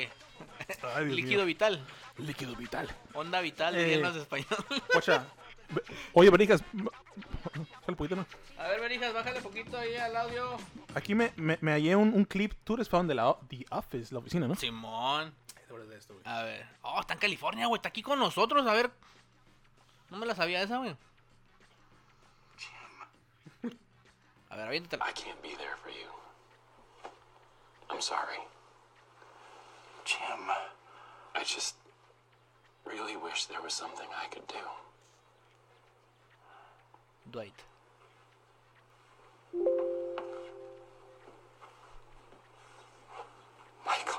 Speaker 2: Ay, Dios
Speaker 1: Líquido
Speaker 2: mío.
Speaker 1: vital.
Speaker 2: Líquido vital.
Speaker 1: Onda vital,
Speaker 2: Eh.
Speaker 1: dirían los españoles.
Speaker 2: Ocha. ve- Oye, Berijas. Sal un poquito, ¿no?
Speaker 1: A ver, Berijas, bájale poquito ahí al audio.
Speaker 2: Aquí me, me, me hallé un, un clip. Tú eres fan de la o- The Office, la oficina, ¿no?
Speaker 1: Simón. A ver. Oh, está en California, güey. Está aquí con nosotros. A ver. No me la sabía esa, güey. A ver, aviéntatela.
Speaker 10: I can't be there for you. I'm sorry. Jim, I just really wish there was something I could do.
Speaker 1: Dwight.
Speaker 10: Michael.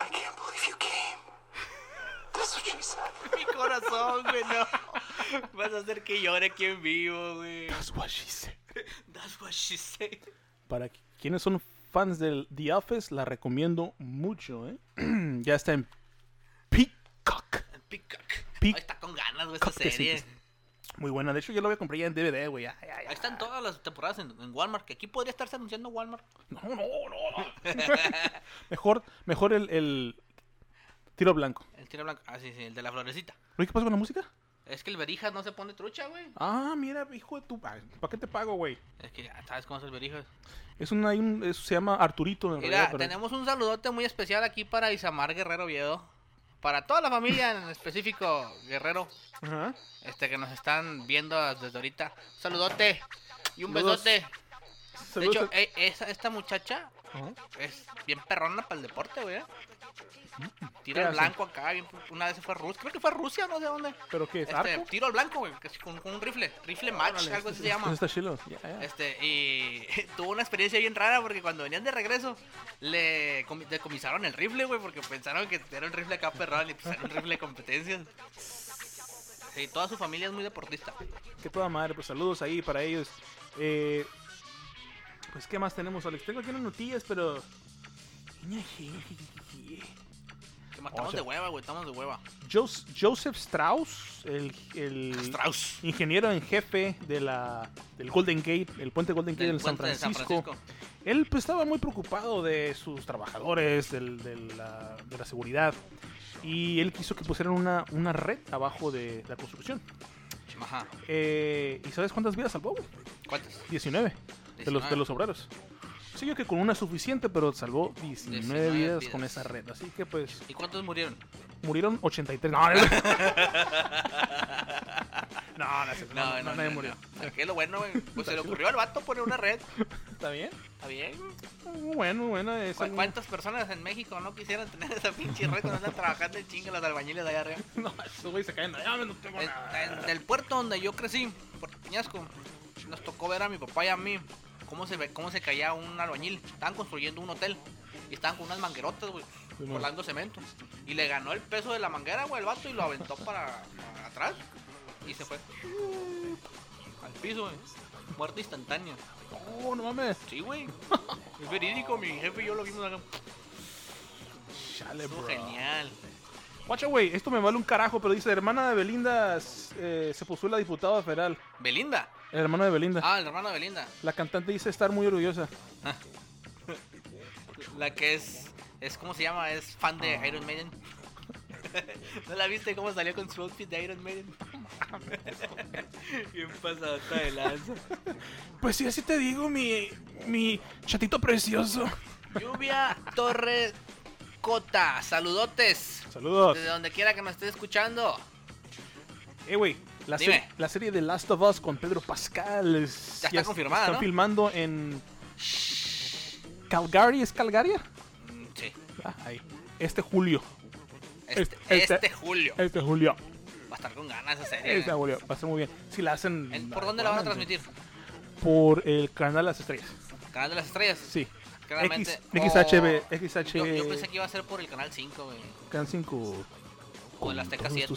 Speaker 10: I can't believe you came. That's what she said.
Speaker 1: Mi corazón, güey, no. Vas a hacer que llore aquí en vivo, güey.
Speaker 2: That's what she said.
Speaker 1: That's what she said.
Speaker 2: Para qui- quienes son fans del The Office, la recomiendo mucho, ¿eh? ya está en Peacock.
Speaker 1: Peacock.
Speaker 2: Pe-
Speaker 1: Ay, está con ganas, güey, esta
Speaker 2: Cock te
Speaker 1: serie.
Speaker 2: sientes. Muy buena. De hecho, yo la voy a comprar ya en DVD, güey. ya, ya, ya.
Speaker 1: Ahí están todas las temporadas en, en Walmart. Que aquí podría estarse anunciando Walmart.
Speaker 2: No, no, no. no. mejor mejor el, el tiro blanco.
Speaker 1: El tiro blanco. Ah, sí, sí, el de la florecita.
Speaker 2: Oye, ¿qué pasa con la música?
Speaker 1: Es que el Berijas no se pone trucha, güey.
Speaker 2: Ah, mira, hijo de tu... ah, ¿Para qué te pago, güey?
Speaker 1: Es que ya sabes cómo es el Berijas.
Speaker 2: Es una, hay un, es- se llama Arturito. En
Speaker 1: Mira,
Speaker 2: realidad, pero-
Speaker 1: tenemos un saludote muy especial aquí para Isamar Guerrero Viedo. Para toda la familia en específico, Guerrero,
Speaker 2: Ajá.
Speaker 1: este que nos están viendo desde ahorita. Saludote y un
Speaker 2: Saludos.
Speaker 1: besote. De
Speaker 2: Saludos
Speaker 1: hecho,
Speaker 2: a-
Speaker 1: eh, esa- esta muchacha
Speaker 2: Ajá.
Speaker 1: es bien perrona para el deporte, güey. ¿eh? Tiro
Speaker 2: ¿Qué
Speaker 1: al
Speaker 2: hace?
Speaker 1: blanco acá, bien- una vez se fue a Rusia, creo que fue a Rusia, no sé dónde.
Speaker 2: ¿Pero qué es?
Speaker 1: Este,
Speaker 2: ¿Arco?
Speaker 1: tiro al blanco, güey, que es con, con un rifle, rifle match, algo así se llama.
Speaker 2: Eso está chilo. Ya, ya.
Speaker 1: Este, y tuvo una experiencia bien rara porque cuando venían de regreso le comi- decomisaron el rifle, güey, porque pensaron que era un rifle acá perrón y pues era un rifle de competencias. Sí, toda su familia es muy deportista.
Speaker 2: Que toda madre, pues saludos ahí para ellos. Eh, pues, ¿qué más tenemos, Alex? Tengo aquí unas notillas, pero...
Speaker 1: ¿Qué Estamos de hueva, güey, estamos de hueva.
Speaker 2: Jos- Joseph Strauss, el, el
Speaker 1: Strauss.
Speaker 2: ingeniero en jefe de la, del Golden Gate, el puente Golden Gate
Speaker 1: Del
Speaker 2: del San
Speaker 1: puente de San
Speaker 2: Francisco,
Speaker 1: Francisco.
Speaker 2: él pues, estaba muy preocupado de sus trabajadores, del- de, la, de la seguridad, y él quiso que pusieran una, una red abajo de la construcción.
Speaker 1: Ajá.
Speaker 2: Eh, ¿Y sabes cuántas vidas salvó? güey?
Speaker 1: ¿Cuántas?
Speaker 2: 19, De, los, de los obreros. Sí, yo que con una es suficiente, pero salvó 19,
Speaker 1: 19
Speaker 2: vidas,
Speaker 1: vidas.
Speaker 2: con esa red. Así que pues
Speaker 1: ¿Y cuántos murieron?
Speaker 2: murieron 83. No, no, no, no, es cierto, no, no, nadie murió.
Speaker 1: ¿Qué es lo bueno, güey? Pues se le ocurrió al vato poner una red.
Speaker 2: ¿Está bien?
Speaker 1: Está bien.
Speaker 2: Bueno, bueno, es
Speaker 1: ¿Cu-
Speaker 2: algo-
Speaker 1: ¿Cuántas personas en México no quisieran tener esa pinche red cuando andan trabajando en chinga los albañiles de allá arriba?
Speaker 2: No, esos güeyes se caen. "Ah, no tengo
Speaker 1: En,
Speaker 2: nada".
Speaker 1: en el puerto donde yo crecí, Puerto Peñasco, nos tocó ver a mi papá y a mí cómo se, ve- cómo se caía un albañil. Estaban construyendo un hotel y estaban con unas manguerotas, güey,
Speaker 2: Simón.
Speaker 1: colando cemento. Y le ganó el peso de la manguera, güey, el vato y lo aventó para, para atrás y se fue al piso, güey. Muerte instantánea.
Speaker 2: No, no mames.
Speaker 1: Sí, güey. Es verídico, mi jefe y yo lo vimos acá.
Speaker 2: Chale,
Speaker 1: Estuvo
Speaker 2: bro.
Speaker 1: genial.
Speaker 2: Guacha, güey, esto me vale un carajo, pero dice, hermana de Belinda eh, se postula a diputada federal.
Speaker 1: Belinda.
Speaker 2: El hermano de Belinda.
Speaker 1: Ah, el hermano de Belinda.
Speaker 2: La cantante dice estar muy orgullosa.
Speaker 1: La que es, es ¿cómo se llama? Es fan de Iron Maiden. ¿No la viste cómo salió con su outfit de Iron Maiden? Bien pasadota de lanza.
Speaker 2: Pues sí, así te digo, mi, mi chatito precioso.
Speaker 1: Lluvia Torre Cota, saludotes.
Speaker 2: Saludos.
Speaker 1: Desde donde quiera que me estés escuchando.
Speaker 2: Eh, güey, la,
Speaker 1: Dime.
Speaker 2: serie- la serie de Last of Us con Pedro Pascal. es-
Speaker 1: Ya está
Speaker 2: es-
Speaker 1: confirmada,
Speaker 2: Están
Speaker 1: ¿no?
Speaker 2: filmando en. Calgary, ¿es Calgary?
Speaker 1: Mm, Sí.
Speaker 2: Ah, ahí. Este julio.
Speaker 1: Este,
Speaker 2: Este- este-
Speaker 1: este julio.
Speaker 2: Este julio.
Speaker 1: Va a estar con ganas esa serie. ¿eh?
Speaker 2: Este julio. Va a estar muy bien. Si la hacen.
Speaker 1: ¿En- ¿Por dónde la van a transmitir?
Speaker 2: Por el canal Las Estrellas.
Speaker 1: ¿Canal de las Estrellas?
Speaker 2: Sí.
Speaker 1: Claramente.
Speaker 2: X, XHB,
Speaker 1: Oh,
Speaker 2: XH.
Speaker 1: Yo, yo pensé que iba a ser por el canal 5, güey.
Speaker 2: Can 5.
Speaker 1: O el Azteca 7.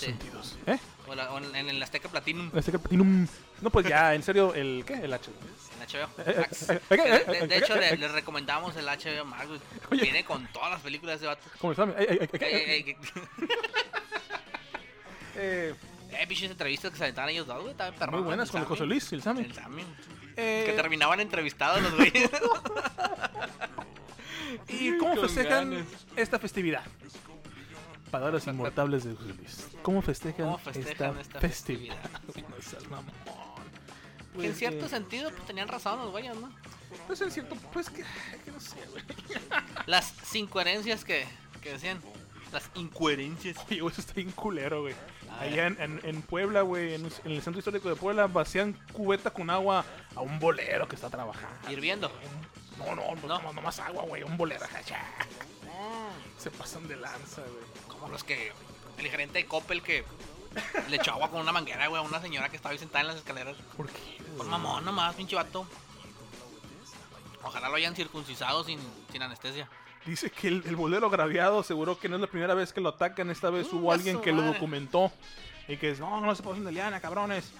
Speaker 2: ¿Eh?
Speaker 1: O, la- o en, en el Azteca Platinum.
Speaker 2: Azteca Platinum. No, pues ya, en serio, el. ¿Qué? El H.
Speaker 1: En HBO
Speaker 2: Eh, eh,
Speaker 1: Max.
Speaker 2: eh, eh, eh,
Speaker 1: De,
Speaker 2: eh,
Speaker 1: de
Speaker 2: eh,
Speaker 1: hecho,
Speaker 2: eh,
Speaker 1: le,
Speaker 2: eh.
Speaker 1: le recomendamos el HBO Max. güey.
Speaker 2: Oye.
Speaker 1: Viene con todas las películas de ese vato.
Speaker 2: ¿Cómo están? Eh, eh, eh, eh, eh,
Speaker 1: Eh, eh, eh,
Speaker 2: eh,
Speaker 1: eh, pinches entrevistas que se aventaban ellos dos, güey. Estaban perrones,
Speaker 2: Muy buenas
Speaker 1: el
Speaker 2: con el
Speaker 1: Sammy.
Speaker 2: José Luis y el Sammy.
Speaker 1: El Sammy. Que
Speaker 2: Eh, pues
Speaker 1: terminaban entrevistados los güeyes.
Speaker 2: ¿Y cómo
Speaker 8: Con
Speaker 2: festejan
Speaker 8: ganas.
Speaker 2: esta festividad? Palabras inmortables de José Luis. ¿Cómo festejan,
Speaker 1: ¿Cómo festejan
Speaker 2: esta,
Speaker 1: esta
Speaker 2: festividad?
Speaker 1: festividad?
Speaker 2: No seas mamón.
Speaker 1: Que en
Speaker 2: Pues,
Speaker 1: cierto
Speaker 2: eh,
Speaker 1: sentido, pues tenían razón los güeyes, ¿no?
Speaker 2: Pues en cierto, pues que, que no sé, güey.
Speaker 1: Las incoherencias que, que decían. Las incoherencias.
Speaker 2: Oye, güey, eso está bien culero, güey. Allá en, en- en Puebla, güey, en, en el centro histórico de Puebla, vacían cubeta con agua a un bolero que está trabajando.
Speaker 1: Hirviendo.
Speaker 2: No, no, no,
Speaker 1: No. Ah.
Speaker 2: no, no más agua, güey, un bolero. Se pasan de lanza, güey.
Speaker 1: Como los que. El gerente de Coppel que le echó agua con una manguera, güey, a una señora que estaba ahí sentada en las escaleras.
Speaker 2: ¿Por qué?
Speaker 1: Pues mamón nomás, pinche vato. Ojalá lo hayan circuncisado sin, sin anestesia.
Speaker 2: Dice que el, el bolero graviado aseguró que no es la primera vez que lo atacan. Esta vez hubo
Speaker 1: Chinga
Speaker 2: alguien
Speaker 1: su
Speaker 2: que lo
Speaker 1: madre.
Speaker 2: documentó. Y que es, no, no se pasen de liana, cabrones.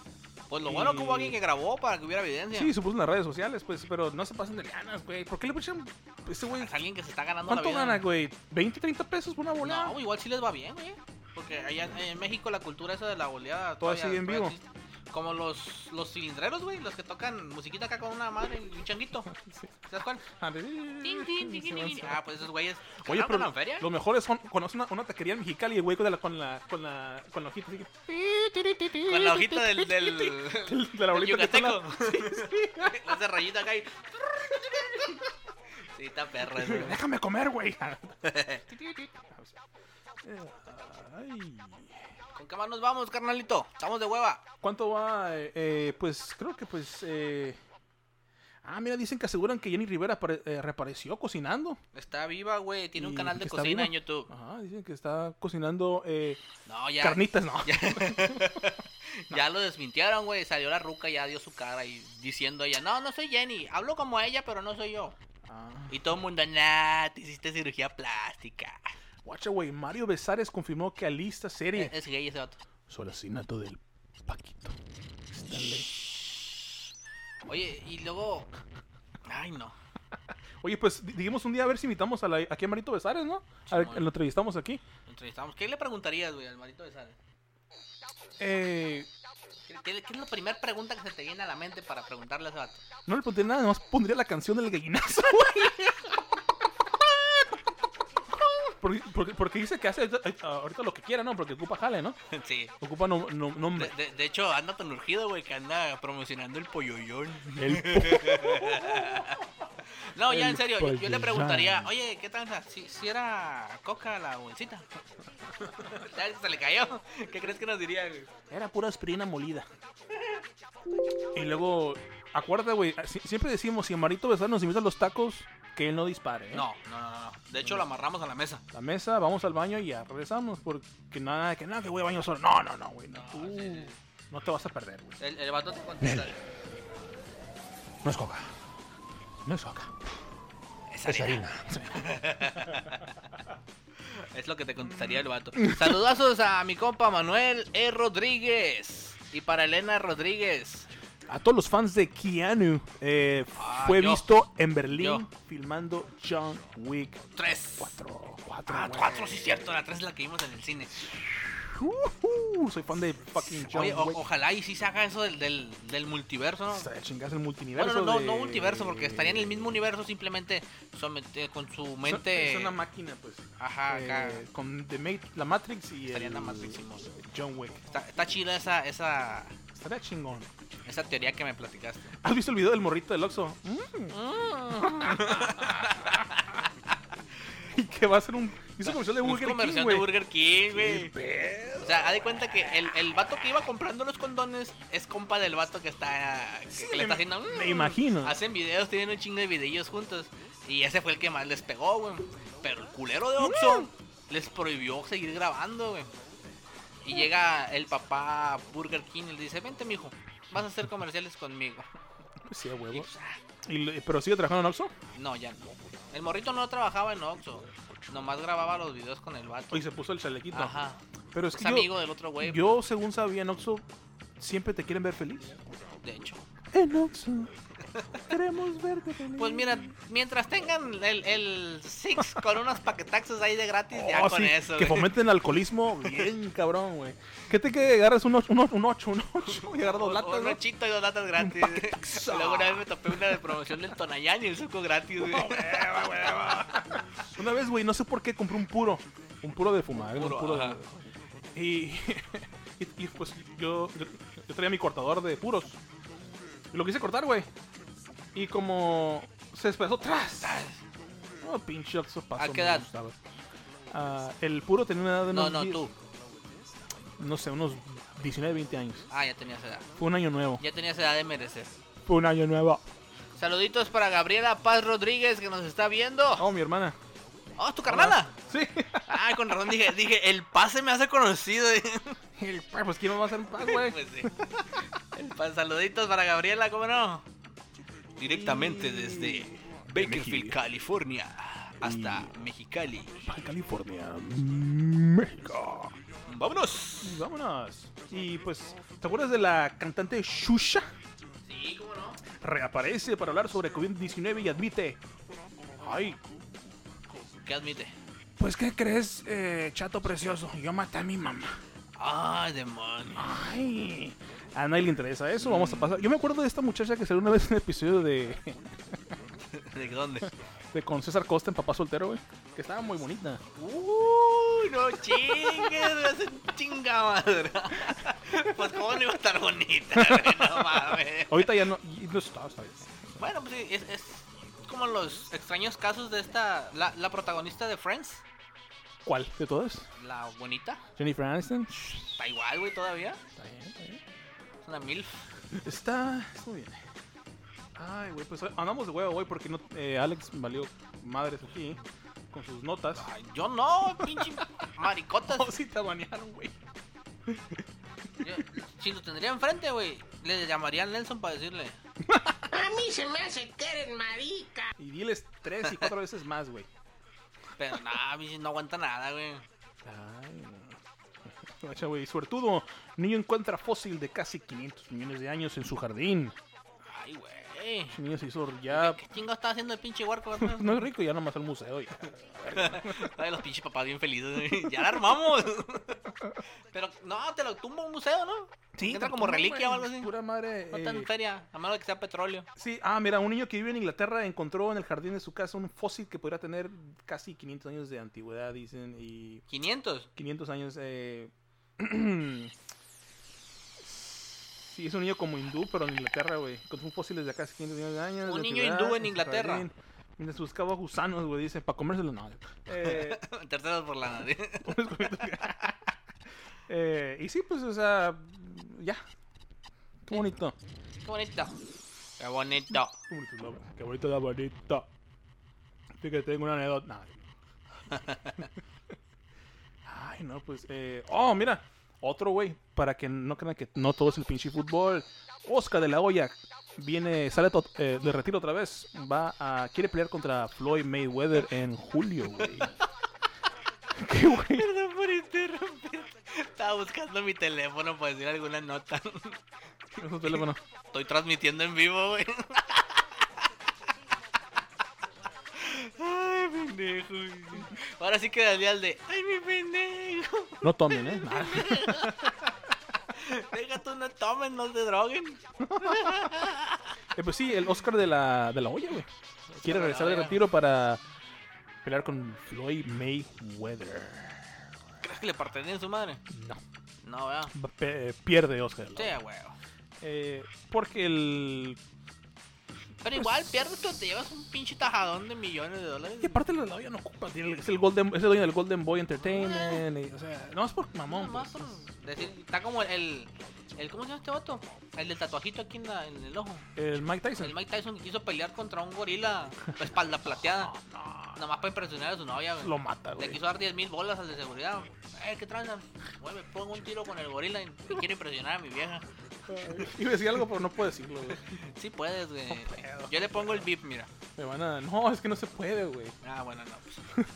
Speaker 1: Pues lo bueno que hubo alguien que grabó para que hubiera evidencia.
Speaker 2: Sí, se puso en las redes sociales, pues, pero no se pasen de lianas, güey. ¿Por qué le pusieron ese güey?
Speaker 1: Es alguien que se está ganando la
Speaker 2: ¿Cuánto
Speaker 1: vida.
Speaker 2: gana, eh? güey? ¿20, 30 pesos por una boleada?
Speaker 1: No, igual sí les va bien, güey. Porque allá en- en México la cultura esa de la boleada
Speaker 2: Todavía
Speaker 1: todavía,
Speaker 2: sigue en vivo.
Speaker 1: existe. Como los, los cilindreros, güey, los que tocan musiquita acá con una madre y un changuito. ¿Sabes cuál?
Speaker 2: Ah, de-
Speaker 1: Tin, tin, tin, tin, tin, tin. Ah, pues esos güeyes.
Speaker 2: Oye,
Speaker 1: ganaron
Speaker 2: pero
Speaker 1: la feria.
Speaker 2: los mejores son, conoce una, una taquería en Mexicali y el güey con la, con la, con la, con la hojita así que-
Speaker 1: Con la hojita del. del.
Speaker 2: de la
Speaker 1: del
Speaker 2: bolita que está en la-
Speaker 1: yucateco. Le hace rayita acá y. Sí, está perro ese, güey.
Speaker 2: Déjame comer, güey. Ay.
Speaker 1: ¿Con qué más nos vamos, carnalito? Estamos de hueva.
Speaker 2: ¿Cuánto va? Eh, eh, pues creo que pues... eh, Ah, mira, dicen que aseguran que Jenny Rivera apare- eh, reapareció cocinando.
Speaker 1: Está viva, güey. Tiene un
Speaker 2: Y
Speaker 1: canal de
Speaker 2: está
Speaker 1: cocina
Speaker 2: viva.
Speaker 1: en YouTube.
Speaker 2: Ajá, dicen que está cocinando eh,
Speaker 1: No, ya.
Speaker 2: carnitas, no.
Speaker 1: Ya, Ya lo desmintieron, güey. Salió la ruca, ya dio su cara y diciendo ella, no, no soy Jenny. Hablo como ella, pero no soy yo.
Speaker 2: Ah.
Speaker 1: Y todo el mundo, nah, te hiciste cirugía plástica.
Speaker 2: Guacha, güey, Mario Besares confirmó que alista serie.
Speaker 1: Es, es gay ese vato.
Speaker 2: Sobre asesinato del Paquito. Stanley.
Speaker 1: Oye, y luego... Ay, no.
Speaker 2: Oye, pues di- digamos un día a ver si invitamos a la, aquí a Marito Besares, ¿no? A ver,
Speaker 1: Simón.
Speaker 2: lo entrevistamos aquí.
Speaker 1: entrevistamos, ¿qué le preguntarías, güey, al marito de Sara?
Speaker 2: Eh,
Speaker 1: ¿Qué, qué- qué es la primera pregunta que se te viene a la mente para preguntarle a ese vato?
Speaker 2: no le pondría nada, nomás pondría la canción del gallinazo, güey. Porque, porque- porque dice que hace ahorita- ahorita lo que quiera, ¿no? Porque ocupa jale, ¿no?
Speaker 1: sí.
Speaker 2: Ocupa nom- nom-
Speaker 1: De,
Speaker 2: nombre.
Speaker 1: de- de hecho, anda tan urgido, güey, que anda promocionando el polloyón.
Speaker 2: El
Speaker 1: No, ya
Speaker 2: El
Speaker 1: en serio, yo, yo le
Speaker 2: polloyón.
Speaker 1: preguntaría, oye, ¿qué tal? Si, si era coca la bolsita. Ya se le cayó. ¿Qué crees que nos diría, güey?
Speaker 2: Era pura aspirina molida. Y luego, acuérdate, güey, ah, si- siempre decimos, si Marito Besar nos invita a los tacos, que él no dispare. ¿eh?
Speaker 1: No, no, no, no. De hecho, lo amarramos a la mesa.
Speaker 2: La mesa, vamos al baño y ya regresamos, porque nada, que nada, que voy al baño solo. No, no, no, güey, no, tú no te vas a perder, güey.
Speaker 1: El, el vato te contesta.
Speaker 2: No es coca. No es coca.
Speaker 1: Es
Speaker 2: Es
Speaker 1: harina.
Speaker 2: harina.
Speaker 1: Es lo que te contestaría el vato. Saludazos a mi compa Manuel E. Rodríguez. Y para Elena Rodríguez.
Speaker 2: A todos los fans de Keanu, eh,
Speaker 1: Ah,
Speaker 2: fue
Speaker 1: yo.
Speaker 2: visto en Berlín
Speaker 1: Yo.
Speaker 2: filmando John Wick
Speaker 1: Tres.
Speaker 2: 4. 4,
Speaker 1: Ah, cuatro, sí, cierto. La tres es la que vimos en el cine.
Speaker 2: soy fan de fucking John
Speaker 1: Oye, o-
Speaker 2: Wick.
Speaker 1: ojalá y si se haga eso del, del, del multiverso, ¿no?
Speaker 2: Está de chingarse el multiverso.
Speaker 1: Bueno, no, no,
Speaker 2: de-
Speaker 1: no multiverso, porque estaría en el mismo universo, simplemente somete- con su mente.
Speaker 2: Es una máquina, pues.
Speaker 1: Ajá, Ah, acá.
Speaker 2: Eh, con The Ma- la Matrix y
Speaker 1: Estaría en la
Speaker 2: el-
Speaker 1: Matrix, Simón.
Speaker 2: John Wick.
Speaker 1: Está, está chida esa, esa,
Speaker 2: Estaría chingón.
Speaker 1: esa teoría que me platicaste.
Speaker 2: ¿Has visto el video del morrito del Oxxo? Mm. y que va a ser un... Hizo comercial de
Speaker 1: Un
Speaker 2: Burger King,
Speaker 1: comercial de
Speaker 2: güey.
Speaker 1: Burger King, güey. O sea, haz de cuenta que el, el vato que iba comprando los condones es compa del vato que está. que le
Speaker 2: me-
Speaker 1: está haciendo. "Mm".
Speaker 2: me imagino.
Speaker 1: Hacen videos, tienen un chingo de videillos juntos. Y ese fue el que más les pegó, güey. Pero el culero de Oxxo
Speaker 2: Mm.
Speaker 1: les prohibió seguir grabando, güey. Y llega el papá Burger King y le dice: Vente, mijo, vas a hacer comerciales conmigo.
Speaker 2: Sí, a huevo. Y lo- ¿Pero sigue trabajando en Oxxo?
Speaker 1: No, ya no. El morrito no trabajaba en Oxxo. Nomás grababa los videos con el vato.
Speaker 2: Y se puso el chalequito.
Speaker 1: Ajá.
Speaker 2: Pero es
Speaker 1: Es
Speaker 2: que yo,
Speaker 1: amigo del otro güey,
Speaker 2: yo, según sabía, en Oxxo siempre te quieren ver feliz.
Speaker 1: de hecho.
Speaker 2: En Oxxo queremos verte feliz.
Speaker 1: Pues mira, mientras tengan el, el Six con unos paquetaxos ahí de gratis, ya
Speaker 2: Oh,
Speaker 1: con
Speaker 2: sí,
Speaker 1: eso.
Speaker 2: Que
Speaker 1: güey.
Speaker 2: fomenten el alcoholismo bien cabrón, güey. ¿Qué te que agarras un 8, un 8, un 8, un 8 y agarras dos
Speaker 1: Un-
Speaker 2: latas,
Speaker 1: Un
Speaker 2: ¿no?
Speaker 1: rochito y dos latas gratis.
Speaker 2: paquetaxo.
Speaker 1: Luego una vez me topé una de promoción del Tonayán y el suco gratis, güey.
Speaker 2: Una vez, güey, no sé por qué compré un puro. Un puro de fumar, un
Speaker 1: puro,
Speaker 2: puro,
Speaker 1: ajá.
Speaker 2: de... Y, y, y, pues yo, yo, yo traía mi cortador de puros. Y lo quise cortar, güey. Y como se despedazó, tras. tras. No, pinche Oxxo pasó.
Speaker 1: ¿A qué
Speaker 2: me
Speaker 1: edad?
Speaker 2: gustaba. Ah, el puro tenía una edad de
Speaker 1: No,
Speaker 2: unos
Speaker 1: no,
Speaker 2: 10,
Speaker 1: tú.
Speaker 2: No sé, unos 19, 20 años.
Speaker 1: Ah, ya tenías edad.
Speaker 2: Fue un año nuevo.
Speaker 1: Ya tenías edad de merecer.
Speaker 2: Fue un año nuevo.
Speaker 1: Saluditos para Gabriela Paz Rodríguez que nos está viendo.
Speaker 2: Oh, mi hermana.
Speaker 1: Oh, es tu carnala.
Speaker 2: Sí.
Speaker 1: Ah, con razón dije, dije, el pase me hace conocido.
Speaker 2: El par, pues ¿quién no va a hacer un par, güey?
Speaker 1: Pues sí. El pa- saluditos para Gabriela, ¿cómo no? Directamente desde Bakersfield, California, hasta Mexicali.
Speaker 2: Para California, México.
Speaker 1: ¡Vámonos!
Speaker 2: Y vámonos. Y pues, ¿te acuerdas de la cantante Shusha?
Speaker 1: Sí, ¿cómo no?
Speaker 2: Reaparece para hablar sobre COVID-19 y admite. Ay,
Speaker 1: ¿Qué admite?
Speaker 2: pues ¿qué crees, eh, chato precioso? Yo maté a mi mamá.
Speaker 1: ¡Ay, demonio!
Speaker 2: Ay. A nadie le interesa eso, vamos a pasar. Yo me acuerdo de esta muchacha que salió una vez en un episodio de,
Speaker 1: ¿De dónde?
Speaker 2: de con César Costa en Papá Soltero, güey. Que estaba muy bonita.
Speaker 1: ¡Uy, no chingues! ¡Me hacen chinga madre! Pues, ¿cómo no iba a estar bonita? güey? No mames.
Speaker 2: Ahorita ya no, y no está, está bien.
Speaker 1: Bueno, pues sí, es, es como los extraños casos de esta. La, la protagonista de Friends,
Speaker 2: ¿Cuál de todas?
Speaker 1: la bonita.
Speaker 2: Jennifer Aniston.
Speaker 1: Está igual, güey, todavía.
Speaker 2: Está bien, está bien.
Speaker 1: Es una MILF.
Speaker 2: Está, está muy bien. Ay, güey, pues andamos de huevo, güey, porque no, eh, Alex valió madres aquí ¿eh? con sus notas.
Speaker 1: Ay, yo no, pinche maricotas.
Speaker 2: No, sí te banearon, güey.
Speaker 1: Yo- si lo tendría enfrente, güey, le llamaría a Nelson para decirle.
Speaker 9: A mí se me hace que eres marica.
Speaker 2: Y diles tres y cuatro veces más, güey.
Speaker 1: Pero nada, no aguanta nada, güey.
Speaker 2: Ay, no. Guacha, güey, suertudo. Niño encuentra fósil de casi 500 millones de años en su jardín.
Speaker 1: Ay, güey. güey.
Speaker 2: Niño se hizo ya.
Speaker 1: ¿Qué chingo está haciendo el pinche huerco? vato?
Speaker 2: No es rico, ya nomás al museo. Ya.
Speaker 1: Ay, los pinches papás bien felices. güey. Ya la armamos. Pero no, te lo tumba a un museo, ¿no?
Speaker 2: Sí,
Speaker 1: Entra como
Speaker 2: no,
Speaker 1: reliquia o
Speaker 2: güey,
Speaker 1: algo así.
Speaker 2: Pura madre.
Speaker 1: No está
Speaker 2: eh,
Speaker 1: en feria, a menos que sea petróleo.
Speaker 2: Sí, ah, mira, un niño que vive en Inglaterra encontró en el jardín de su casa un fósil que podría tener casi 500 años de antigüedad, dicen, y
Speaker 1: 500.
Speaker 2: 500 años. Eh... sí, es un niño como hindú, pero en Inglaterra, güey. Con un fósil desde acá hace 500 millones de años.
Speaker 1: Un
Speaker 2: de
Speaker 1: niño
Speaker 2: antigüedad,
Speaker 1: hindú en
Speaker 2: su
Speaker 1: Inglaterra.
Speaker 2: jardín, Donde se buscaba gusanos, güey, dice, para comérselos, no. Eh,
Speaker 1: Terceros por la nariz.
Speaker 2: unos cubitos. Eh, y sí, pues, o sea, ya. Qué bonito.
Speaker 1: Qué bonito. Qué bonito.
Speaker 2: Qué bonito, la- qué bonito, la bonita. Fíjate, tengo una anécdota. Nah. Ay, no, pues. Eh... Oh, mira, otro güey. Para que no crean que no todo es el pinche fútbol. Oscar de la Hoya viene, sale tot- eh, de retiro otra vez. Va a. Quiere pelear contra Floyd Mayweather en julio, güey. Qué güey.
Speaker 1: Perdón por interrumpir. Estaba buscando mi teléfono para decir alguna nota.
Speaker 2: Es un teléfono.
Speaker 1: Estoy transmitiendo en vivo, güey. Ay, pendejo. güey. Ahora sí que salía al de. Ay, mi pendejo.
Speaker 2: No tomen, ¿eh? Nah.
Speaker 1: Deja tú, no tomen, no se droguen.
Speaker 2: Eh, pues sí, el Oscar de la, de la olla, güey.
Speaker 1: de
Speaker 2: Quiere
Speaker 1: la
Speaker 2: regresar de
Speaker 1: olla.
Speaker 2: retiro para pelear con Floyd Mayweather.
Speaker 1: ¿Crees que le pertenece su madre?
Speaker 2: No.
Speaker 1: No, ¿verdad?
Speaker 2: Va- pe- eh, pierde Oscar de la
Speaker 1: Sí,
Speaker 2: Hoya.
Speaker 1: güey.
Speaker 2: Eh, porque el.
Speaker 1: Pero igual pierdes pero te llevas un pinche tajadón de millones de dólares.
Speaker 2: Y aparte, la olla no ocupa. tiene- Es el, Golden, es el dueño del Golden Boy Entertainment. y, o sea, no es por mamón.
Speaker 1: Nomás
Speaker 2: pues.
Speaker 1: por decir, está como el, el. ¿Cómo se llama este vato? El del tatuajito aquí en, la- en el ojo.
Speaker 2: El Mike
Speaker 1: El
Speaker 2: Tyson.
Speaker 1: Mike Tyson que quiso pelear contra un gorila de espalda plateada. Nomás para impresionar a su novia, güey.
Speaker 2: Lo mata,
Speaker 1: Le
Speaker 2: güey.
Speaker 1: quiso dar 10 mil bolas al de seguridad. Eh, ¿qué tranza? Güey, me pongo un tiro con el gorila y y quiero impresionar a mi vieja.
Speaker 2: Iba a decir algo, pero no puedo decirlo, güey.
Speaker 1: Sí puedes, güey.
Speaker 2: puedo.
Speaker 1: Yo le pongo el beep, mira.
Speaker 2: Me van a. No, es que no se puede, güey.
Speaker 1: Ah, bueno, no. pues.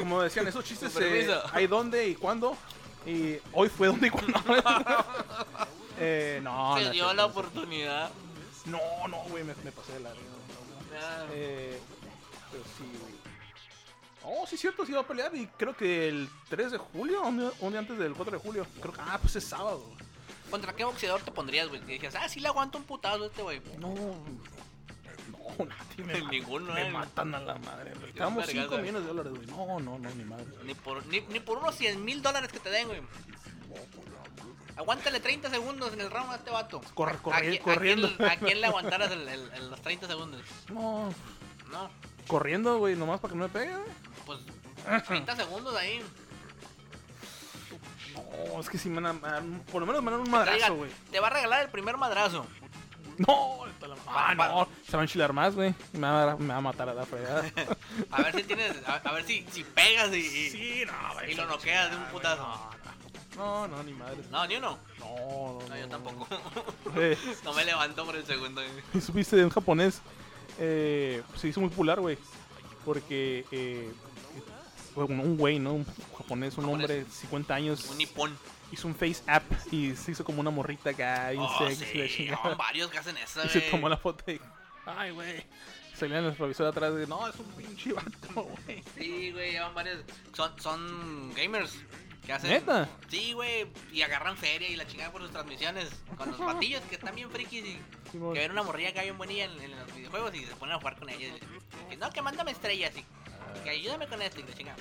Speaker 2: Como decían, esos chistes
Speaker 1: Con
Speaker 2: eh,
Speaker 1: permiso.
Speaker 2: hay dónde y cuándo. Y hoy fue dónde y cuándo. eh, no,
Speaker 1: Se
Speaker 2: no,
Speaker 1: dio
Speaker 2: no,
Speaker 1: la
Speaker 2: no,
Speaker 1: oportunidad.
Speaker 2: No, no, güey, me, me pasé de la.
Speaker 1: Ah,
Speaker 2: Eh, pero sí, güey. Oh, sí, cierto, sí va a pelear. Y creo que el 3 de julio, un día, un día antes del 4 de julio. Creo que, ah, pues es sábado.
Speaker 1: ¿Contra qué boxeador te pondrías, güey? Que dijeras, ah, sí le aguanto un putazo a este, güey.
Speaker 2: No, no, nadie me mata.
Speaker 1: Ninguno,
Speaker 2: Me
Speaker 1: eh.
Speaker 2: matan a la madre, güey. Estamos
Speaker 1: vergazo.
Speaker 2: 5 millones de dólares, güey. No, no, no, ni madre.
Speaker 1: Ni por, ni, ni por unos 100 mil dólares que te den, güey. Aguántale 30 segundos en el round a este vato.
Speaker 2: Corre, corre,
Speaker 1: ¿A qui- a quién-
Speaker 2: corriendo.
Speaker 1: ¿A quién, le aguantaras el- el- el- los 30 segundos?
Speaker 2: No,
Speaker 1: No,
Speaker 2: corriendo, güey, nomás para que no me pegue, güey.
Speaker 1: pues 30 segundos ahí.
Speaker 2: No, es que si me van a. Por lo menos me dan
Speaker 1: Te,
Speaker 2: un
Speaker 1: diga,
Speaker 2: madrazo, güey.
Speaker 1: te va a regalar el primer madrazo.
Speaker 2: No, está la- ah,
Speaker 1: pa-
Speaker 2: no. Se va a enchilar más, güey. Me va a, dar- me va a matar a la fregada.
Speaker 1: A ver si tienes, a, a ver si, si pegas y, y-
Speaker 2: sí, Ah, no,
Speaker 1: y lo noqueas de un putazo.
Speaker 2: No, no, ni madre.
Speaker 1: No, ni uno.
Speaker 2: No, no,
Speaker 1: No, yo tampoco.
Speaker 2: Eh,
Speaker 1: No me levanto por el segundo. güey.
Speaker 2: supiste de un japonés. eh, se hizo muy popular, güey. Porque. eh, fue un, un güey, ¿no? Un japonés, un hombre de 50 años.
Speaker 1: Un nipón.
Speaker 2: hizo un face app y se hizo como una morrita acá, bien
Speaker 1: Oh,
Speaker 2: sexy, la
Speaker 1: sí,
Speaker 2: chingada.
Speaker 1: son varios que hacen eso,
Speaker 2: Y se
Speaker 1: güey.
Speaker 2: tomó la foto y. Ay, güey. Salían los revisores atrás de. No, es un pinche vato, güey.
Speaker 1: Sí, güey, llevan varios. Son, son gamers. que hacen?
Speaker 2: ¿Neta?
Speaker 1: Sí, güey. Y agarran feria y la chingada por sus transmisiones. Con los patillos que están bien frikis y
Speaker 2: Simón.
Speaker 1: que ven una morrilla acá bien bonita en, en los videojuegos y se ponen a jugar con ellas. Que no, que mándame estrellas y que ayúdame con esto y la chingada.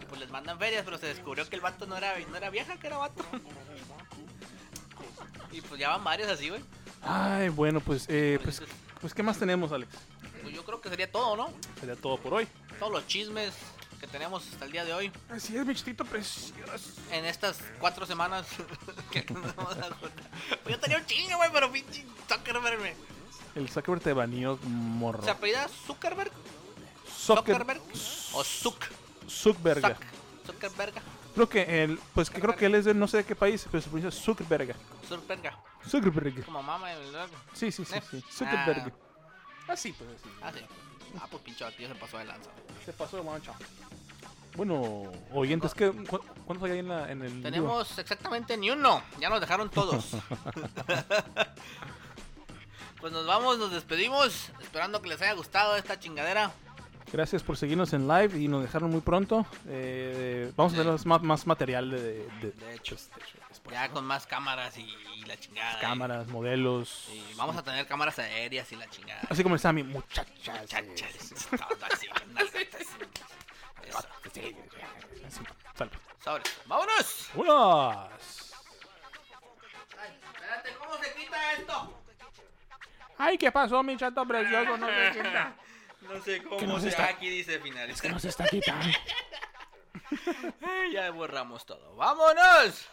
Speaker 1: Y pues les mandan ferias, pero se descubrió que el vato no era, no era vieja, que era vato. Y pues ya van varios así, güey.
Speaker 2: Ay, bueno, pues, eh, pues, pues, ¿qué más tenemos, Alex?
Speaker 1: Pues yo creo que sería todo, ¿no?
Speaker 2: Sería todo por hoy.
Speaker 1: Todos los chismes que tenemos hasta el día de hoy.
Speaker 2: Así es, bichito precioso.
Speaker 1: en estas cuatro semanas que nos vamos a juntar. Pues yo tenía un chingo, güey, pero pinche Zuckerberg, güey.
Speaker 2: El Zuckerberg te baneó, morro.
Speaker 1: ¿Se apellida Zuckerberg?
Speaker 2: Zucker-
Speaker 1: ¿Zuckerberg? ¿O Zuck?
Speaker 2: Zuckerberg.
Speaker 1: Zuck. Zuckerberg.
Speaker 2: Creo que él, pues que creo que él es de no sé de qué país, pero se pronuncia Zuckerberg.
Speaker 1: Zuckerberg.
Speaker 2: Zuckerberg. Ah.
Speaker 1: Como mamá, ¿verdad?
Speaker 2: Sí, sí, sí,
Speaker 1: ¿Eh?
Speaker 2: sí. Zuckerberg. Así, pues así.
Speaker 1: Ah, sí. Ah, pues pinche tío se pasó de lanza.
Speaker 2: Se pasó de mancha. Bueno, oyentes, ¿qué, cu- ¿cuántos hay ahí en, la, en el. vivo?
Speaker 1: Tenemos exactamente ni uno. Ya nos dejaron todos. Pues nos vamos, nos despedimos. Esperando que les haya gustado esta chingadera.
Speaker 2: Gracias por seguirnos en live y nos dejaron muy pronto. Eh, vamos a tener más, más material de, de- de-
Speaker 1: De hecho, ya con más cámaras y, y la chingada. ¿eh?
Speaker 2: cámaras, modelos.
Speaker 1: Y vamos a tener cámaras aéreas y la chingada.
Speaker 2: Así como está mi muchacha.
Speaker 1: Chachas, todo así, unas gatas. Eso.
Speaker 2: Así, salve.
Speaker 1: Sobres. ¡Vámonos!
Speaker 2: ¡Vámonos!
Speaker 1: Espérate, ¿cómo se quita esto?
Speaker 2: Ay, ¿qué pasó, mi chato precioso? No se quita.
Speaker 1: No sé
Speaker 2: Que
Speaker 1: cómo
Speaker 2: no se
Speaker 1: se.
Speaker 2: está-
Speaker 1: Aquí dice finalizar.
Speaker 2: No se está quitando.
Speaker 1: Ya borramos todo. ¡Vámonos!